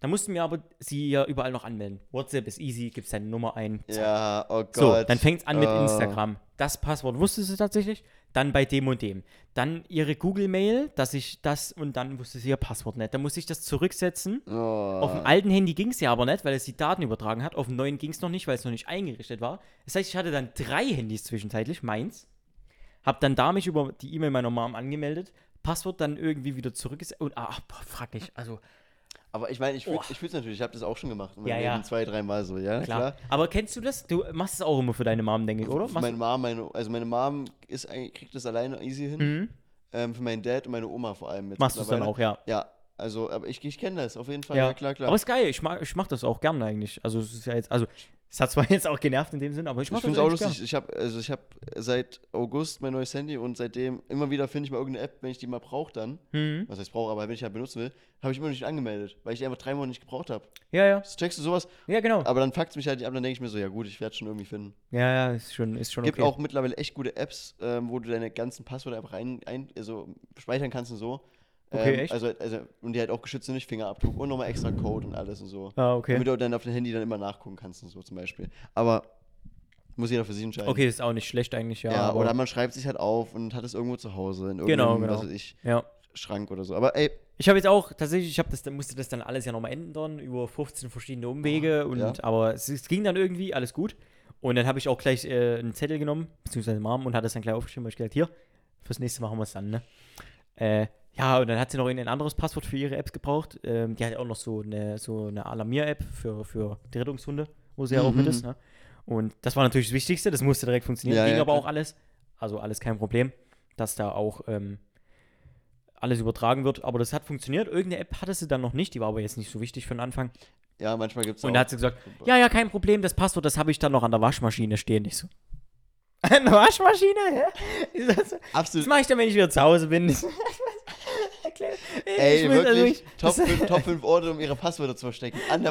Speaker 2: da mussten wir aber sie ja überall noch anmelden. WhatsApp ist easy, gibst deine Nummer ein.
Speaker 1: Ja, oh Gott.
Speaker 2: So, dann fängt es an mit
Speaker 1: Oh.
Speaker 2: Instagram. Das Passwort wusste sie tatsächlich. Dann bei dem und dem. Dann ihre Google-Mail, dass ich das und dann wusste sie ihr Passwort nicht. Dann musste ich das zurücksetzen.
Speaker 1: Oh.
Speaker 2: Auf dem alten Handy ging es ja aber nicht, weil es die Daten übertragen hat. Auf dem neuen ging es noch nicht, weil es noch nicht eingerichtet war. Das heißt, ich hatte dann drei Handys zwischenzeitlich, meins. Hab dann da mich über die E-Mail meiner Mom angemeldet. Passwort dann irgendwie wieder zurückgesetzt. Und, ah, boah, frag nicht. Also,
Speaker 1: Aber ich meine, ich fühle
Speaker 2: Oh.
Speaker 1: es natürlich, ich habe das auch schon gemacht. in meinem
Speaker 2: Ja, ja.
Speaker 1: Leben Zwei, dreimal so, ja,
Speaker 2: Klar.
Speaker 1: klar.
Speaker 2: Aber kennst du das? Du machst es auch immer für deine Mom, denke ich, oder?
Speaker 1: Für
Speaker 2: Machst
Speaker 1: meine Mom, meine, also meine Mom ist, eigentlich- kriegt das alleine easy hin. Ähm, für meinen Dad und meine Oma vor allem. Jetzt
Speaker 2: Mhm. machst du es dann
Speaker 1: mittlerweile.
Speaker 2: auch, ja.
Speaker 1: Ja, also, aber ich, ich kenne das auf jeden Fall,
Speaker 2: ja.
Speaker 1: ja, klar, klar.
Speaker 2: Aber ist geil, ich mag, ich mach das auch gern eigentlich. Also es ist ja jetzt, also es hat zwar jetzt auch genervt in dem Sinn, aber ich mach
Speaker 1: ich finde es
Speaker 2: das
Speaker 1: auch
Speaker 2: eigentlich
Speaker 1: lustig. Ich habe also ich hab seit August mein neues Handy und seitdem immer wieder finde ich mal irgendeine App, wenn ich die mal brauche dann,
Speaker 2: Gern. Mhm.
Speaker 1: was heißt brauche, aber wenn ich halt benutzen will, habe ich immer noch nicht angemeldet, weil ich die einfach drei Monate nicht gebraucht habe.
Speaker 2: Ja, ja.
Speaker 1: Checkst du sowas?
Speaker 2: Ja, genau.
Speaker 1: Aber dann fuckt mich halt nicht ab, dann denke ich mir so, ja gut, ich werde schon irgendwie finden.
Speaker 2: Ja, ja, ist schon, ist schon
Speaker 1: gibt
Speaker 2: okay.
Speaker 1: auch mittlerweile echt gute Apps, ähm, wo du deine ganzen Passwörter einfach rein, ein, also speichern kannst und so.
Speaker 2: Okay,
Speaker 1: ähm,
Speaker 2: echt?
Speaker 1: Also, also, und die halt auch geschützt sind durch Fingerabdruck und nochmal extra Code und alles und so.
Speaker 2: ah, okay.
Speaker 1: Damit du dann auf dem Handy dann immer nachgucken kannst und so zum Beispiel. Aber muss jeder für sich entscheiden.
Speaker 2: Okay, ist auch nicht schlecht eigentlich, ja.
Speaker 1: Ja,
Speaker 2: aber-
Speaker 1: oder man schreibt sich halt auf und hat es irgendwo zu Hause in
Speaker 2: Genau,
Speaker 1: irgendeinem,
Speaker 2: genau.
Speaker 1: was weiß ich,
Speaker 2: ja.
Speaker 1: Schrank oder so. Aber ey,
Speaker 2: Ich habe jetzt auch tatsächlich, ich habe das, dann musste das dann alles ja nochmal ändern über 15 verschiedene Umwege und
Speaker 1: ja.
Speaker 2: aber es, es ging dann irgendwie alles gut und dann habe ich auch gleich äh, einen Zettel genommen beziehungsweise Mom und hat das dann gleich aufgeschrieben, weil ich gesagt hier fürs nächste machen wir es dann ne. Äh, ja und dann hat sie noch ein anderes Passwort für ihre Apps gebraucht. Ähm, die hat auch noch so eine so eine Alarmier-App für für die Rettungshunde, wo sie ja auch mit
Speaker 1: Mhm.
Speaker 2: ist. Ne? Und das war natürlich das Wichtigste, das musste direkt funktionieren,
Speaker 1: Ja,
Speaker 2: ging
Speaker 1: ja,
Speaker 2: aber
Speaker 1: klar.
Speaker 2: auch alles, also alles kein Problem, dass da auch ähm, alles übertragen wird. Aber das hat funktioniert. Irgendeine App hatte sie dann noch nicht, die war aber jetzt nicht so wichtig für den Anfang.
Speaker 1: ja, manchmal gibt es
Speaker 2: Und da hat sie gesagt, ja, ja, kein Problem, das Passwort, das habe ich dann noch an der Waschmaschine stehen. Ich so, an der Waschmaschine? Hä? Ich so, Das, das
Speaker 1: absolut.
Speaker 2: mache ich dann, wenn ich wieder zu Hause bin. Ich so,
Speaker 1: Ey,
Speaker 2: ich muss da
Speaker 1: wirklich,
Speaker 2: durch.
Speaker 1: Top,
Speaker 2: Das-
Speaker 1: 5, Top 5 Orte, um ihre Passwörter zu verstecken. An der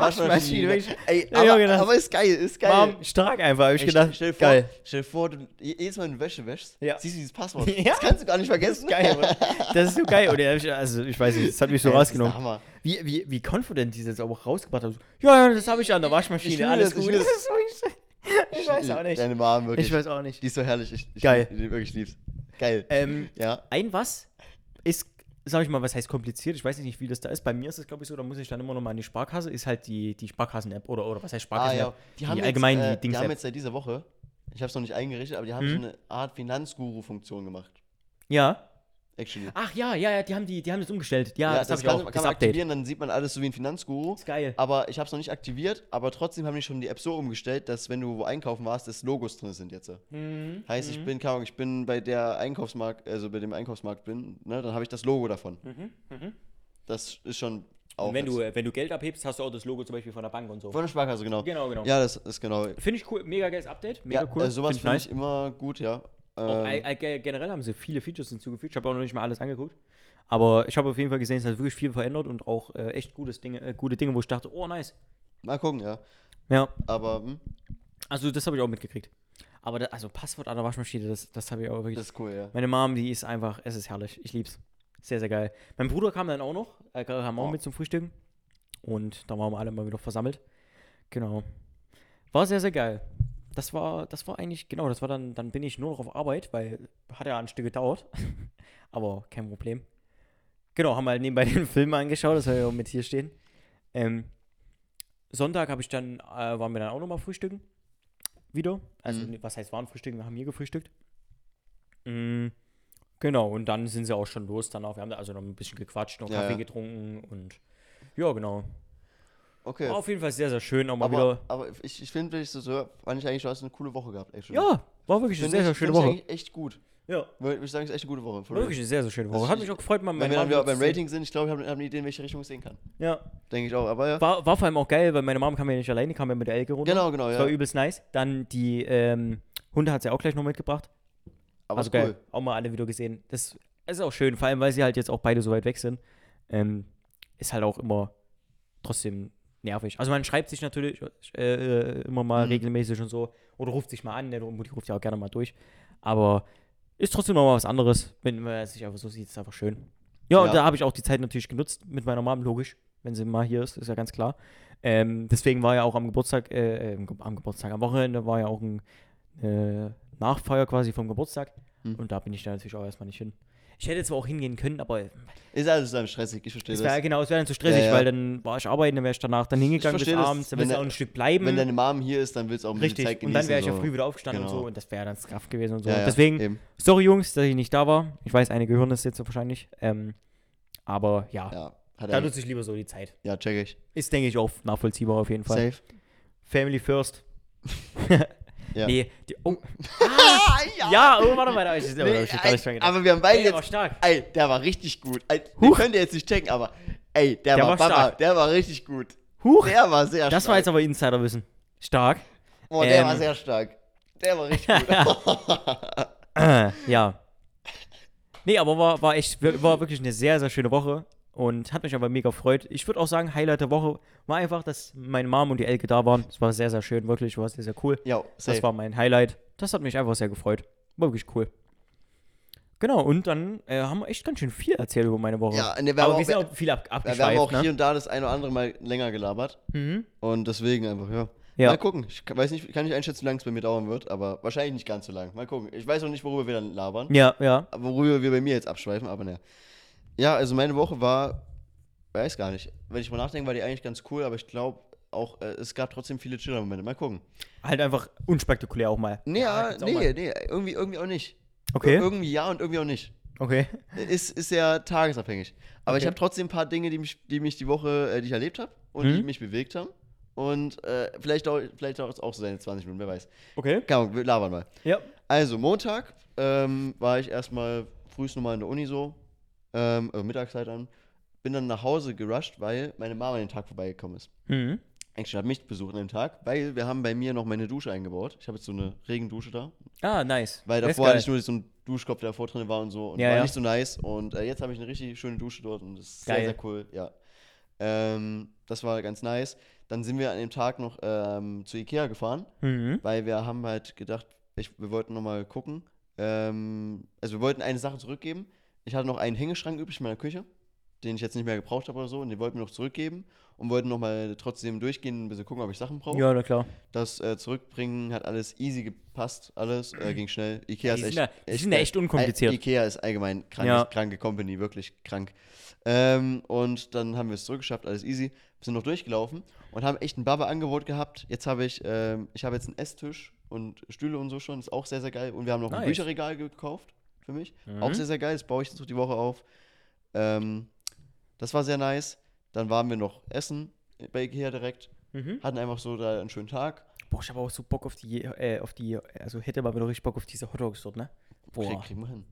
Speaker 1: Waschmaschine.
Speaker 2: Waschmaschine, wirklich.
Speaker 1: Ey,
Speaker 2: Ja, genau.
Speaker 1: aber,
Speaker 2: Junge, das-
Speaker 1: aber ist geil, ist geil.
Speaker 2: Mom, stark einfach, habe ich
Speaker 1: Ey,
Speaker 2: gedacht.
Speaker 1: stell- stell dir vor,
Speaker 2: geil.
Speaker 1: Stell dir vor, du, jedes Mal, wenn du Wäsche wäschst,
Speaker 2: Ja.
Speaker 1: siehst du dieses Passwort.
Speaker 2: Ja.
Speaker 1: Das kannst du gar nicht vergessen.
Speaker 2: Geil, Mann. Das ist so geil. Und er- also, ich weiß nicht, das hat mich so
Speaker 1: Ey, das ist der
Speaker 2: rausgenommen.
Speaker 1: Hammer.
Speaker 2: Wie, wie, wie confident die das jetzt auch rausgebracht haben. So, Ja, ja, das habe ich an der Waschmaschine,
Speaker 1: Ich will
Speaker 2: alles
Speaker 1: das, ich
Speaker 2: gut.
Speaker 1: will
Speaker 2: Das ist so- ich weiß auch nicht.
Speaker 1: Deine Mom, wirklich.
Speaker 2: Ich weiß auch nicht.
Speaker 1: Die ist so herrlich. Ich, ich
Speaker 2: Geil.
Speaker 1: Die wirklich lieb's. Geil. Ah,
Speaker 2: Ähm,
Speaker 1: ja.
Speaker 2: ein was ist, sag ich mal, was heißt kompliziert? Ich weiß nicht, wie das da ist. Bei mir ist es, glaube ich, so, da muss ich dann immer noch mal in die Sparkasse. Ist halt die, die Sparkassen-App oder, oder was heißt
Speaker 1: Ah,
Speaker 2: Sparkassen-App?
Speaker 1: ja.
Speaker 2: Die, allgemein
Speaker 1: jetzt, äh,
Speaker 2: die Dings-App.
Speaker 1: haben jetzt seit dieser Woche, ich habe es noch nicht eingerichtet, aber die
Speaker 2: Mhm.
Speaker 1: haben so eine Art Finanzguru-Funktion gemacht.
Speaker 2: ja.
Speaker 1: Actually.
Speaker 2: Ach Ah, ja, ja, ja, die haben, die, die haben das umgestellt. Ja, das, habe ich
Speaker 1: kann,
Speaker 2: auch.
Speaker 1: kann
Speaker 2: das
Speaker 1: man
Speaker 2: Update.
Speaker 1: aktivieren, dann sieht man alles so wie ein Finanzguru.
Speaker 2: Ist geil.
Speaker 1: Aber ich habe es noch nicht aktiviert, aber trotzdem haben die schon die App so umgestellt, dass wenn du wo einkaufen warst, das Logos drin sind jetzt.
Speaker 2: Mhm.
Speaker 1: Heißt, ich bin, keine Ahnung, ich bin bei der Einkaufsmarkt, also bei dem Einkaufsmarkt bin, ne, dann habe ich das Logo davon. Das ist schon auch.
Speaker 2: Und Mhm, wenn du,
Speaker 1: jetzt.
Speaker 2: äh, wenn du Geld abhebst, hast du auch das Logo zum Beispiel von der Bank und so.
Speaker 1: Von der Sparkasse, genau.
Speaker 2: Genau, genau.
Speaker 1: Ja, das ist genau.
Speaker 2: Finde ich cool, mega geiles Update, mega
Speaker 1: Ja,
Speaker 2: cool.
Speaker 1: also sowas
Speaker 2: Find
Speaker 1: finde ich immer gut, ja.
Speaker 2: Auch
Speaker 1: Ähm,
Speaker 2: all- all- ge- generell haben sie viele Features hinzugefügt. Ich habe auch noch nicht mal alles angeguckt. Aber ich habe auf jeden Fall gesehen, es hat wirklich viel verändert und auch äh, echt gutes Dinge, äh, gute Dinge, wo ich dachte, oh nice.
Speaker 1: mal gucken, ja.
Speaker 2: Ja,
Speaker 1: Aber hm,
Speaker 2: also das habe ich auch mitgekriegt. Aber da, also Passwort an der Waschmaschine, das, das habe ich auch wirklich.
Speaker 1: das ist cool, ja.
Speaker 2: Meine Mom, die ist einfach, es ist herrlich. Ich lieb's. Sehr, sehr geil. Mein Bruder kam dann auch noch, äh, kam auch
Speaker 1: Oh.
Speaker 2: mit zum Frühstücken. Und da waren wir alle mal wieder versammelt. Genau. War sehr, sehr geil. Das war, das war eigentlich, genau, das war dann, dann bin ich nur noch auf Arbeit, weil hat ja ein Stück gedauert. Aber kein Problem. Genau, haben halt nebenbei den Film angeschaut, das soll ja auch mit hier stehen. Ähm, Sonntag habe ich dann, äh, waren wir dann auch nochmal frühstücken. Wieder. Also,
Speaker 1: Mhm.
Speaker 2: ne, was heißt waren frühstücken? Wir haben hier gefrühstückt. Mm, genau, und dann sind sie auch schon los danach. Wir haben da also noch ein bisschen gequatscht, noch
Speaker 1: Ja,
Speaker 2: Kaffee
Speaker 1: ja.
Speaker 2: getrunken und ja, genau.
Speaker 1: Okay.
Speaker 2: War auf jeden Fall sehr, sehr schön. Auch mal
Speaker 1: aber,
Speaker 2: wieder.
Speaker 1: aber ich, ich finde, wenn ich so so höre, fand ich eigentlich, du hast eine coole Woche gehabt. Actually.
Speaker 2: Ja, war wirklich eine
Speaker 1: Find
Speaker 2: sehr,
Speaker 1: ich-
Speaker 2: sehr schöne
Speaker 1: find ich
Speaker 2: Woche.
Speaker 1: eigentlich echt gut.
Speaker 2: Ja,
Speaker 1: Würde ich sagen, ist echt eine gute Woche.
Speaker 2: war wirklich eine sehr, sehr schöne Woche.
Speaker 1: Also
Speaker 2: Hat
Speaker 1: ich-
Speaker 2: mich auch gefreut, mal
Speaker 1: Wenn
Speaker 2: meinen
Speaker 1: wir dann
Speaker 2: Mann
Speaker 1: wieder beim
Speaker 2: zu sehen.
Speaker 1: Rating sind, ich glaube, ich habe hab eine Idee, in welche Richtung es gehen kann.
Speaker 2: Ja.
Speaker 1: Denke ich auch, aber ja.
Speaker 2: War, war vor allem auch geil, weil meine Mom kam ja nicht alleine, kam ja mit der Elke runter.
Speaker 1: Genau, genau,
Speaker 2: Das
Speaker 1: ja.
Speaker 2: war übelst nice. Dann die ähm, Hunde hat sie auch gleich noch mitgebracht.
Speaker 1: Aber
Speaker 2: also
Speaker 1: ist cool.
Speaker 2: geil. Auch mal alle wieder gesehen. Das ist auch schön, vor allem, weil sie halt jetzt auch beide so weit weg sind. Ähm, ist halt auch immer trotzdem nervig. Also man schreibt sich natürlich äh, immer mal
Speaker 1: Mhm.
Speaker 2: regelmäßig und so. Oder ruft sich mal an, denn Mutti ruft ja auch gerne mal durch. Aber ist trotzdem nochmal was anderes, wenn man sich einfach so sieht, ist einfach schön. Ja,
Speaker 1: Ja.
Speaker 2: und da habe ich auch die Zeit natürlich genutzt mit meiner Mom, logisch, wenn sie mal hier ist, ist ja ganz klar. Ähm, deswegen war ja auch am Geburtstag, äh, äh, am Geburtstag, am Wochenende war ja auch ein äh, Nachfeier quasi vom Geburtstag.
Speaker 1: Hm.
Speaker 2: Und da bin ich dann natürlich auch erstmal nicht hin. Ich hätte zwar auch hingehen können, aber
Speaker 1: Ist alles dann stressig, ich verstehe
Speaker 2: es
Speaker 1: das.
Speaker 2: wäre genau, es wäre dann zu stressig,
Speaker 1: Ja, ja.
Speaker 2: weil dann war ich arbeiten, dann wäre ich danach dann hingegangen bis
Speaker 1: verstehe das.
Speaker 2: abends, dann
Speaker 1: Wenn
Speaker 2: willst du
Speaker 1: der-
Speaker 2: auch ein Stück bleiben.
Speaker 1: Wenn deine Mom hier ist, dann willst du auch ein bisschen
Speaker 2: Richtig,
Speaker 1: Zeit
Speaker 2: und
Speaker 1: genießen.
Speaker 2: dann wäre ich ja
Speaker 1: so.
Speaker 2: früh wieder aufgestanden und
Speaker 1: Genau.
Speaker 2: so und das wäre dann straff gewesen und so.
Speaker 1: Ja, ja,
Speaker 2: Deswegen,
Speaker 1: eben.
Speaker 2: sorry Jungs, dass ich nicht da war. Ich weiß, einige hören das jetzt wahrscheinlich. Ähm, aber ja,
Speaker 1: Ja, hat
Speaker 2: da
Speaker 1: er.
Speaker 2: nutze ich lieber so die Zeit.
Speaker 1: Ja, check ich.
Speaker 2: Ist, denke ich, auch nachvollziehbar auf jeden Fall.
Speaker 1: Safe.
Speaker 2: Family first.
Speaker 1: Ja.
Speaker 2: Nee, die, oh,
Speaker 1: Ah,
Speaker 2: ja, oh, warte mal, da hab ich jetzt- oh, da hab ich jetzt gar
Speaker 1: ey,
Speaker 2: nicht dran gedacht.
Speaker 1: aber wir haben beide
Speaker 2: Ey, der war
Speaker 1: jetzt.
Speaker 2: stark.
Speaker 1: Ey, der war richtig gut. Ey, den
Speaker 2: Huch.
Speaker 1: könnt ihr jetzt nicht checken, aber ey, der,
Speaker 2: Der
Speaker 1: war,
Speaker 2: war
Speaker 1: Baba,
Speaker 2: stark.
Speaker 1: der war richtig gut.
Speaker 2: Huch,
Speaker 1: Der war sehr
Speaker 2: das war
Speaker 1: stark.
Speaker 2: jetzt aber Insiderwissen. Stark.
Speaker 1: Boah, der
Speaker 2: ähm,
Speaker 1: war sehr stark. Der war richtig gut.
Speaker 2: Äh, ja. Nee, aber war, war echt, wir- war wirklich eine sehr, sehr schöne Woche und hat mich aber mega gefreut. Ich würde auch sagen, Highlight der Woche war einfach, dass meine Mom und die Elke da waren. Es war sehr, sehr schön, wirklich, war sehr, sehr cool.
Speaker 1: ja, safe.
Speaker 2: Das war mein Highlight. Das hat mich einfach sehr gefreut. War wirklich cool. Genau, und dann äh, haben wir echt ganz schön viel erzählt über meine Woche.
Speaker 1: Ja, ne, wir haben
Speaker 2: aber
Speaker 1: auch-
Speaker 2: wir sind auch viel ab,
Speaker 1: ja, wir haben
Speaker 2: abgeschweift,
Speaker 1: auch
Speaker 2: ne?
Speaker 1: hier und da das eine oder andere mal länger gelabert.
Speaker 2: Mhm.
Speaker 1: Und deswegen einfach, ja.
Speaker 2: Ja.
Speaker 1: Mal gucken. Ich kann- weiß nicht, kann nicht einschätzen, wie lange es bei mir dauern wird, aber wahrscheinlich nicht ganz so lang. Mal gucken. Ich weiß noch nicht, worüber wir dann labern.
Speaker 2: Ja, ja.
Speaker 1: Aber worüber wir bei mir jetzt abschweifen, aber naja. Ja, also meine Woche war, weiß gar nicht. Wenn ich mal nachdenke, war die eigentlich ganz cool, aber ich glaube auch, äh, es gab trotzdem viele Chiller-Momente. Mal gucken.
Speaker 2: Halt einfach unspektakulär auch mal.
Speaker 1: Nee, ja,
Speaker 2: gibt's auch
Speaker 1: nee,
Speaker 2: mal.
Speaker 1: nee, irgendwie, irgendwie auch nicht. Ir-
Speaker 2: Okay,
Speaker 1: Irgendwie ja und irgendwie auch nicht.
Speaker 2: okay.
Speaker 1: Ist, ist ja tagesabhängig. Aber ich
Speaker 2: Okay.
Speaker 1: habe trotzdem ein paar Dinge, die mich, die mich die Woche, äh, die ich erlebt habe und die
Speaker 2: Mhm.
Speaker 1: mich bewegt haben. Und äh, vielleicht dauert vielleicht dauert es auch so seine 20 Minuten, wer weiß.
Speaker 2: Okay.
Speaker 1: Keine Ahnung, wir labern mal.
Speaker 2: Ja.
Speaker 1: Also, Montag ähm, war ich erstmal frühst nochmal in der Uni so, ähm, äh, Mittagszeit an. Bin dann nach Hause gerusht, weil meine Mama an den Tag vorbeigekommen ist.
Speaker 2: Mhm.
Speaker 1: Eigentlich hat mich besucht an dem Tag, weil wir haben bei mir noch meine Dusche eingebaut. Ich habe jetzt so eine Regendusche da.
Speaker 2: Ah, nice.
Speaker 1: Weil
Speaker 2: Das ist
Speaker 1: davor hatte
Speaker 2: geil.
Speaker 1: ich nur so einen Duschkopf, der davor drin war und so. Und
Speaker 2: Ja,
Speaker 1: war
Speaker 2: ja.
Speaker 1: nicht so nice. Und äh, jetzt habe ich eine richtig schöne Dusche dort und das ist
Speaker 2: Geil.
Speaker 1: sehr, sehr cool. Ja. Ähm, das war ganz nice. Dann sind wir an dem Tag noch ähm, zu Ikea gefahren
Speaker 2: Mhm.
Speaker 1: weil wir haben halt gedacht, ich, wir wollten nochmal gucken. Ähm, also wir wollten eine Sache zurückgeben. Ich hatte noch einen Hängeschrank übrig in meiner Küche, den ich jetzt nicht mehr gebraucht habe oder so, und den wollten wir noch zurückgeben und wollten nochmal trotzdem durchgehen, ein bisschen gucken, ob ich Sachen brauche.
Speaker 2: Ja, na klar.
Speaker 1: Das äh, Zurückbringen hat alles easy gepasst, alles äh, ging schnell. Ikea
Speaker 2: die
Speaker 1: ist echt,
Speaker 2: sind ja- die sind ja
Speaker 1: geil.
Speaker 2: echt unkompliziert.
Speaker 1: I- Ikea ist allgemein krank,
Speaker 2: Ja.
Speaker 1: kranke Company, wirklich krank. Ähm, und dann haben wir es zurückgeschafft, alles easy. Wir sind noch durchgelaufen und haben echt ein Baba-Angebot gehabt. Jetzt habe ich, ähm, ich habe jetzt einen Esstisch und Stühle und so schon, ist auch sehr, sehr geil. Und wir haben noch ein
Speaker 2: Nice.
Speaker 1: Bücherregal gekauft für mich,
Speaker 2: Mhm.
Speaker 1: auch sehr, sehr geil. Das baue ich jetzt noch die Woche auf. Ähm, das war sehr nice. Dann waren wir noch essen bei Ikea direkt,
Speaker 2: Mhm.
Speaker 1: hatten einfach so da einen schönen Tag.
Speaker 2: Boah, ich habe auch so Bock auf die, äh, auf die, also hätte aber wieder richtig Bock auf diese Hotdogs dort, ne?
Speaker 1: Krieg,
Speaker 2: Boah.
Speaker 1: kriegen wir hin.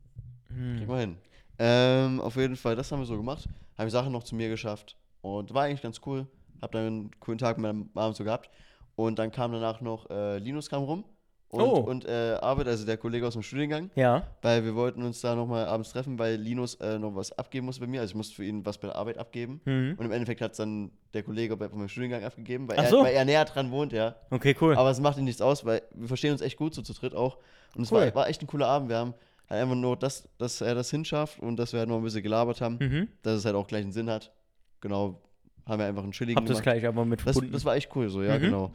Speaker 1: Kriegen
Speaker 2: Hm.
Speaker 1: wir hin. Ähm, auf jeden Fall, das haben wir so gemacht. Habe ich Sachen noch zu mir geschafft. Und war eigentlich ganz cool. Hab dann einen coolen Tag mit meinem Abend so gehabt. Und dann kam danach noch äh, Linus kam rum. Und,
Speaker 2: Oh.
Speaker 1: und äh, Arvid, also der Kollege aus dem Studiengang,
Speaker 2: Ja.
Speaker 1: weil wir wollten uns da nochmal abends treffen, weil Linus äh, noch was abgeben musste bei mir. Also ich musste für ihn was bei der Arbeit abgeben.
Speaker 2: Mhm.
Speaker 1: Und im Endeffekt hat es dann der Kollege bei- von meinem Studiengang abgegeben, weil,
Speaker 2: Ach
Speaker 1: er,
Speaker 2: so.
Speaker 1: weil er näher dran wohnt, ja.
Speaker 2: Okay, cool.
Speaker 1: Aber es macht ihm nichts aus, weil wir verstehen uns echt gut so zu dritt auch. Und es war,
Speaker 2: Cool.
Speaker 1: war echt ein cooler Abend. Wir haben halt einfach nur, das, dass er das hinschafft und dass wir halt noch ein bisschen gelabert haben,
Speaker 2: mhm.
Speaker 1: dass es halt auch gleich einen Sinn hat. Genau, haben wir einfach einen chilligen
Speaker 2: Hab das gleich aber mit
Speaker 1: das,
Speaker 2: verbunden.
Speaker 1: das war echt cool so, ja,
Speaker 2: Mhm.
Speaker 1: genau.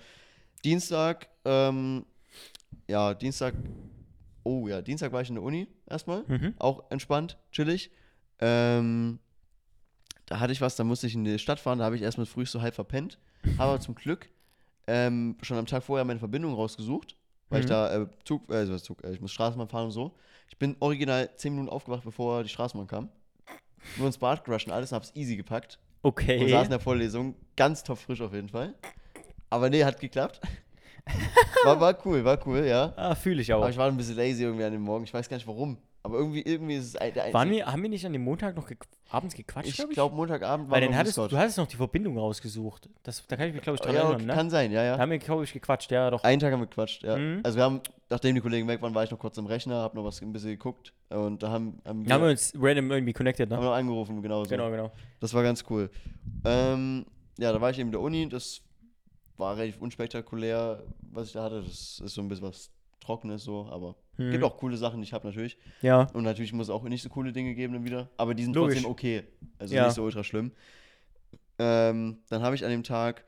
Speaker 1: Dienstag, ähm, ja, Dienstag, oh ja, Dienstag war ich in der Uni erstmal.
Speaker 2: mhm.
Speaker 1: Auch entspannt, chillig. Ähm, da hatte ich was, da musste ich in die Stadt fahren, da habe ich erstmal früh so halb verpennt. Habe aber zum Glück ähm, schon am Tag vorher meine Verbindung rausgesucht, weil ich
Speaker 2: Mhm.
Speaker 1: da äh, Zug, äh, also Zug, äh, ich muss Straßenbahn fahren und so. Ich bin original 10 Minuten aufgewacht, bevor die Straßenbahn kam. Nur ins Bad gerusht und alles und hab's easy gepackt. und saß in
Speaker 2: Okay.
Speaker 1: der Vorlesung. Ganz topfrisch auf jeden Fall. Aber nee, hat geklappt. War, war cool, war cool, ja.
Speaker 2: Ah, fühle ich
Speaker 1: Aber
Speaker 2: auch.
Speaker 1: ich war ein bisschen lazy irgendwie an dem Morgen. Ich weiß gar nicht warum. Aber irgendwie, irgendwie ist es ein, der
Speaker 2: Waren
Speaker 1: einzige.
Speaker 2: wir, haben wir nicht an dem Montag noch ge abends gequatscht,
Speaker 1: Ich
Speaker 2: glaub
Speaker 1: glaube, Montagabend war
Speaker 2: Weil dann
Speaker 1: noch
Speaker 2: hattest,
Speaker 1: Discord.
Speaker 2: du hattest noch die Verbindung rausgesucht. Das, da kann ich mich, glaube ich, dran
Speaker 1: ja,
Speaker 2: erinnern,
Speaker 1: okay,
Speaker 2: ne?
Speaker 1: kann sein, ja,
Speaker 2: Da
Speaker 1: ja.
Speaker 2: haben wir, glaube ich, gequatscht, ja, doch.
Speaker 1: Einen Tag haben wir gequatscht, ja.
Speaker 2: Mhm.
Speaker 1: Also wir haben, nachdem die Kollegen weg waren, war ich noch kurz im Rechner, habe noch was ein bisschen geguckt und da haben, haben,
Speaker 2: Da haben wir uns random irgendwie connected, ne?
Speaker 1: haben wir noch angerufen, genau so.
Speaker 2: Genau, genau.
Speaker 1: Das war ganz cool. Ähm, ja, da war ich eben in der Uni, das war relativ unspektakulär, was ich da hatte. Das ist so ein bisschen was Trockenes so, aber
Speaker 2: Mhm.
Speaker 1: gibt auch coole Sachen, die ich habe natürlich.
Speaker 2: Ja.
Speaker 1: Und natürlich muss es auch nicht so coole Dinge geben dann wieder. Aber die sind
Speaker 2: Logisch.
Speaker 1: trotzdem okay. Also
Speaker 2: Ja.
Speaker 1: nicht so ultra schlimm. Ähm, dann habe ich an dem Tag,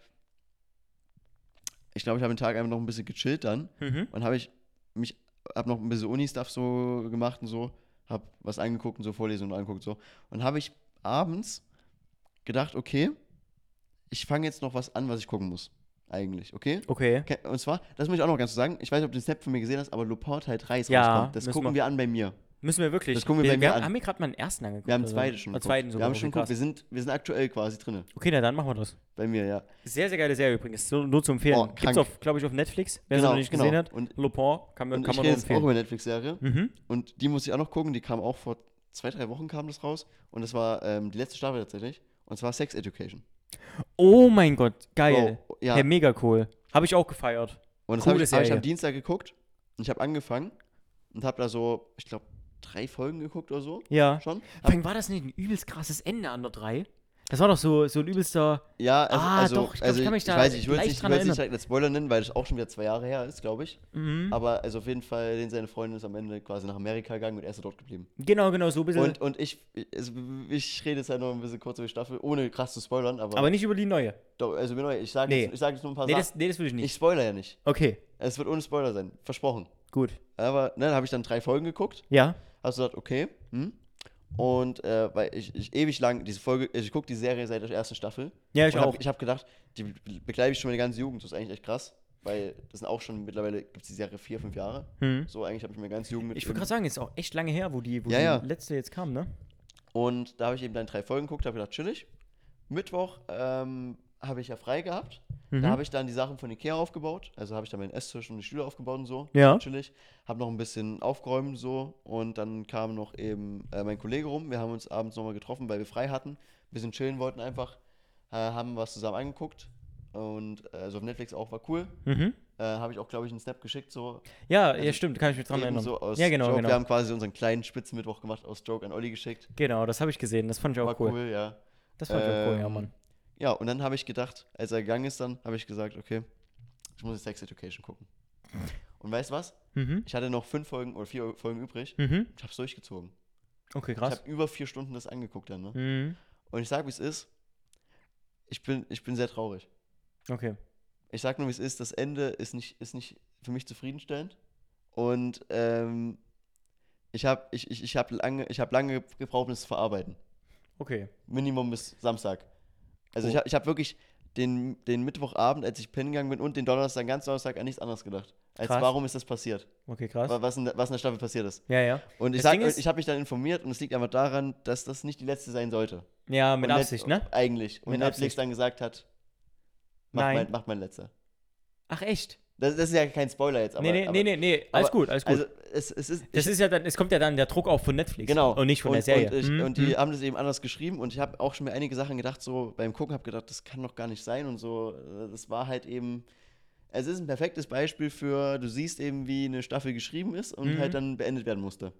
Speaker 1: ich glaube, ich habe den Tag einfach noch ein bisschen gechillt dann.
Speaker 2: Mhm.
Speaker 1: Und habe ich mich, habe noch ein bisschen Uni-Stuff so gemacht und so. Habe was angeguckt und so Vorlesungen angeguckt und so. Und habe ich abends gedacht, okay, ich fange jetzt noch was an, was ich gucken muss. Eigentlich, okay?
Speaker 2: Okay.
Speaker 1: Ke- Und zwar, das muss ich auch noch ganz kurz sagen, ich weiß nicht, ob du den Snap von mir gesehen hast, aber Lupin Teil 3 ist
Speaker 2: Ja,
Speaker 1: rausgekommen. Das
Speaker 2: müssen
Speaker 1: gucken
Speaker 2: wir-
Speaker 1: wir an bei mir.
Speaker 2: Müssen wir wirklich.
Speaker 1: Das gucken wir bei mir
Speaker 2: haben,
Speaker 1: an.
Speaker 2: haben wir gerade mal einen ersten angeguckt.
Speaker 1: Wir haben
Speaker 2: oder?
Speaker 1: zweite schon
Speaker 2: Oder
Speaker 1: geguckt.
Speaker 2: Äh, zweiten
Speaker 1: wir
Speaker 2: sogar.
Speaker 1: haben schon
Speaker 2: okay,
Speaker 1: geguckt. Wir sind, wir sind aktuell quasi drin.
Speaker 2: krass. Okay, na dann machen wir das.
Speaker 1: Bei mir, ja.
Speaker 2: Sehr, sehr geile Serie übrigens. So, nur zu empfehlen.
Speaker 1: Oh, krank.
Speaker 2: Gibt's auf, glaube ich, auf Netflix, wer es
Speaker 1: Genau,
Speaker 2: noch nicht
Speaker 1: genau.
Speaker 2: gesehen hat.
Speaker 1: Und-
Speaker 2: Le Pen kann, man-
Speaker 1: Und
Speaker 2: kann
Speaker 1: ich rede
Speaker 2: man
Speaker 1: jetzt
Speaker 2: nur
Speaker 1: auch
Speaker 2: empfehlen.
Speaker 1: über eine Netflix-Serie.
Speaker 2: Mhm.
Speaker 1: Und die muss ich auch noch gucken. Die kam auch vor zwei, drei Wochen kam das raus. Und das war ähm, die letzte Staffel tatsächlich. Und zwar Sex Education.
Speaker 2: Oh mein Gott, geil.
Speaker 1: Bro, ja.
Speaker 2: Hey, mega cool. Habe ich auch gefeiert.
Speaker 1: Und das
Speaker 2: Coole
Speaker 1: habe ich, hab ich
Speaker 2: Serie.
Speaker 1: am Dienstag geguckt. Und ich habe angefangen und habe da so, ich glaube, drei Folgen geguckt oder so.
Speaker 2: Ja.
Speaker 1: Schon?
Speaker 2: Vor
Speaker 1: Hab,
Speaker 2: allem war das nicht ein übelst krasses Ende an der 3? Das war doch so, so ein übelster.
Speaker 1: ja, also,
Speaker 2: Ah,
Speaker 1: also,
Speaker 2: doch, ich glaub,
Speaker 1: also
Speaker 2: ich kann mich da
Speaker 1: weiß, nicht, ich würde
Speaker 2: leicht
Speaker 1: nicht, ich
Speaker 2: dran
Speaker 1: würd's nicht
Speaker 2: erinnern.
Speaker 1: direkt als Spoiler nennen, weil das auch schon wieder zwei Jahre her ist, glaube ich.
Speaker 2: Mhm.
Speaker 1: Aber also auf jeden Fall, den seine Freundin ist am Ende quasi nach Amerika gegangen und er ist dort geblieben.
Speaker 2: Genau, genau, so ein bisschen.
Speaker 1: Und, und ich, es- ich rede jetzt halt noch ein bisschen kurz über die Staffel, ohne krass zu spoilern, aber,
Speaker 2: aber nicht über die neue.
Speaker 1: doch, also genau, ich sage
Speaker 2: Nee.
Speaker 1: jetzt, ich sag jetzt nur ein paar
Speaker 2: Nee
Speaker 1: Sachen.
Speaker 2: das, nee, das will ich nicht.
Speaker 1: Ich spoiler ja nicht.
Speaker 2: okay,
Speaker 1: Es wird ohne Spoiler sein, versprochen.
Speaker 2: gut.
Speaker 1: Aber ne, dann habe ich dann drei Folgen geguckt,
Speaker 2: Ja.
Speaker 1: hast du gesagt, okay, hm. Und äh, weil ich, ich ewig lang diese Folge, also ich gucke die Serie seit der ersten Staffel.
Speaker 2: Ja, ich
Speaker 1: und hab,
Speaker 2: auch.
Speaker 1: Ich habe gedacht, die be- begleite ich schon meine ganze Jugend, das ist eigentlich echt krass, weil das sind auch schon mittlerweile, gibt es die Serie vier, fünf Jahre.
Speaker 2: Hm.
Speaker 1: So eigentlich habe ich meine ganze Jugend mit
Speaker 2: Ich würde gerade sagen, ist auch echt lange her, wo die, wo
Speaker 1: Ja,
Speaker 2: die
Speaker 1: ja.
Speaker 2: letzte jetzt kam, ne?
Speaker 1: Und da habe ich eben dann drei Folgen geguckt, habe gedacht, chillig. Mittwoch ähm, habe ich ja frei gehabt.
Speaker 2: Mhm.
Speaker 1: Da habe ich dann die Sachen von Ikea aufgebaut. Also habe ich dann meinen Esstisch und die Stühle aufgebaut und so.
Speaker 2: Ja.
Speaker 1: Chillig. Habe noch ein bisschen aufgeräumt so. Und dann kam noch eben äh, mein Kollege rum. Wir haben uns abends nochmal getroffen, weil wir frei hatten. Ein bisschen chillen wollten einfach. Äh, haben was zusammen angeguckt. Und äh, also auf Netflix auch, war cool.
Speaker 2: Mhm.
Speaker 1: Äh, habe ich auch, glaube ich, einen Snap geschickt so.
Speaker 2: Ja,
Speaker 1: Also
Speaker 2: ja, stimmt, kann ich mich dran
Speaker 1: eben
Speaker 2: erinnern.
Speaker 1: so aus
Speaker 2: ja, genau,
Speaker 1: Joke.
Speaker 2: genau.
Speaker 1: Wir haben quasi unseren kleinen Spitzenmittwoch gemacht, aus Joke an Olli geschickt.
Speaker 2: genau, das habe ich gesehen. Das fand ich
Speaker 1: War
Speaker 2: auch cool.
Speaker 1: cool ja.
Speaker 2: Das fand ich auch cool, ja,
Speaker 1: Ähm,
Speaker 2: Mann.
Speaker 1: Ja, und dann habe ich gedacht, als er gegangen ist, dann habe ich gesagt, okay, ich muss jetzt Sex Education gucken. Und weißt du was?
Speaker 2: Mhm.
Speaker 1: Ich hatte noch fünf Folgen oder vier Folgen übrig.
Speaker 2: Mhm.
Speaker 1: Ich habe es durchgezogen.
Speaker 2: Okay,
Speaker 1: Ich
Speaker 2: krass.
Speaker 1: habe über vier Stunden das angeguckt dann. Ne?
Speaker 2: Mhm.
Speaker 1: Und ich sage, wie es ist. Ich bin, ich bin sehr traurig.
Speaker 2: Okay.
Speaker 1: Ich sage nur, wie es ist. Das Ende ist nicht, ist nicht für mich zufriedenstellend. Und ähm, ich habe ich, ich, ich hab lange, ich hab lange gebraucht, um es zu verarbeiten.
Speaker 2: Okay.
Speaker 1: Minimum bis Samstag. Also
Speaker 2: Oh.
Speaker 1: ich habe ich hab wirklich den, den Mittwochabend, als ich pennen gegangen bin und den Donnerstag, den ganzen Donnerstag an nichts anderes gedacht. Als
Speaker 2: Krass.
Speaker 1: warum ist das passiert?
Speaker 2: Okay, krass.
Speaker 1: Wa- Was in, der- was in der Staffel passiert ist.
Speaker 2: Ja, ja.
Speaker 1: Und ich,
Speaker 2: Das
Speaker 1: sag-
Speaker 2: Ding ist-
Speaker 1: ich habe mich dann informiert und es liegt einfach daran, dass das nicht die letzte sein sollte.
Speaker 2: Ja, mit
Speaker 1: Und Net-
Speaker 2: Absicht, ne?
Speaker 1: Eigentlich. Und
Speaker 2: Mit
Speaker 1: Netflix
Speaker 2: Absicht.
Speaker 1: dann gesagt hat, mach,
Speaker 2: Nein.
Speaker 1: mein, mach mein letzter.
Speaker 2: Ach, echt?
Speaker 1: Das, das ist ja kein Spoiler jetzt, aber.
Speaker 2: nee, nee,
Speaker 1: aber,
Speaker 2: nee, nee, nee. Alles
Speaker 1: aber-
Speaker 2: gut, alles gut.
Speaker 1: Also es, es ist.
Speaker 2: das ist ja dann, es kommt ja dann der Druck auch von Netflix.
Speaker 1: Genau.
Speaker 2: Und nicht von
Speaker 1: und,
Speaker 2: der Serie.
Speaker 1: Und, ich,
Speaker 2: Mhm,
Speaker 1: und die
Speaker 2: mhm.
Speaker 1: haben das eben anders geschrieben und ich habe auch schon mir einige Sachen gedacht, so beim Gucken habe gedacht, das kann doch gar nicht sein und so. Äh, Das war halt eben. Es ist ein perfektes Beispiel für, du siehst eben, wie eine Staffel geschrieben ist und
Speaker 2: Mhm.
Speaker 1: halt dann beendet werden musste.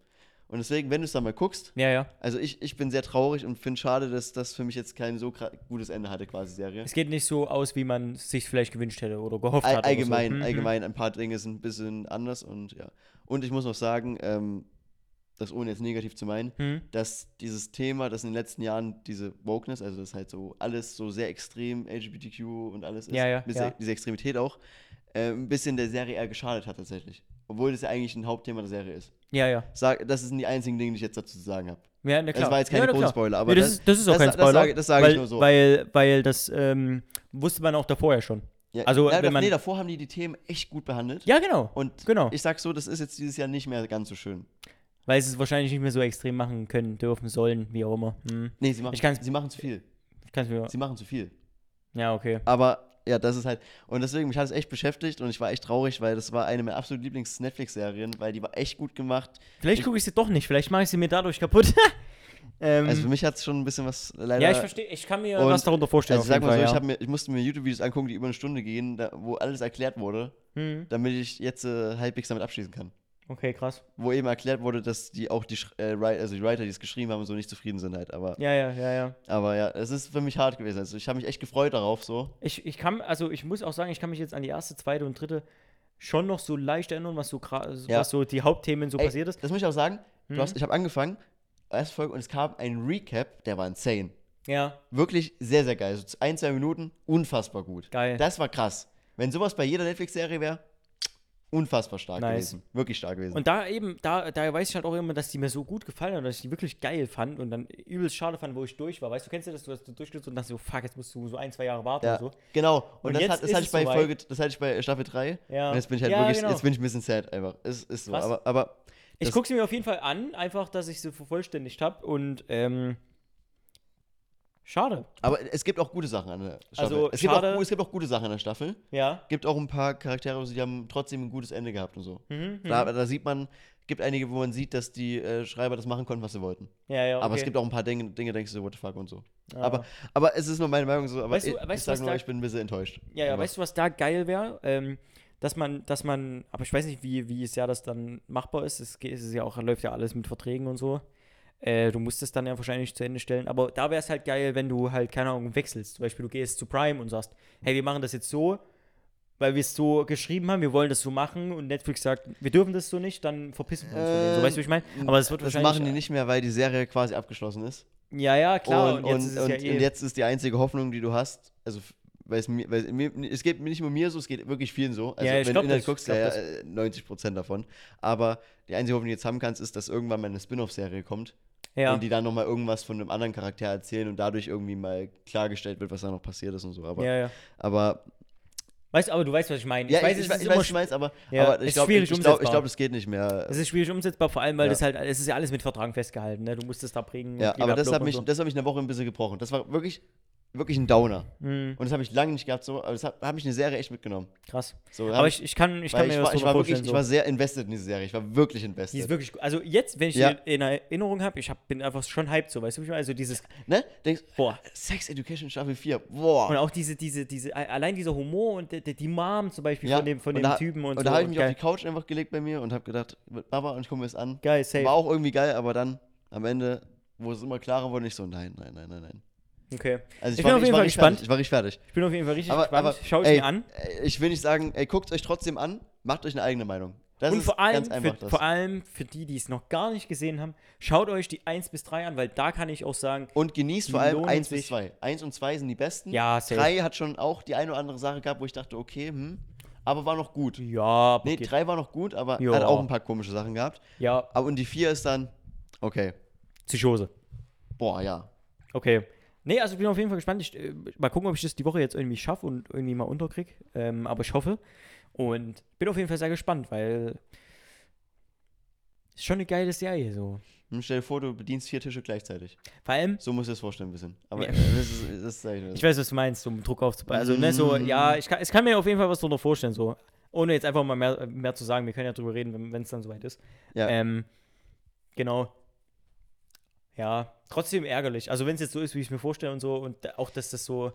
Speaker 1: Und deswegen, wenn du es dann mal guckst,
Speaker 2: Ja, ja.
Speaker 1: also ich, ich bin sehr traurig und finde schade, dass das für mich jetzt kein so gra- gutes Ende hatte, quasi Serie.
Speaker 2: Es geht nicht so aus, wie man sich vielleicht gewünscht hätte oder gehofft
Speaker 1: All,
Speaker 2: hat.
Speaker 1: allgemein,
Speaker 2: oder so. Mhm,
Speaker 1: allgemein, ein paar Dinge sind ein bisschen anders und ja. Und ich muss noch sagen, ähm, das ohne jetzt negativ zu meinen,
Speaker 2: mhm.
Speaker 1: dass dieses Thema, dass in den letzten Jahren diese Wokeness, also das halt so alles so sehr extrem LGBTQ und alles ist,
Speaker 2: Ja, ja,
Speaker 1: diese,
Speaker 2: ja.
Speaker 1: diese Extremität auch, äh, ein bisschen der Serie eher geschadet hat tatsächlich. Obwohl das ja eigentlich ein Hauptthema der Serie ist.
Speaker 2: Ja, ja.
Speaker 1: Sag, das sind die einzigen Dinge, die ich jetzt dazu zu sagen habe.
Speaker 2: Ja, na klar.
Speaker 1: Das war jetzt keine
Speaker 2: ja, na
Speaker 1: große
Speaker 2: klar.
Speaker 1: Spoiler, aber
Speaker 2: Nee, das,
Speaker 1: das-
Speaker 2: ist, das ist auch
Speaker 1: das-
Speaker 2: kein
Speaker 1: das
Speaker 2: Spoiler.
Speaker 1: sage- das sage ich
Speaker 2: weil,
Speaker 1: nur so.
Speaker 2: Weil, weil das ähm, wusste man auch davor ja schon.
Speaker 1: Ja,
Speaker 2: Also,
Speaker 1: na,
Speaker 2: wenn man-
Speaker 1: nee, davor haben die die Themen echt gut behandelt.
Speaker 2: Ja, genau.
Speaker 1: Und
Speaker 2: genau.
Speaker 1: ich sag so, das ist jetzt dieses Jahr nicht mehr ganz so schön.
Speaker 2: weil sie es wahrscheinlich nicht mehr so extrem machen können, dürfen, sollen, wie auch immer. Hm.
Speaker 1: Nee, sie machen,
Speaker 2: Ich kann's-
Speaker 1: sie machen zu viel.
Speaker 2: Kannst du mir.
Speaker 1: Sie machen zu viel.
Speaker 2: Ja, okay.
Speaker 1: Aber ja, das ist halt. Und deswegen, mich hat es echt beschäftigt und ich war echt traurig, weil das war eine meiner absoluten Lieblings-Netflix-Serien, weil die war echt gut gemacht.
Speaker 2: Vielleicht
Speaker 1: Ich-
Speaker 2: gucke ich sie doch nicht. Vielleicht mache ich sie mir dadurch kaputt. ähm,
Speaker 1: Also für mich hat es schon ein bisschen was äh, leider.
Speaker 2: ja, ich verstehe. Ich kann mir
Speaker 1: Und-
Speaker 2: was darunter vorstellen.
Speaker 1: Also
Speaker 2: auf
Speaker 1: sag
Speaker 2: jeden
Speaker 1: mal so,
Speaker 2: Fall,
Speaker 1: ich,
Speaker 2: ja.
Speaker 1: hab mir, ich musste mir YouTube-Videos angucken, die über eine Stunde gehen, da, wo alles erklärt wurde,
Speaker 2: Hm,
Speaker 1: damit ich jetzt äh, halbwegs damit abschließen kann.
Speaker 2: Okay, krass.
Speaker 1: Wo eben erklärt wurde, dass die auch die, Sch- äh, Wri- also die Writer, die es geschrieben haben, und so nicht zufrieden sind halt. Aber
Speaker 2: Ja, ja, ja, ja.
Speaker 1: Aber ja, es ist für mich hart gewesen. Also ich habe mich echt gefreut darauf so.
Speaker 2: Ich, ich kann, also ich muss auch sagen, ich kann mich jetzt an die erste, zweite und dritte schon noch so leicht erinnern, was so, gra-
Speaker 1: Ja.
Speaker 2: was so die Hauptthemen so
Speaker 1: Ey,
Speaker 2: passiert ist.
Speaker 1: Das muss ich auch sagen.
Speaker 2: Mhm.
Speaker 1: Du hast, ich habe angefangen, erste Folge, und es kam ein Recap, der war insane.
Speaker 2: Ja,
Speaker 1: Wirklich sehr, sehr geil. So ein, zwei Minuten, unfassbar gut.
Speaker 2: geil.
Speaker 1: Das war krass. Wenn sowas bei jeder Netflix-Serie wäre, unfassbar stark
Speaker 2: Nice.
Speaker 1: gewesen. Wirklich stark gewesen.
Speaker 2: und da eben, da, da weiß ich halt auch immer, dass die mir so gut gefallen haben, dass ich die wirklich geil fand und dann übelst schade fand, wo ich durch war. Weißt du, kennst du das, du hast du durchgesetzt und dachtest so, fuck, jetzt musst du so ein, zwei Jahre warten
Speaker 1: ja,
Speaker 2: und so.
Speaker 1: genau. Und,
Speaker 2: Und
Speaker 1: das,
Speaker 2: jetzt
Speaker 1: hat, das,
Speaker 2: ist
Speaker 1: hatte
Speaker 2: es
Speaker 1: ich bei
Speaker 2: soweit.
Speaker 1: Folge, das hatte ich bei Staffel 3.
Speaker 2: Ja.
Speaker 1: Und jetzt bin ich halt
Speaker 2: Ja,
Speaker 1: wirklich,
Speaker 2: genau.
Speaker 1: jetzt bin ich ein bisschen sad einfach. Es ist so.
Speaker 2: Krass.
Speaker 1: Aber, aber
Speaker 2: Ich
Speaker 1: Das-
Speaker 2: gucke sie mir auf jeden Fall an, einfach, dass ich sie vervollständigt habe und ähm, schade.
Speaker 1: Aber es gibt auch gute Sachen an der Staffel.
Speaker 2: Also,
Speaker 1: es, gibt auch,
Speaker 2: schade-
Speaker 1: gu- es gibt auch gute Sachen an der Staffel.
Speaker 2: Ja.
Speaker 1: Gibt auch ein paar Charaktere, die haben trotzdem ein gutes Ende gehabt und so.
Speaker 2: Mhm, mhm.
Speaker 1: Da, da sieht man, gibt einige, wo man sieht, dass die äh, Schreiber das machen konnten, was sie wollten.
Speaker 2: ja, ja, okay.
Speaker 1: Aber es gibt auch ein paar Dinge, Dinge denkst du, what the fuck und so.
Speaker 2: Ah.
Speaker 1: Aber, aber es ist nur meine Meinung so. Aber
Speaker 2: Weißt du-
Speaker 1: ich,
Speaker 2: weißt du,
Speaker 1: ich sag
Speaker 2: was
Speaker 1: nur,
Speaker 2: da-
Speaker 1: ich bin ein bisschen enttäuscht.
Speaker 2: Ja, ja,
Speaker 1: aber,
Speaker 2: weißt du, was da geil wäre? Ähm, dass man, dass man, aber ich weiß nicht, wie, wie es ja das dann machbar ist. Es, geht- es ist ja auch, läuft ja alles mit Verträgen und so. Äh, du musst es dann ja wahrscheinlich zu Ende stellen. Aber da wäre es halt geil, wenn du halt, keine Ahnung, wechselst. Zum Beispiel, du gehst zu Prime und sagst, hey, wir machen das jetzt so, weil wir es so geschrieben haben, wir wollen das so machen und Netflix sagt, wir dürfen das so nicht, dann verpissen wir uns von denen. So,
Speaker 1: Ähm,
Speaker 2: weißt du, wie ich meine? Aber es wird
Speaker 1: das
Speaker 2: wahrscheinlich. äh
Speaker 1: machen die nicht mehr, weil die Serie quasi abgeschlossen ist.
Speaker 2: Ja, ja, klar.
Speaker 1: und, und, und,
Speaker 2: ist es ja eh-
Speaker 1: und jetzt ist die einzige Hoffnung, die du hast, also f- weil es, mir, weil es, mir, es geht mir nicht nur mir so, es geht wirklich vielen so. Also
Speaker 2: Ja, ich
Speaker 1: wenn
Speaker 2: glaub
Speaker 1: du Inhalt
Speaker 2: das,
Speaker 1: guckst,
Speaker 2: ich
Speaker 1: ja,
Speaker 2: glaub
Speaker 1: ja, äh, 90 Prozent davon. Aber die einzige Hoffnung, die du jetzt haben kannst, ist, dass irgendwann mal eine Spin-off-Serie kommt
Speaker 2: ja.
Speaker 1: und die dann nochmal irgendwas von einem anderen Charakter erzählen und dadurch irgendwie mal klargestellt wird, was da noch passiert ist und so. Aber,
Speaker 2: ja, ja.
Speaker 1: aber
Speaker 2: Weißt du, aber du weißt, was ich meine.
Speaker 1: ja, ich, ich, weiß, ich weiß, was du meinst, aber,
Speaker 2: Ja,
Speaker 1: aber
Speaker 2: ist
Speaker 1: ich glaube,
Speaker 2: schwierig
Speaker 1: ich glaube,
Speaker 2: umsetzbar.
Speaker 1: glaub, das geht nicht mehr.
Speaker 2: Es ist schwierig umsetzbar, vor allem, weil
Speaker 1: Ja.
Speaker 2: das halt, es ist ja alles mit Vertrag festgehalten, ne? Du musst es da prägen.
Speaker 1: Ja,
Speaker 2: und
Speaker 1: aber das
Speaker 2: blablabla
Speaker 1: hat, mich,
Speaker 2: und
Speaker 1: das hat mich eine Woche ein bisschen gebrochen. Das war wirklich, wirklich ein Downer.
Speaker 2: so. Mhm,
Speaker 1: Und das habe ich lange nicht gehabt, so, aber das hat, hat mich eine Serie echt mitgenommen.
Speaker 2: krass.
Speaker 1: So, hab
Speaker 2: Aber ich, ich kann, ich
Speaker 1: Weil
Speaker 2: kann mir
Speaker 1: ich,
Speaker 2: das
Speaker 1: war,
Speaker 2: so
Speaker 1: ich, war wirklich,
Speaker 2: vorstellen.
Speaker 1: ich war
Speaker 2: so.
Speaker 1: sehr invested in diese Serie. Ich war wirklich
Speaker 2: Die ist
Speaker 1: invested.
Speaker 2: wirklich gut. Also jetzt, wenn ich
Speaker 1: Ja.
Speaker 2: die in Erinnerung habe, ich hab, bin einfach schon hyped so, weißt du, wie ich meine? Also dieses,
Speaker 1: Ne? Denkst,
Speaker 2: boah.
Speaker 1: Sex Education Staffel 4.
Speaker 2: Und
Speaker 1: Boah.
Speaker 2: auch diese, diese, diese, allein dieser Humor und die, die, die Mom zum Beispiel
Speaker 1: Ja,
Speaker 2: von dem,
Speaker 1: und
Speaker 2: von dem
Speaker 1: da,
Speaker 2: Typen und,
Speaker 1: und
Speaker 2: so.
Speaker 1: da habe ich mich
Speaker 2: geil,
Speaker 1: auf die Couch einfach gelegt bei mir und habe gedacht, mit Baba, und ich gucke mir das an.
Speaker 2: geil, safe.
Speaker 1: War auch irgendwie geil, aber dann am Ende, wo es immer klarer wurde, ich so, nein, nein, nein, nein, nein.
Speaker 2: Okay.
Speaker 1: Also
Speaker 2: Ich bin auf jeden
Speaker 1: war
Speaker 2: Fall
Speaker 1: richtig
Speaker 2: gespannt.
Speaker 1: Fertig. Ich war richtig fertig.
Speaker 2: Ich bin auf jeden Fall richtig
Speaker 1: Aber,
Speaker 2: gespannt.
Speaker 1: aber
Speaker 2: Schau es
Speaker 1: ey,
Speaker 2: mir an.
Speaker 1: äh, Ich will nicht sagen, ey, guckt euch trotzdem an, macht euch eine eigene Meinung. Das
Speaker 2: und
Speaker 1: ist
Speaker 2: vor allem,
Speaker 1: ganz einfach
Speaker 2: für,
Speaker 1: das.
Speaker 2: vor allem für die, die es noch gar nicht gesehen haben, schaut euch die 1 bis 3 an, weil da kann ich auch sagen,
Speaker 1: und genießt
Speaker 2: die
Speaker 1: vor allem
Speaker 2: lohnen
Speaker 1: 1 bis
Speaker 2: sich.
Speaker 1: 2. 1 und 2 sind die besten.
Speaker 2: ja, safe.
Speaker 1: 3 hat schon auch die eine oder andere Sache gehabt, wo ich dachte, okay, hm, aber war noch gut.
Speaker 2: Ja, aber
Speaker 1: Nee,
Speaker 2: geht.
Speaker 1: 3 war noch gut, aber
Speaker 2: Ja.
Speaker 1: hat auch ein paar komische Sachen gehabt.
Speaker 2: ja,
Speaker 1: Aber und die 4 ist dann, okay,
Speaker 2: Psychose.
Speaker 1: boah, ja.
Speaker 2: Okay. Nee, also ich bin auf jeden Fall gespannt. Ich, äh, mal gucken, ob ich das die Woche jetzt irgendwie schaffe und irgendwie mal unterkriege. Ähm, aber ich hoffe. Und bin auf jeden Fall sehr gespannt, weil ist schon eine geile Serie so.
Speaker 1: Hm, Stell dir vor, du bedienst vier Tische gleichzeitig.
Speaker 2: Vor allem,
Speaker 1: So musst du es vorstellen, ein bisschen. Aber
Speaker 2: Ja.
Speaker 1: äh, das ist, das ist eigentlich-
Speaker 2: ich weiß, was du meinst, um Druck aufzubauen. Also, ne, so,
Speaker 1: Mm.
Speaker 2: ja, ich kann, ich kann mir auf jeden Fall was darunter vorstellen, so. Ohne jetzt einfach mal mehr, mehr zu sagen, wir können ja drüber reden, wenn es dann soweit ist.
Speaker 1: Ja.
Speaker 2: Ähm, genau. Ja, trotzdem ärgerlich. Also wenn es jetzt so ist, wie ich es mir vorstelle und so, und da- auch, dass das so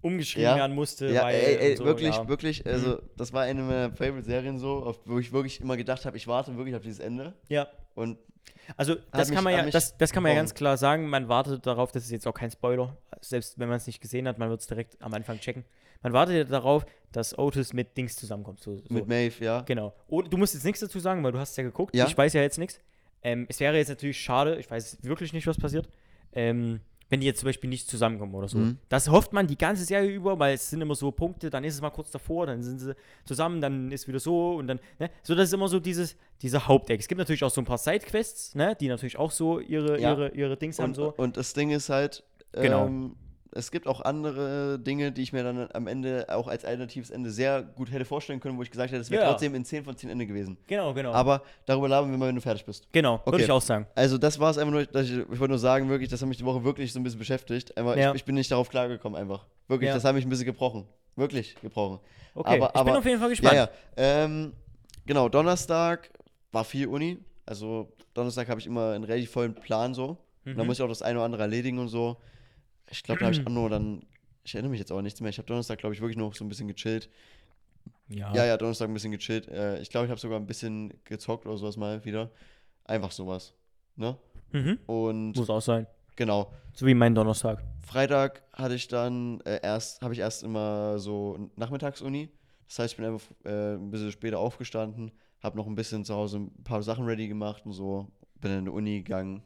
Speaker 2: umgeschrieben
Speaker 1: Ja.
Speaker 2: werden musste,
Speaker 1: ja,
Speaker 2: weil
Speaker 1: ey, ey,
Speaker 2: und so,
Speaker 1: wirklich,
Speaker 2: ja. Mhm.
Speaker 1: wirklich, also das war eine meiner Favorite-Serien so, auf, wo ich wirklich immer gedacht habe, ich warte wirklich auf dieses Ende.
Speaker 2: ja.
Speaker 1: Und
Speaker 2: Also das
Speaker 1: mich-
Speaker 2: kann man
Speaker 1: hat
Speaker 2: ja,
Speaker 1: mich
Speaker 2: das, das kann man ja
Speaker 1: gebrochen.
Speaker 2: ganz klar sagen. Man wartet darauf, das ist jetzt auch kein Spoiler. Selbst wenn man es nicht gesehen hat, man wird es direkt am Anfang checken. Man wartet ja darauf, dass Otis mit Dings zusammenkommt. So, so.
Speaker 1: mit Maeve, ja.
Speaker 2: Genau. Oder du musst jetzt nichts dazu sagen, weil du hast es ja geguckt.
Speaker 1: Ja.
Speaker 2: Ich weiß ja jetzt nichts. Ähm, es wäre jetzt natürlich schade, ich weiß wirklich nicht, was passiert, ähm, wenn die jetzt zum Beispiel nicht zusammenkommen oder so.
Speaker 1: Mhm.
Speaker 2: Das hofft man die ganze Serie über, weil es sind immer so Punkte, dann ist es mal kurz davor, dann sind sie zusammen, dann ist wieder so und dann, ne? So, das ist immer so dieses, dieser Haupteck. Es gibt natürlich auch so ein paar Sidequests, ne? Die natürlich auch so ihre,
Speaker 1: Ja.
Speaker 2: ihre, ihre Dings haben
Speaker 1: Und,
Speaker 2: so.
Speaker 1: und das Ding ist halt,
Speaker 2: Genau.
Speaker 1: ähm, es gibt auch andere Dinge, die ich mir dann am Ende auch als alternatives Ende sehr gut hätte vorstellen können, wo ich gesagt hätte, es wäre
Speaker 2: Ja.
Speaker 1: trotzdem in 10 von 10 Ende gewesen.
Speaker 2: Genau, genau.
Speaker 1: Aber darüber labern wir mal, wenn du fertig bist.
Speaker 2: genau, würde
Speaker 1: Okay.
Speaker 2: ich auch sagen.
Speaker 1: Also das war es einfach nur, dass ich, ich wollte nur sagen, wirklich, das hat mich die Woche wirklich so ein bisschen beschäftigt. Einfach,
Speaker 2: Ja.
Speaker 1: ich, ich bin nicht darauf klargekommen einfach. Wirklich,
Speaker 2: Ja.
Speaker 1: das hat mich ein bisschen gebrochen. Wirklich gebrochen.
Speaker 2: Okay,
Speaker 1: aber,
Speaker 2: ich
Speaker 1: aber,
Speaker 2: bin auf jeden Fall gespannt.
Speaker 1: Ja, ja. Ähm, genau, Donnerstag war viel Uni. Also Donnerstag habe ich immer einen relativ vollen Plan so. Und
Speaker 2: Mhm.
Speaker 1: Da muss ich auch das eine oder andere erledigen und so. Ich glaube, da habe ich auch nur dann, ich erinnere mich jetzt auch an nichts mehr. Ich habe Donnerstag, glaube ich, wirklich noch so ein bisschen gechillt.
Speaker 2: Ja.
Speaker 1: Ja, ja, Donnerstag ein bisschen gechillt. Äh, ich glaube, ich habe sogar ein bisschen gezockt oder sowas mal wieder. Einfach sowas. Ne?
Speaker 2: Mhm.
Speaker 1: Und
Speaker 2: Muss auch sein.
Speaker 1: genau.
Speaker 2: So wie mein Donnerstag.
Speaker 1: Freitag hatte ich dann äh, erst, habe ich erst immer so Nachmittagsuni. Das heißt, ich bin einfach äh, ein bisschen später aufgestanden, habe noch ein bisschen zu Hause ein paar Sachen ready gemacht und so, bin dann in die Uni gegangen,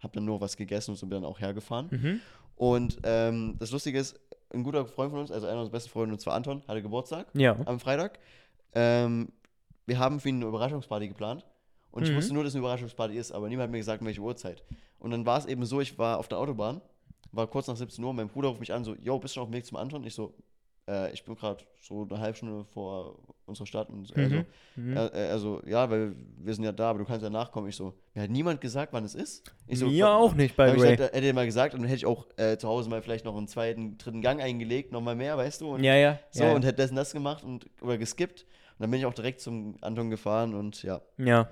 Speaker 1: habe dann nur was gegessen und so bin dann auch hergefahren.
Speaker 2: Mhm.
Speaker 1: Und ähm, das Lustige ist, ein guter Freund von uns, also einer unserer besten Freunde, und zwar Anton, hatte Geburtstag
Speaker 2: Ja.
Speaker 1: am Freitag. Ähm, wir haben für ihn eine Überraschungsparty geplant. Und ich
Speaker 2: Mhm.
Speaker 1: wusste nur, dass es eine Überraschungsparty ist, aber niemand hat mir gesagt, um welche Uhrzeit. Und dann war es eben so, ich war auf der Autobahn, war kurz nach 17 Uhr, mein Bruder ruft mich an, so, yo, bist du schon auf dem Weg zum Anton? Ich so, äh, ich bin gerade so eine halbe Stunde vor unserer Stadt. Und, also,
Speaker 2: Mhm. Mhm.
Speaker 1: äh, äh, also, ja, weil wir sind ja da, aber du kannst ja nachkommen. Ich so, mir hat niemand gesagt, wann es ist. Ich so,
Speaker 2: Mir
Speaker 1: "Wa-
Speaker 2: auch nicht, by
Speaker 1: hab
Speaker 2: the
Speaker 1: ich
Speaker 2: way.
Speaker 1: gesagt, äh, hätte er mal gesagt, und dann hätte ich auch äh, zu Hause mal vielleicht noch einen zweiten, dritten Gang eingelegt, nochmal mehr, weißt du? Und
Speaker 2: Ja, ja.
Speaker 1: äh, so,
Speaker 2: ja,
Speaker 1: und hätte dessen das gemacht und oder geskippt. Und dann bin ich auch direkt zum Anton gefahren und ja.
Speaker 2: ja.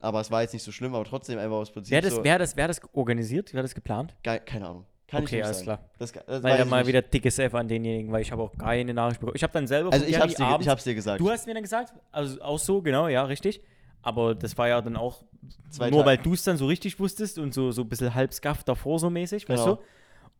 Speaker 1: Aber es war jetzt nicht so schlimm, aber trotzdem einfach aus Prinzip.
Speaker 2: Wer hat das,
Speaker 1: so,
Speaker 2: wer hat das, wer hat das organisiert? Wer hat das geplant?
Speaker 1: Geil, keine Ahnung. Kann ich
Speaker 2: Okay,
Speaker 1: nicht
Speaker 2: alles
Speaker 1: sagen.
Speaker 2: klar.
Speaker 1: Das, das weiß
Speaker 2: Leider
Speaker 1: ich
Speaker 2: mal
Speaker 1: nicht.
Speaker 2: wieder dickes F an denjenigen, weil ich habe auch keine Nachricht bekommen. Ich habe dann selber
Speaker 1: Also
Speaker 2: von
Speaker 1: ich
Speaker 2: Gary
Speaker 1: hab's, dir,
Speaker 2: abends-
Speaker 1: ich hab's dir gesagt.
Speaker 2: Du hast mir dann gesagt, also auch so, genau, ja, richtig. Aber das war ja dann auch
Speaker 1: Zwei
Speaker 2: nur,
Speaker 1: Tage.
Speaker 2: weil du es dann so richtig wusstest und so, so ein bisschen halb scuff davor so mäßig,
Speaker 1: Genau.
Speaker 2: weißt du?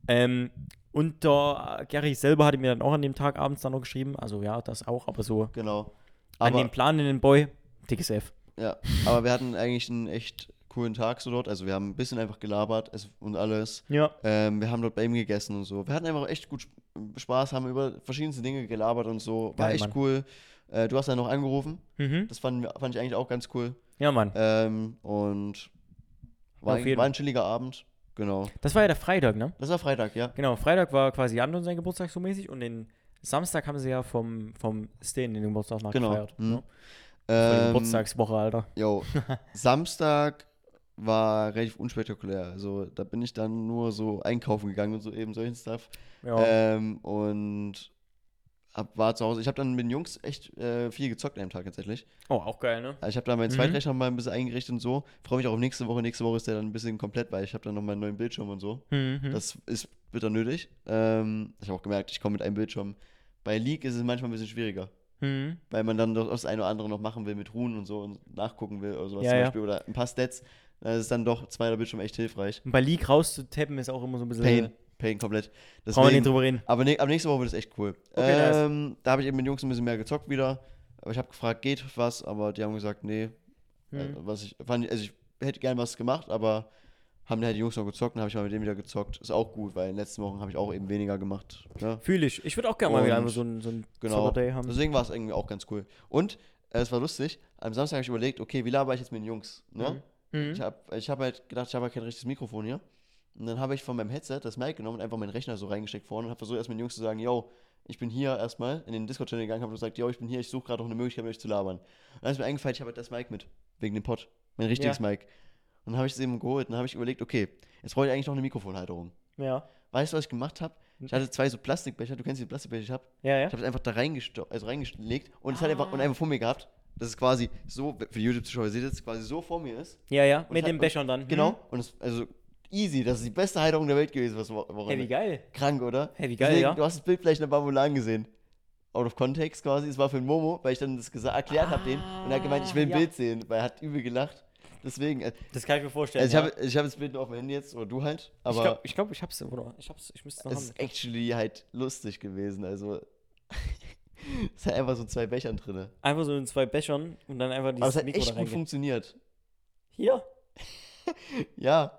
Speaker 2: Ähm, und der Gary selber hatte mir dann auch an dem Tag abends dann noch geschrieben, also ja, das auch, aber so
Speaker 1: genau.
Speaker 2: an
Speaker 1: Aber,
Speaker 2: den Plan in den Boy, dickes F.
Speaker 1: ja, aber wir hatten eigentlich einen echt coolen Tag so dort. Also wir haben ein bisschen einfach gelabert es, und alles.
Speaker 2: Ja.
Speaker 1: Ähm, wir haben dort bei ihm gegessen und so. Wir hatten einfach echt gut Sp- Spaß, haben über verschiedenste Dinge gelabert und so. War
Speaker 2: Geil,
Speaker 1: echt
Speaker 2: Mann.
Speaker 1: cool. Äh, du hast dann noch angerufen.
Speaker 2: Mhm.
Speaker 1: Das fand, fand ich eigentlich auch ganz cool.
Speaker 2: Ja, Mann.
Speaker 1: Ähm, und war,
Speaker 2: Auf
Speaker 1: ein-
Speaker 2: jeden-
Speaker 1: war ein chilliger Abend. Genau.
Speaker 2: Das war ja der Freitag, ne?
Speaker 1: Das war Freitag, ja.
Speaker 2: Genau, Freitag war quasi Jan und sein Geburtstag so mäßig und den Samstag haben sie ja vom, vom Stan den Geburtstag
Speaker 1: Genau.
Speaker 2: nachgefeiert.
Speaker 1: Mhm.
Speaker 2: Ne? Voll die
Speaker 1: Ähm,
Speaker 2: Geburtstagswoche, Alter.
Speaker 1: Jo. Samstag war relativ unspektakulär. Also da bin ich dann nur so einkaufen gegangen und so eben solchen Stuff.
Speaker 2: Ja.
Speaker 1: Ähm, und hab, war zu Hause. Ich habe dann mit den Jungs echt äh, viel gezockt an dem Tag tatsächlich.
Speaker 2: oh, auch geil, ne?
Speaker 1: Also ich habe da meinen
Speaker 2: Mhm.
Speaker 1: Zweitrechner mal ein bisschen eingerichtet und so. Freue mich auch auf nächste Woche. Nächste Woche ist der dann ein bisschen komplett, weil ich habe dann noch meinen neuen Bildschirm und so.
Speaker 2: Mhm.
Speaker 1: Das ist, wird dann nötig. Ähm, ich habe auch gemerkt, ich komme mit einem Bildschirm. Bei League ist es manchmal ein bisschen schwieriger,
Speaker 2: mhm.
Speaker 1: weil man dann doch das eine oder andere noch machen will mit Ruhen und so und nachgucken will oder sowas
Speaker 2: Ja,
Speaker 1: zum
Speaker 2: ja.
Speaker 1: Beispiel oder ein paar Stats. Da ist dann doch zweiter Bildschirm echt hilfreich.
Speaker 2: Und bei League rauszutappen ist auch immer so ein bisschen.
Speaker 1: Pain, Pain komplett.
Speaker 2: Also, äh, Brauchen wir nicht
Speaker 1: Deswegen,
Speaker 2: drüber reden.
Speaker 1: aber ne, ab nächste Woche wird es echt cool.
Speaker 2: Okay, nice.
Speaker 1: ähm, Da habe ich eben mit den Jungs ein bisschen mehr gezockt wieder. Aber ich habe gefragt, geht was, aber die haben gesagt, nee. Äh,
Speaker 2: Mhm.
Speaker 1: was ich, fand, ich- also ich hätte gern was gemacht, aber haben halt die Jungs noch gezockt und habe ich mal mit denen wieder gezockt. Ist auch gut, weil in den letzten Wochen habe ich auch eben weniger gemacht. Ne?
Speaker 2: Fühle ich. Ich würde auch gerne mal wieder
Speaker 1: Und-
Speaker 2: einfach so einen so ein
Speaker 1: Genau.
Speaker 2: Zockerday haben.
Speaker 1: Deswegen war es irgendwie auch ganz cool. Und äh, es war lustig, am Samstag habe ich überlegt, okay, wie laber ich jetzt mit den Jungs? Ne?
Speaker 2: Mhm.
Speaker 1: Ich habe ich hab halt gedacht, ich habe halt kein richtiges Mikrofon hier. Und dann habe ich von meinem Headset das Mic genommen und einfach meinen Rechner so reingesteckt vorne und habe versucht, erst mit den Jungs zu sagen, yo, ich bin hier erstmal in den Discord-Channel gegangen, habe gesagt, yo, ich bin hier, ich suche gerade noch eine Möglichkeit, mit euch zu labern. Und dann ist mir eingefallen, ich habe halt das Mic mit, wegen dem Pod, mein richtiges Mic. Und dann habe ich es eben geholt und dann habe ich überlegt, okay, jetzt brauche ich eigentlich noch eine Mikrofonhalterung.
Speaker 2: Ja.
Speaker 1: Weißt du, was ich gemacht habe? Ich hatte zwei so Plastikbecher, du kennst die Plastikbecher, die ich habe.
Speaker 2: Ja, Ah. ja.
Speaker 1: Ich habe es einfach da reingesto also reingelegt und es hat einfach, und einfach vor mir gehabt. Das ist quasi so, für die YouTube-Zuschauer seht ihr es, quasi so vor mir ist.
Speaker 2: Ja, ja.
Speaker 1: Und
Speaker 2: Mit
Speaker 1: hat-
Speaker 2: dem
Speaker 1: und-
Speaker 2: Bechern dann. Mhm.
Speaker 1: Genau. Und es, also easy, das ist die beste Heiterung der Welt gewesen, was wo-
Speaker 2: Mhm. Hey, wie
Speaker 1: Wochenende.
Speaker 2: geil.
Speaker 1: Krank, oder?
Speaker 2: Hey, wie geil, ja.
Speaker 1: Du hast das Bild vielleicht in der Bamulan gesehen. Out of context quasi. Es war für den Momo, weil ich dann das gesa- erklärt habe den und er hat gemeint, ich will ein
Speaker 2: Ah, ja.
Speaker 1: Bild sehen, weil er hat übel gelacht. Deswegen, äh,
Speaker 2: Das kann ich mir vorstellen.
Speaker 1: also ich
Speaker 2: ja.
Speaker 1: habe ich hab das Bild nur auf dem Handy jetzt, oder du halt,
Speaker 2: ich
Speaker 1: aber
Speaker 2: glaube, ich, glaub, ich hab's, oder? Ich hab's, ich müsste es noch
Speaker 1: es
Speaker 2: haben.
Speaker 1: ist actually halt lustig gewesen. Also, es hat einfach so zwei Bechern drin.
Speaker 2: Einfach so in zwei Bechern und dann einfach
Speaker 1: Aber es
Speaker 2: dieses
Speaker 1: hat
Speaker 2: Mikro da
Speaker 1: echt gut
Speaker 2: reingehen.
Speaker 1: funktioniert.
Speaker 2: Hier.
Speaker 1: Ja.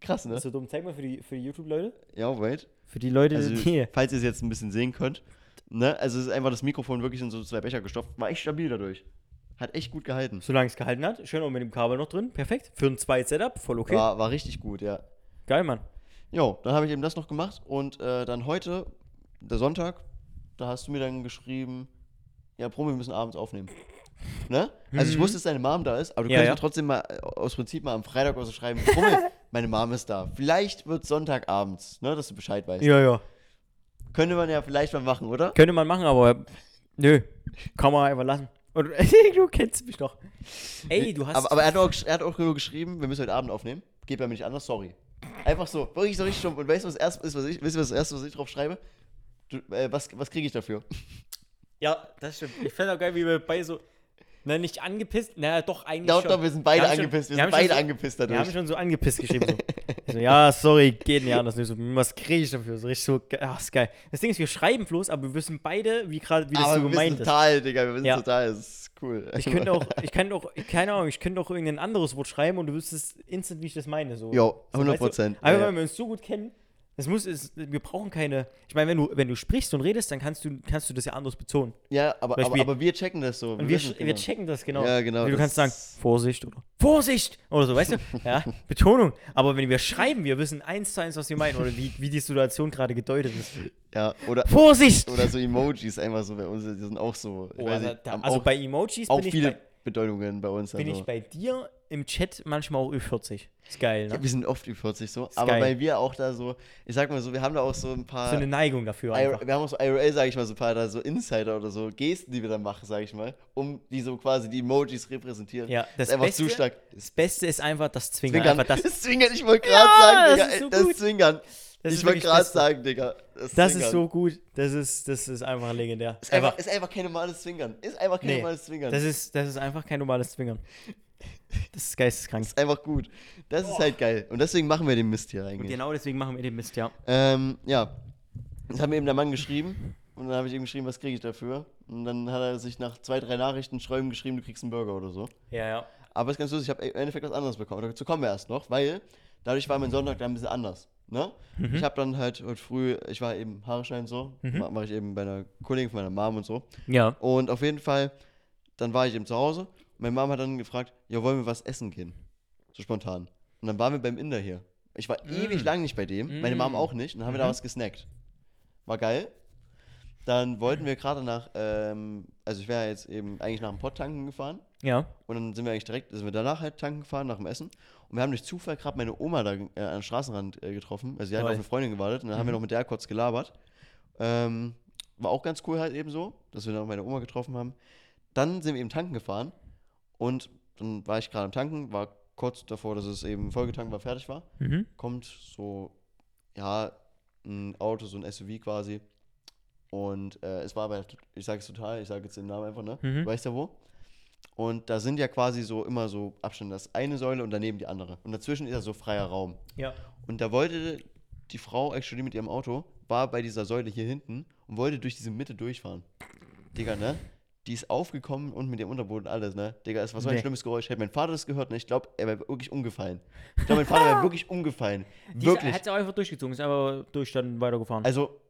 Speaker 1: Krass, ne?
Speaker 2: So dumm. Zeig mal für die, für die YouTube-Leute.
Speaker 1: Ja, wait.
Speaker 2: Für die Leute,
Speaker 1: Also,
Speaker 2: die.
Speaker 1: falls ihr es jetzt ein bisschen sehen könnt, ne? Also, es ist einfach das Mikrofon wirklich in so zwei Becher gestopft. War echt stabil dadurch. Hat echt gut gehalten.
Speaker 2: Solange es gehalten hat. Schön auch mit dem Kabel noch drin. Perfekt. Für ein zweites Setup. Voll okay.
Speaker 1: War, war richtig gut, ja.
Speaker 2: Geil, Mann.
Speaker 1: Jo, dann habe ich eben das noch gemacht und äh, dann heute, der Sonntag, da hast du mir dann geschrieben, ja, Promi, wir müssen abends aufnehmen. Ne? Also ich
Speaker 2: Mhm.
Speaker 1: wusste, dass deine Mom da ist, aber du
Speaker 2: Ja,
Speaker 1: könntest
Speaker 2: ja.
Speaker 1: mir trotzdem mal äh, aus Prinzip mal am Freitag oder so schreiben, Promi, meine Mom ist da. Vielleicht wird Sonntagabends, ne, dass du Bescheid weißt.
Speaker 2: Ja, ja.
Speaker 1: Könnte man ja vielleicht mal machen, oder?
Speaker 2: Könnte man machen, aber nö. Kann man einfach lassen. Und, du kennst mich doch. Ey, du hast.
Speaker 1: Aber, aber er, hat auch, gesch- er hat auch nur geschrieben, wir müssen heute Abend aufnehmen. Geht bei mir nicht anders, sorry. Einfach so, wirklich so richtig stumpf. Und weißt du, was das erste ist, was ich, wisst ihr, was das erste, was ich drauf schreibe? Du, äh, was was kriege ich dafür?
Speaker 2: ja, das stimmt. Ich fände auch geil, wie wir bei so. Na, nicht angepisst? Na, doch, eigentlich.
Speaker 1: Doch,
Speaker 2: schon.
Speaker 1: doch, wir sind beide
Speaker 2: haben schon-
Speaker 1: angepisst. Wir
Speaker 2: wir
Speaker 1: sind
Speaker 2: haben schon
Speaker 1: beide
Speaker 2: so-
Speaker 1: angepisst
Speaker 2: Wir haben
Speaker 1: dadurch.
Speaker 2: schon so angepisst geschrieben. So. Ich so, ja, sorry, geht nicht anders. Ich So, hm, was kriege ich dafür? So richtig so, ge- ach, ist geil. Das Ding ist, wir schreiben bloß, aber wir wissen beide, wie gerade, wie das
Speaker 1: aber
Speaker 2: so
Speaker 1: wir
Speaker 2: gemeint
Speaker 1: wissen
Speaker 2: ist.
Speaker 1: total, Digga, wir wissen
Speaker 2: Ja.
Speaker 1: total. Das ist cool.
Speaker 2: Ich könnte auch, ich kann auch, keine Ahnung, ich könnte auch irgendein anderes Wort schreiben und du wüsstest instant, wie ich das meine. So.
Speaker 1: Jo,
Speaker 2: So, weißt
Speaker 1: 100
Speaker 2: du?
Speaker 1: Prozent.
Speaker 2: Aber
Speaker 1: ja,
Speaker 2: weil
Speaker 1: ja.
Speaker 2: wir uns so gut kennen, das muss, es, wir brauchen keine. Ich meine, wenn du, wenn du sprichst und redest, dann kannst du, kannst du das ja anders betonen.
Speaker 1: ja aber, aber,
Speaker 2: Beispiel-
Speaker 1: aber wir checken das so.
Speaker 2: Und wir,
Speaker 1: wissen es
Speaker 2: sch- wir
Speaker 1: genau.
Speaker 2: checken das genau.
Speaker 1: Ja, genau,
Speaker 2: Du
Speaker 1: das
Speaker 2: kannst sagen,
Speaker 1: ist-
Speaker 2: Vorsicht oder Vorsicht oder so, weißt du? Ja, Betonung. Aber wenn wir schreiben, wir wissen eins zu eins, was wir meinen oder wie, wie die Situation gerade gedeutet ist.
Speaker 1: Ja, oder,
Speaker 2: Vorsicht!
Speaker 1: oder so Emojis einfach so bei uns, die sind auch so. Ich
Speaker 2: Oh,
Speaker 1: weiß
Speaker 2: also,
Speaker 1: nicht,
Speaker 2: da,
Speaker 1: haben
Speaker 2: also
Speaker 1: auch,
Speaker 2: bei Emojis
Speaker 1: auch
Speaker 2: bin, ich
Speaker 1: viele
Speaker 2: bei,
Speaker 1: Bedeutungen bei uns.
Speaker 2: bin
Speaker 1: also.
Speaker 2: ich bei dir im Chat manchmal auch Ü40. Ist geil, ne?
Speaker 1: Ja, wir sind oft über 40 so, aber
Speaker 2: geil.
Speaker 1: weil wir auch da so, ich sag mal so, wir haben da auch so ein paar,
Speaker 2: So eine Neigung dafür
Speaker 1: IRA,
Speaker 2: einfach.
Speaker 1: wir haben auch so IRL, sag ich mal, so ein paar da so Insider oder so Gesten, die wir da machen, sag ich mal, um die so quasi die Emojis repräsentieren.
Speaker 2: Ja, das
Speaker 1: ist einfach zu
Speaker 2: Beste-
Speaker 1: stark.
Speaker 2: Das Beste ist einfach das Zwingen.
Speaker 1: Zwinkern.
Speaker 2: Einfach das,
Speaker 1: das Zwinkern, ich wollte gerade
Speaker 2: Ja,
Speaker 1: sagen, Digga,
Speaker 2: das ist so
Speaker 1: ey, das,
Speaker 2: gut.
Speaker 1: Zwinkern.
Speaker 2: Das ist
Speaker 1: ich wollte
Speaker 2: wirklich
Speaker 1: gerade
Speaker 2: Beste.
Speaker 1: sagen, Digga. Das,
Speaker 2: das
Speaker 1: Zwinkern.
Speaker 2: ist so gut. Das ist, das ist einfach legendär.
Speaker 1: Ist einfach, ist einfach kein normales Zwinkern. Ist einfach kein
Speaker 2: Nee,
Speaker 1: normales Zwinkern.
Speaker 2: Das ist, das ist einfach kein normales Zwingern. Das ist geisteskrank.
Speaker 1: ist einfach gut. Das ist halt geil. Und deswegen machen wir den Mist hier eigentlich.
Speaker 2: Genau deswegen machen wir den Mist, ja.
Speaker 1: Ähm, ja. Das hat mir eben der Mann geschrieben. Und dann habe ich ihm geschrieben, was kriege ich dafür? Und dann hat er sich nach zwei, drei Nachrichten schreiben geschrieben, du kriegst einen Burger oder so.
Speaker 2: Ja, ja.
Speaker 1: Aber ist ganz lustig, ich habe im Endeffekt was anderes bekommen. Dazu kommen wir erst noch, weil dadurch war mein Sonntag dann ein bisschen anders. Ne? Ich habe dann halt heute früh, ich war eben Haare schneiden so, mache mach ich eben bei einer Kollegin von meiner Mom und so.
Speaker 2: Ja.
Speaker 1: Und auf jeden Fall, dann war ich eben zu Hause. Meine Mama hat dann gefragt, ja, wollen wir was essen gehen? So spontan. Und dann waren wir beim Inder hier. Ich war ewig lang nicht bei dem, meine Mama auch nicht. Und dann haben wir da was gesnackt. War geil. Dann wollten wir gerade nach, ähm, also ich wäre jetzt eben eigentlich nach dem Pott tanken gefahren.
Speaker 2: Ja.
Speaker 1: Und dann sind wir eigentlich direkt, sind wir danach halt tanken gefahren, nach dem Essen. Und wir haben durch Zufall gerade meine Oma da äh, am Straßenrand äh, getroffen. Also sie hat
Speaker 2: Lol.
Speaker 1: auf eine Freundin gewartet und dann haben wir noch mit der kurz gelabert. Ähm, war auch ganz cool halt eben so, dass wir dann meine Oma getroffen haben. Dann sind wir eben tanken gefahren und dann war ich gerade am Tanken, war kurz davor, dass es eben vollgetankt war, fertig war.
Speaker 2: Mhm.
Speaker 1: Kommt so, ja, ein Auto, so ein SUV quasi. Und äh, es war aber, ich sage es total, ich sage jetzt den Namen einfach, ne?
Speaker 2: Mhm.
Speaker 1: Du weißt ja wo. Und da sind ja quasi so immer so Abstände, das ist eine Säule und daneben die andere. Und dazwischen ist ja so freier Raum.
Speaker 2: Ja.
Speaker 1: Und da wollte die Frau actually mit ihrem Auto, war bei dieser Säule hier hinten und wollte durch diese Mitte durchfahren. Digga, ne? Die ist aufgekommen und mit dem Unterboden alles, ne? Digga, es war so ein
Speaker 2: Nee.
Speaker 1: schlimmes Geräusch. Hätte mein Vater das gehört, ne? Ich glaube, er wäre wirklich umgefallen. Ich glaube, mein Vater wäre wirklich umgefallen. Wirklich.
Speaker 2: Hat sie einfach durchgezogen, ist einfach durch dann weitergefahren.
Speaker 1: Also,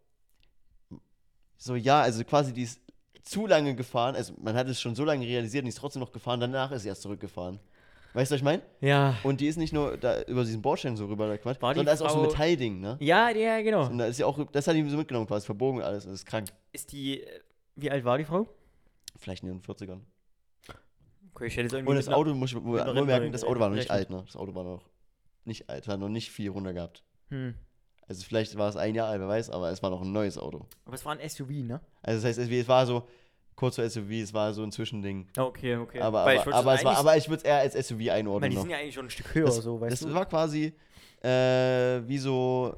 Speaker 1: so ja, also quasi die ist zu lange gefahren. Also, man hat es schon so lange realisiert und die ist trotzdem noch gefahren. Danach ist sie erst zurückgefahren. Weißt du, was ich meine?
Speaker 2: ja.
Speaker 1: Und die ist nicht nur da über diesen Bordstein so rüber, gequatscht,
Speaker 2: War die
Speaker 1: sondern da ist auch so ein
Speaker 2: Frau-
Speaker 1: Metallding, ne?
Speaker 2: Ja, ja, genau.
Speaker 1: Und da ist ja auch, das hat ihm so mitgenommen quasi, verbogen und alles, das ist krank.
Speaker 2: Ist die, äh, wie alt war die Frau?
Speaker 1: Vielleicht in den 40ern.
Speaker 2: Okay, ich hätte jetzt irgendwie
Speaker 1: Und das Auto, muss ich
Speaker 2: einer
Speaker 1: wohl
Speaker 2: Rennwagen
Speaker 1: merken, das Auto war noch nicht alt,
Speaker 2: gerechnet.
Speaker 1: ne? Das Auto war noch nicht alt, hat noch nicht viel runter gehabt.
Speaker 2: Hm.
Speaker 1: Also vielleicht war es ein Jahr alt, wer weiß, aber es war noch ein neues Auto.
Speaker 2: Aber es war ein SUV, ne?
Speaker 1: Also das heißt, es war so, kurz vor SUV, es war so ein Zwischending.
Speaker 2: Ah, Okay, okay.
Speaker 1: Aber,
Speaker 2: Weil
Speaker 1: aber,
Speaker 2: ich
Speaker 1: aber,
Speaker 2: wollte
Speaker 1: es
Speaker 2: schon
Speaker 1: war,
Speaker 2: eigentlich-
Speaker 1: aber ich würde es eher als SUV
Speaker 2: Weil
Speaker 1: einordnen.
Speaker 2: die
Speaker 1: noch.
Speaker 2: sind ja eigentlich schon ein Stück höher,
Speaker 1: Das-
Speaker 2: so, weißt
Speaker 1: das
Speaker 2: du?
Speaker 1: war quasi äh, wie so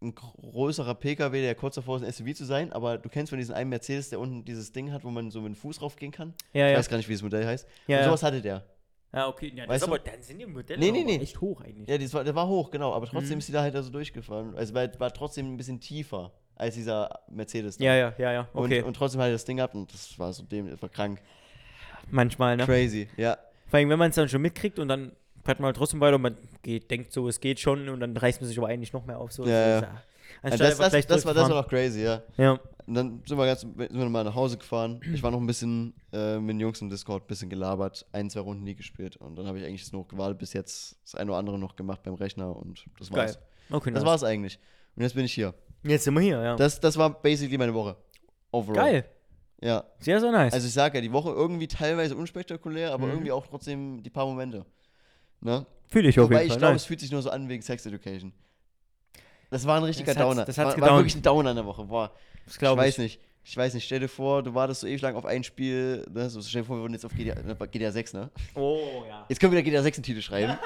Speaker 1: ein größerer PKW, der kurz davor ist, ein SUV zu sein, aber du kennst von diesen einen Mercedes, der unten dieses Ding hat, wo man so mit dem Fuß raufgehen kann.
Speaker 2: ja,
Speaker 1: Ich
Speaker 2: ja.
Speaker 1: weiß gar nicht, wie das Modell heißt.
Speaker 2: Ja,
Speaker 1: Und
Speaker 2: ja.
Speaker 1: sowas hatte der.
Speaker 2: ja, Ah, okay. Ja, das
Speaker 1: Weißt
Speaker 2: ist aber,
Speaker 1: du?
Speaker 2: dann sind die Modelle
Speaker 1: Nee, nee,
Speaker 2: aber
Speaker 1: nee.
Speaker 2: echt hoch eigentlich.
Speaker 1: Ja, das war, der war hoch, genau, aber
Speaker 2: Mhm.
Speaker 1: trotzdem ist die da halt da so durchgefahren. Also war, war trotzdem ein bisschen tiefer als dieser Mercedes. da.
Speaker 2: Ja, ja, ja, ja. Okay.
Speaker 1: Und, und trotzdem hatte das Ding ab und das war so dem, das war krank.
Speaker 2: Manchmal, ne?
Speaker 1: Crazy, ja.
Speaker 2: Vor allem, wenn man es dann schon mitkriegt und dann fährt man halt trotzdem weiter und man geht, denkt so, es geht schon und dann reißt man sich aber eigentlich noch mehr auf. So,
Speaker 1: Ja,
Speaker 2: so,
Speaker 1: ja.
Speaker 2: Anstatt
Speaker 1: Also das,
Speaker 2: einfach
Speaker 1: das,
Speaker 2: gleich
Speaker 1: das, war, das war
Speaker 2: zurückzufahren.
Speaker 1: noch crazy, ja.
Speaker 2: Ja.
Speaker 1: Und dann sind wir, ganz, sind wir mal nach Hause gefahren. Ich war noch ein bisschen äh, mit den Jungs im Discord, ein bisschen gelabert, ein, zwei Runden nie gespielt. Und dann habe ich eigentlich nur noch gewartet, bis jetzt das eine oder andere noch gemacht beim Rechner und das war's.
Speaker 2: Geil. Okay,
Speaker 1: Das war's eigentlich. Und jetzt bin ich hier.
Speaker 2: Jetzt sind wir hier, ja.
Speaker 1: Das, das war basically meine Woche. Overall.
Speaker 2: Geil.
Speaker 1: Ja.
Speaker 2: Sehr, sehr nice.
Speaker 1: Also ich sage ja, die Woche irgendwie teilweise unspektakulär, aber
Speaker 2: Mhm.
Speaker 1: irgendwie auch trotzdem die paar Momente. Ne?
Speaker 2: Fühle ich auf
Speaker 1: Wobei
Speaker 2: jeden
Speaker 1: ich
Speaker 2: Fall.
Speaker 1: glaube,
Speaker 2: nice.
Speaker 1: es fühlt sich nur so an wegen Sex Education. Das war ein richtiger
Speaker 2: Das hat's-
Speaker 1: Downer.
Speaker 2: das hat's
Speaker 1: war, war
Speaker 2: gedownt.
Speaker 1: wirklich ein Downer in der Woche. Boah,
Speaker 2: Das
Speaker 1: ich
Speaker 2: glaub
Speaker 1: weiß nicht. Ich weiß nicht, stell dir vor, du wartest so ewig lang auf ein Spiel. Ne? So, stell dir vor, wir würden jetzt auf GTA, ne, GTA 6, ne?
Speaker 2: Oh, ja.
Speaker 1: Jetzt können wir wieder GTA 6 einen Titel schreiben.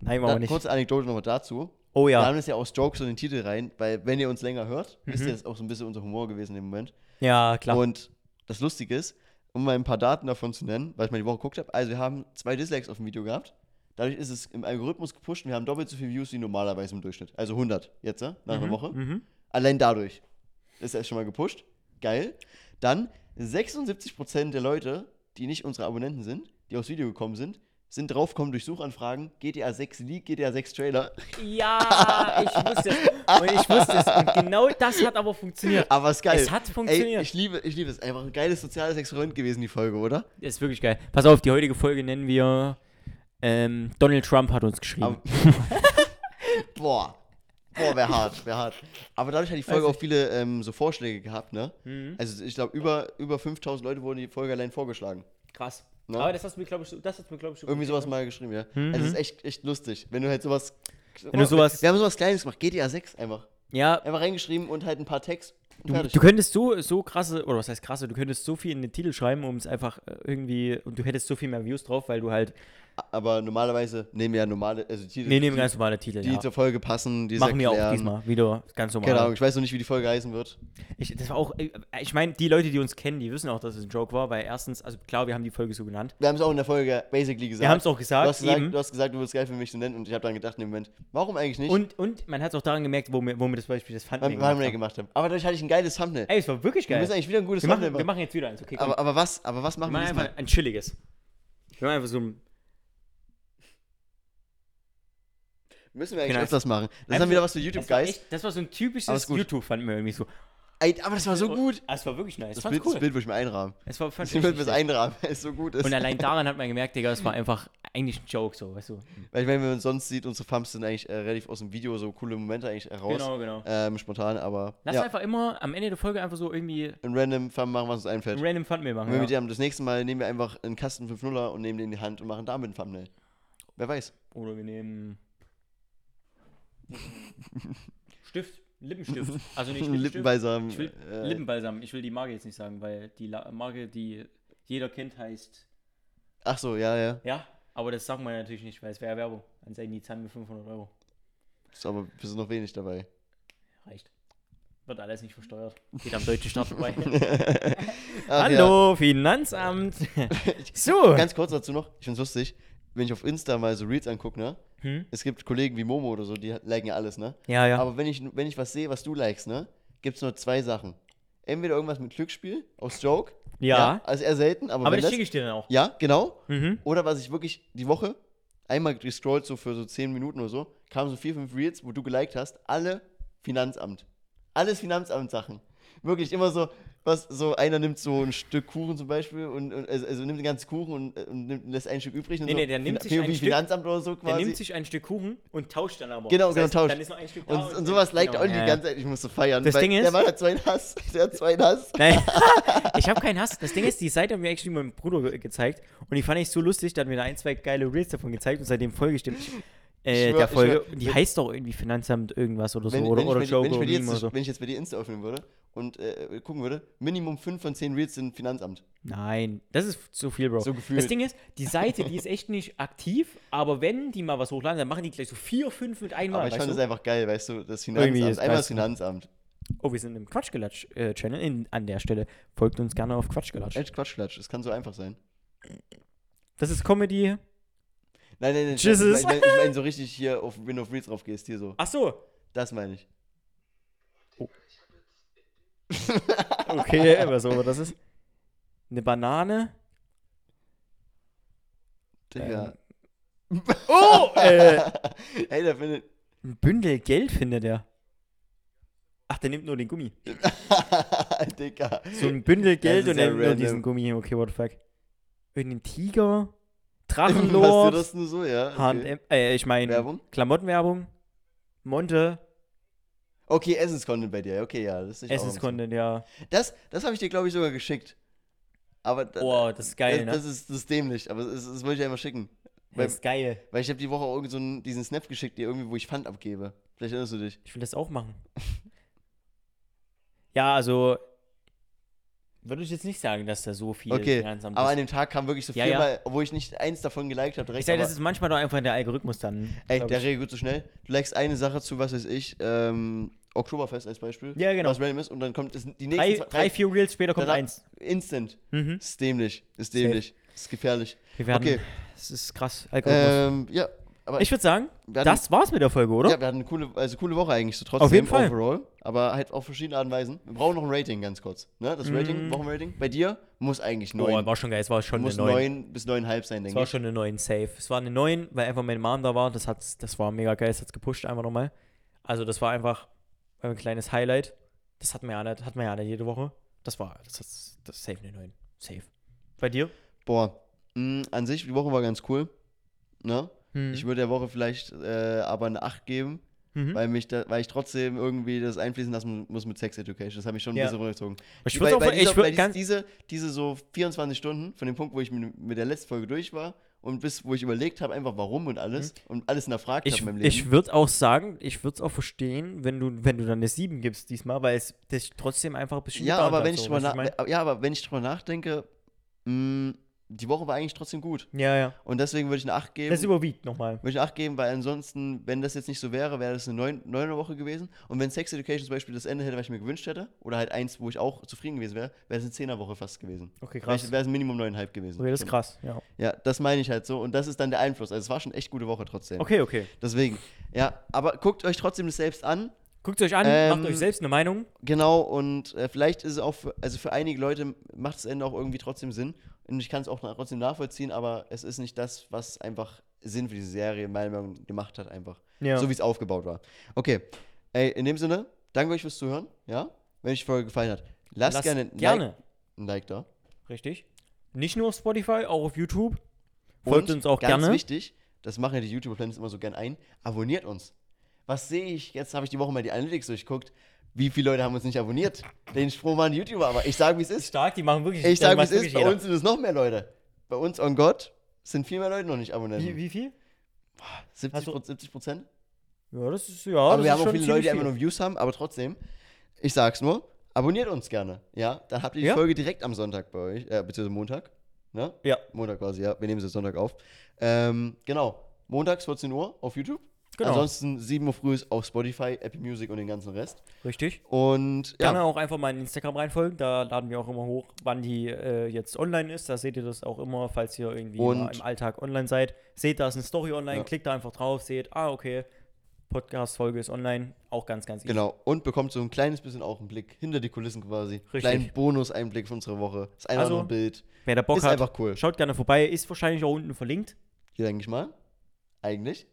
Speaker 2: Nein, machen wir
Speaker 1: Dann,
Speaker 2: nicht.
Speaker 1: kurze Anekdote nochmal dazu.
Speaker 2: Oh
Speaker 1: Wir
Speaker 2: ja. Mhm.
Speaker 1: haben das ja aus Jokes in den Titel rein, weil wenn ihr uns länger hört, ist ja das auch so ein bisschen unser Humor gewesen im Moment.
Speaker 2: Ja, klar.
Speaker 1: Und das Lustige ist, um mal ein paar Daten davon zu nennen, weil ich mal die Woche geguckt habe, also wir haben zwei Dislikes auf dem Video gehabt. Dadurch ist es im Algorithmus gepusht und wir haben doppelt so viele Views wie normalerweise im Durchschnitt. Also 100 jetzt, ne? nach einer Woche.
Speaker 2: Mhm.
Speaker 1: Allein dadurch ist er schon mal gepusht. Geil. Dann 76% der Leute, die nicht unsere Abonnenten sind, die aufs Video gekommen sind, sind draufgekommen durch Suchanfragen, GTA 6 League, GTA 6 Trailer.
Speaker 2: Ja, ich wusste es. Und ich wusste es. Und genau das hat aber funktioniert.
Speaker 1: Aber es ist geil.
Speaker 2: Es hat funktioniert.
Speaker 1: Ey, ich liebe, ich liebe es. Einfach ein geiles soziales Experiment gewesen, die Folge, oder?
Speaker 2: Das ist wirklich geil. Pass auf, die heutige Folge nennen wir ähm, Donald Trump hat uns geschrieben.
Speaker 1: Aber- Boah. Boah, wäre hart, wäre hart. Aber dadurch hat halt die
Speaker 2: Also
Speaker 1: Folge auch viele ähm, so Vorschläge gehabt, ne?
Speaker 2: Mhm.
Speaker 1: Also ich glaube, über, über 5000 Leute wurden die Folge allein vorgeschlagen.
Speaker 2: Krass.
Speaker 1: Ne?
Speaker 2: Aber das hast du mir, glaube ich, so- das hast du mir, glaube ich, so
Speaker 1: Irgendwie
Speaker 2: gut
Speaker 1: sowas mal geschrieben, ja. Also es ist echt, echt lustig, wenn du halt sowas...
Speaker 2: Mhm. Wenn du sowas-
Speaker 1: Wir haben sowas Kleines gemacht, GTA 6 einfach.
Speaker 2: gemacht. Ja,
Speaker 1: Einfach reingeschrieben und halt ein paar Text. und
Speaker 2: du,
Speaker 1: fertig.
Speaker 2: du könntest so, so krasse, oder was heißt krasse, du könntest so viel in den Titel schreiben, um es einfach äh, irgendwie, und du hättest so viel mehr Views drauf, weil du halt,
Speaker 1: Aber normalerweise nehmen wir ja normale, also Titel,
Speaker 2: wir nehmen ganz normale Titel,
Speaker 1: die
Speaker 2: ja.
Speaker 1: zur Folge passen, die es
Speaker 2: Machen wir auch
Speaker 1: erklären. Genau.
Speaker 2: diesmal wieder ganz normal.
Speaker 1: Keine Ahnung, ich weiß noch nicht, wie die Folge heißen wird.
Speaker 2: Ich, das war auch, äh, ich meine, die Leute, die uns kennen, die wissen auch, dass es ein Joke war, weil erstens, also klar, wir haben die Folge so genannt.
Speaker 1: Wir haben es auch in der Folge basically gesagt.
Speaker 2: Wir haben es auch gesagt,
Speaker 1: Du hast gesagt,
Speaker 2: eben.
Speaker 1: du hast gesagt, du würdest geil für mich so nennen und ich habe dann gedacht, im Moment, warum eigentlich nicht?
Speaker 2: Und, und man hat es auch daran gemerkt, wo wir, wo wir das Beispiel das Thumbnail
Speaker 1: Weil wir Thumbnail
Speaker 2: gemacht haben.
Speaker 1: gemacht haben. Aber dadurch hatte ich ein geiles Thumbnail.
Speaker 2: Ey, es war wirklich
Speaker 1: wir
Speaker 2: geil.
Speaker 1: müssen eigentlich wieder ein gutes
Speaker 2: Wir
Speaker 1: Thumbnail
Speaker 2: machen, wir
Speaker 1: machen.
Speaker 2: machen jetzt wieder eins, okay? komm.
Speaker 1: Aber, aber was, aber was machen
Speaker 2: wir
Speaker 1: wir
Speaker 2: machen
Speaker 1: diesmal?
Speaker 2: einfach ein chilliges. Wir machen einfach so ein.
Speaker 1: Müssen wir eigentlich
Speaker 2: Genau.
Speaker 1: öfters machen. Das ist
Speaker 2: Einfach
Speaker 1: dann wieder was für
Speaker 2: Das war,
Speaker 1: YouTube-Geist.
Speaker 2: echt, das war so ein
Speaker 1: Aber ist
Speaker 2: typisches
Speaker 1: gut.
Speaker 2: YouTube, fanden wir irgendwie so.
Speaker 1: Ey, Aber das war so gut.
Speaker 2: Ah, Es war wirklich nice.
Speaker 1: Das,
Speaker 2: Das
Speaker 1: Bild,
Speaker 2: fand's cool.
Speaker 1: das Bild würde ich mir einrahmen.
Speaker 2: Es war fand
Speaker 1: Das
Speaker 2: ich
Speaker 1: Bild würde ich
Speaker 2: richtig
Speaker 1: mir einrahmen, weil es so gut ist.
Speaker 2: Und allein daran hat man gemerkt, Digga, das war einfach eigentlich ein Joke, so, weißt du.
Speaker 1: Weil ich meine, wenn man sonst sieht, unsere Thumbs sind eigentlich äh, relativ aus dem Video so coole Momente eigentlich heraus.
Speaker 2: Genau, genau.
Speaker 1: Ähm, spontan, aber
Speaker 2: Lass
Speaker 1: ja,
Speaker 2: einfach immer am Ende der Folge einfach so irgendwie
Speaker 1: ein random Thumb machen, was uns einfällt.
Speaker 2: ein random Thumbnail machen.
Speaker 1: Und wenn
Speaker 2: Ja.
Speaker 1: wir die haben, das nächste Mal nehmen wir einfach einen Kasten 5-0er und nehmen den in die Hand und machen damit ein Thumbnail. Wer weiß.
Speaker 2: Oder wir nehmen. Stift, Lippenstift. Also nicht Lippenstift.
Speaker 1: Lippenbalsam.
Speaker 2: Ich will
Speaker 1: äh,
Speaker 2: Lippenbalsam. Ich will die Marke jetzt nicht sagen, weil die La Marke, die jeder kennt, heißt.
Speaker 1: Ach so, ja, ja.
Speaker 2: Ja, aber das sagen wir natürlich nicht, weil es wäre Werbung. Dann sagen die zahlen mir 500 Euro.
Speaker 1: Ist aber wir sind noch wenig dabei.
Speaker 2: Reicht. Wird alles nicht versteuert. Geht am deutschen Staat vorbei.
Speaker 1: Ach ja.
Speaker 2: Hallo, Finanzamt. so.
Speaker 1: Ganz kurz dazu noch, ich find's lustig, wenn ich auf Insta mal so Reels angucke, ne?
Speaker 2: Hm?
Speaker 1: Es gibt Kollegen wie Momo oder so, die liken ja alles, ne?
Speaker 2: Ja, ja.
Speaker 1: Aber wenn ich, wenn ich was sehe, was du likest, ne? Gibt's nur zwei Sachen. Entweder irgendwas mit Glücksspiel, aus Joke.
Speaker 2: Ja.
Speaker 1: also eher selten, aber,
Speaker 2: aber
Speaker 1: wenn
Speaker 2: das
Speaker 1: das,
Speaker 2: schicke ich dir dann auch.
Speaker 1: Ja, genau.
Speaker 2: Mhm.
Speaker 1: Oder was ich wirklich die Woche einmal gescrollt, so für so 10 Minuten oder so, kamen so vier, fünf Reels, wo du geliked hast, alle Finanzamt. Alles Finanzamt-Sachen. Wirklich immer so, was, so einer nimmt so ein Stück Kuchen zum Beispiel und, und also, also nimmt den ganzen Kuchen und, und nimmt, lässt ein Stück übrig. Und
Speaker 2: Nee,
Speaker 1: so.
Speaker 2: nee, der nimmt sich
Speaker 1: POV
Speaker 2: ein Stück-
Speaker 1: Finanzamt oder so
Speaker 2: Der
Speaker 1: quasi.
Speaker 2: nimmt sich ein Stück Kuchen und tauscht dann aber.
Speaker 1: Genau, genau, tauscht.
Speaker 2: Dann ist noch ein Stück da
Speaker 1: und, und sowas liked
Speaker 2: Genau,
Speaker 1: Olli
Speaker 2: ja,
Speaker 1: die
Speaker 2: ja.
Speaker 1: ganze Zeit. Ich muss so feiern.
Speaker 2: Das
Speaker 1: weil
Speaker 2: Ding ist-
Speaker 1: Der Mann hat zwei in Hass. Der hat zwei in Hass.
Speaker 2: Nein, ich habe keinen Hass. Das Ding ist, die Seite haben wir eigentlich meinem Bruder ge gezeigt und die fand ich so lustig, da hat mir da ein, zwei geile Reels davon gezeigt und seitdem folge ich dem äh,
Speaker 1: Ich schwör-
Speaker 2: der
Speaker 1: ich
Speaker 2: Folge.
Speaker 1: schwör-
Speaker 2: die
Speaker 1: wenn-
Speaker 2: heißt doch irgendwie Finanzamt irgendwas oder so
Speaker 1: Wenn,
Speaker 2: oder,
Speaker 1: wenn,
Speaker 2: oder
Speaker 1: ich, mir die- wenn, ich
Speaker 2: Joker
Speaker 1: mir die
Speaker 2: Meme oder
Speaker 1: jetzt,
Speaker 2: so.
Speaker 1: wenn ich jetzt bei dir Insta öffnen würde und äh, gucken würde, Minimum 5 von 10 Reels sind Finanzamt.
Speaker 2: Ah, Nein, das ist zu viel, Bro.
Speaker 1: So gefühlt.
Speaker 2: das Ding ist, die Seite, die ist echt nicht aktiv, aber wenn die mal was hochladen, dann machen die gleich so vier, fünf mit einmal.
Speaker 1: Aber ich
Speaker 2: weißt
Speaker 1: fand
Speaker 2: du?
Speaker 1: es einfach geil, weißt du, das
Speaker 2: Irgendwie
Speaker 1: Finanzamt.
Speaker 2: ist
Speaker 1: Einmal
Speaker 2: geil.
Speaker 1: das Finanzamt.
Speaker 2: Oh, wir sind im Quatschgelatsch-Channel in- an der Stelle. Folgt uns gerne auf Quatschgelatsch.
Speaker 1: Echt Quatschklatsch, es kann so einfach sein.
Speaker 2: Das ist Comedy.
Speaker 1: Nein, nein, nein.
Speaker 2: Tschüss.
Speaker 1: Ich meine ich mein, ich mein, so richtig hier auf Win of Reels drauf gehst, hier so.
Speaker 2: Ach so.
Speaker 1: Das meine ich.
Speaker 2: Okay, aber so, aber das ist eine Banane.
Speaker 1: Digga.
Speaker 2: Oh! Äh,
Speaker 1: Ey, da findet.
Speaker 2: ein Bündel Geld findet er. Ach, der nimmt nur den Gummi.
Speaker 1: Digga.
Speaker 2: So ein Bündel Geld
Speaker 1: ist
Speaker 2: und
Speaker 1: ja
Speaker 2: er nimmt nur
Speaker 1: random.
Speaker 2: diesen Gummi. Okay, what the fuck. Irgendein Tiger.
Speaker 1: Machst du
Speaker 2: Drachenlord.
Speaker 1: das nur so, ja?
Speaker 2: H&M. Äh, ich meine,
Speaker 1: Werbung?
Speaker 2: Klamottenwerbung. Monte,
Speaker 1: Okay, Essenscontent bei dir. Okay, ja. Das ist nicht auch-
Speaker 2: Essenscontent, ja.
Speaker 1: Das, das habe ich dir, glaube ich, sogar geschickt. Aber da-
Speaker 2: Boah, das ist geil,
Speaker 1: das, das, ist, das ist dämlich, aber das, das wollte ich einfach schicken.
Speaker 2: ne? Das ist geil.
Speaker 1: Weil ich habe die Woche auch irgend so einen, diesen Snap geschickt, dir irgendwie, wo ich Pfand abgebe. Vielleicht erinnerst du dich.
Speaker 2: Ich will das auch machen. ja, also würde ich jetzt nicht sagen, dass da so viel
Speaker 1: Okay,
Speaker 2: Finanzamt
Speaker 1: aber an dem
Speaker 2: ist.
Speaker 1: Tag kam wirklich so
Speaker 2: Ja,
Speaker 1: viermal, obwohl ich nicht eins davon geliked habe.
Speaker 2: Ich
Speaker 1: direkt.
Speaker 2: sage, das
Speaker 1: aber-
Speaker 2: ist manchmal doch einfach der Algorithmus dann.
Speaker 1: Ey,
Speaker 2: glaub
Speaker 1: der
Speaker 2: ich.
Speaker 1: regelt so schnell. Du likest eine Sache zu, was weiß ich, ähm, Oktoberfest als Beispiel.
Speaker 2: Ja, genau.
Speaker 1: Was random ist und dann kommt es, die nächsten
Speaker 2: drei,
Speaker 1: zwei-
Speaker 2: drei, vier Reels später kommt
Speaker 1: danach-
Speaker 2: eins.
Speaker 1: Instant.
Speaker 2: Mhm.
Speaker 1: Ist dämlich. Ist dämlich. Ist gefährlich.
Speaker 2: Wir werden,
Speaker 1: Okay.
Speaker 2: Das ist krass, Algorithmus.
Speaker 1: Ähm, ja, aber
Speaker 2: ich würde sagen,
Speaker 1: wir hatten-
Speaker 2: das war's mit der Folge, oder?
Speaker 1: Ja, wir hatten eine coole, also coole Woche eigentlich, so trotzdem
Speaker 2: Auf jeden Fall.
Speaker 1: overall, aber halt auf verschiedene Arten und Weisen. Wir brauchen noch ein Rating ganz kurz, ne? Das
Speaker 2: Mm.
Speaker 1: Rating, Wochenrating bei dir muss eigentlich
Speaker 2: Boah,
Speaker 1: 9,
Speaker 2: Oh, war schon geil. Es war schon
Speaker 1: muss
Speaker 2: eine 9.
Speaker 1: 9 bis 9,5 sein,
Speaker 2: Es
Speaker 1: denke
Speaker 2: war
Speaker 1: ich.
Speaker 2: schon eine 9 Safe. Es war eine 9, weil einfach meine Mom da war. Das, hat's, das war mega geil. Das hat's gepusht einfach nochmal. Also das war einfach ein kleines Highlight. Das hat man ja nicht, hat man ja nicht jede Woche. Das war, das ist das ist safe eine 9. Safe. Bei dir?
Speaker 1: Boah, mh, an sich, die Woche war ganz cool, ne?
Speaker 2: Hm.
Speaker 1: Ich würde der Woche vielleicht äh, aber eine 8 geben,
Speaker 2: Mhm.
Speaker 1: weil, mich da, weil ich trotzdem irgendwie das einfließen lassen muss mit Sex Education. Das hat mich schon ein
Speaker 2: Ja.
Speaker 1: bisschen runtergezogen.
Speaker 2: ich
Speaker 1: Weil-
Speaker 2: würde auch,
Speaker 1: weil
Speaker 2: ich
Speaker 1: dieser- weil
Speaker 2: würd
Speaker 1: dies-
Speaker 2: ganz,
Speaker 1: diese, diese so 24 Stunden von dem Punkt, wo ich mit, mit der letzten Folge durch war und bis wo ich überlegt habe, einfach warum und alles und alles nachfragt habe
Speaker 2: Mhm. ich,
Speaker 1: in meinem Leben.
Speaker 2: ich würde auch sagen, ich würde es auch verstehen, wenn du, wenn du dann eine 7 gibst diesmal, weil es dich trotzdem einfach ein bisschen
Speaker 1: ja,
Speaker 2: gedownt
Speaker 1: aber
Speaker 2: hat,
Speaker 1: wenn ich
Speaker 2: so,
Speaker 1: drüber
Speaker 2: weißt du, was
Speaker 1: nach, ja, aber wenn ich drüber nachdenke, mh, die Woche war eigentlich trotzdem gut
Speaker 2: mein? Ja, ja.
Speaker 1: und deswegen würde ich eine 8 geben.
Speaker 2: Das
Speaker 1: Würde
Speaker 2: überwiegt nochmal.
Speaker 1: ich eine 8 geben, weil ansonsten, wenn das jetzt nicht so wäre, wäre das eine 9, 9 Woche gewesen. Und wenn Sex Education zum Beispiel das Ende hätte, was ich mir gewünscht hätte, oder halt eins, wo ich auch zufrieden gewesen wäre, wäre es eine 10er Woche fast gewesen.
Speaker 2: Okay,
Speaker 1: Wäre
Speaker 2: krass.
Speaker 1: es- wäre es Minimum 9,5 gewesen. Genau.
Speaker 2: Okay, das ist krass. Ja.
Speaker 1: Ja, das meine ich halt so. Und das ist dann der Einfluss. Also es war schon echt gute Woche trotzdem.
Speaker 2: Okay, okay.
Speaker 1: Deswegen. Ja, aber guckt euch trotzdem das selbst an.
Speaker 2: Guckt euch an,
Speaker 1: Ähm,
Speaker 2: macht euch selbst eine Meinung.
Speaker 1: Genau, und äh, vielleicht ist es auch für, also für einige Leute macht das Ende auch irgendwie trotzdem Sinn. Und ich kann es auch na- trotzdem nachvollziehen, aber es ist nicht das, was einfach Sinn für diese Serie, meiner Meinung nach, gemacht hat, einfach.
Speaker 2: Ja.
Speaker 1: So wie es aufgebaut war. Okay. Ey, in dem Sinne, danke euch fürs Zuhören. Ja, wenn euch die Folge gefallen hat. Lasst
Speaker 2: Lasst
Speaker 1: gerne, ein
Speaker 2: gerne.
Speaker 1: Like, ein like da.
Speaker 2: Richtig. Nicht nur auf Spotify, auch auf YouTube. Folgt
Speaker 1: Und
Speaker 2: uns auch
Speaker 1: ganz
Speaker 2: gerne.
Speaker 1: wichtig, das machen ja die YouTuber-Plans immer so gern ein, abonniert uns. Was sehe ich? Jetzt habe ich die Woche mal die Analytics durchguckt. Wie viele Leute haben uns nicht abonniert? Den Strom waren YouTuber, aber ich sage, wie es ist.
Speaker 2: Stark, die machen wirklich.
Speaker 1: Ich
Speaker 2: da
Speaker 1: sage, wie
Speaker 2: macht
Speaker 1: es ist.
Speaker 2: wirklich
Speaker 1: Bei
Speaker 2: jeder.
Speaker 1: uns sind es noch mehr Leute. Bei uns, on Gott, sind viel mehr Leute noch nicht abonnenten.
Speaker 2: Wie, wie viel?
Speaker 1: 70
Speaker 2: hast du-
Speaker 1: 70 Prozent?
Speaker 2: Ja, das ist ja.
Speaker 1: aber wir
Speaker 2: das ist
Speaker 1: haben auch
Speaker 2: schon
Speaker 1: viele Leute, die
Speaker 2: ziemlich
Speaker 1: einfach
Speaker 2: viel.
Speaker 1: nur Views haben, aber trotzdem, ich sag's nur, abonniert uns gerne. Ja, dann habt ihr die
Speaker 2: Ja.
Speaker 1: Folge direkt am Sonntag bei euch, äh, beziehungsweise Montag. Ne?
Speaker 2: Ja.
Speaker 1: Montag quasi, ja. Wir nehmen es jetzt Sonntag auf. Ähm, genau. Montags 14 Uhr auf YouTube.
Speaker 2: Genau.
Speaker 1: Ansonsten 7 Uhr früh ist auf Spotify, Apple Music und den ganzen Rest.
Speaker 2: Richtig.
Speaker 1: Und ja,
Speaker 2: Gerne auch einfach mal in Instagram reinfolgen. Da laden wir auch immer hoch, wann die äh, jetzt online ist. Da seht ihr das auch immer, falls ihr irgendwie mal
Speaker 1: Und-
Speaker 2: im Alltag online seid. Seht, da ist eine Story online.
Speaker 1: Ja.
Speaker 2: Klickt da einfach drauf. Seht, ah, okay. Podcast-Folge ist online. Auch ganz, ganz easy.
Speaker 1: genau. Und bekommt so ein kleines bisschen auch einen Blick hinter die Kulissen quasi.
Speaker 2: Richtig.
Speaker 1: Kleinen Bonus-Einblick von unserer Woche. Ist einfach
Speaker 2: Also,
Speaker 1: nur ein Bild.
Speaker 2: Wer da Bock
Speaker 1: Ist
Speaker 2: hat,
Speaker 1: einfach cool.
Speaker 2: schaut gerne vorbei. Ist wahrscheinlich auch unten verlinkt.
Speaker 1: Hier denke ich mal. Eigentlich.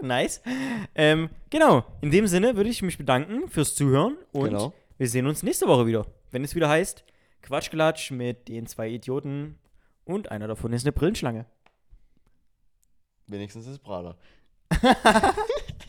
Speaker 2: Nice. Ähm, genau, in dem Sinne würde ich mich bedanken fürs Zuhören und
Speaker 1: Genau.
Speaker 2: wir sehen uns nächste Woche wieder, wenn es wieder heißt Quatschgelatsch mit den zwei Idioten und einer davon ist eine Brillenschlange.
Speaker 1: Wenigstens ist Prada.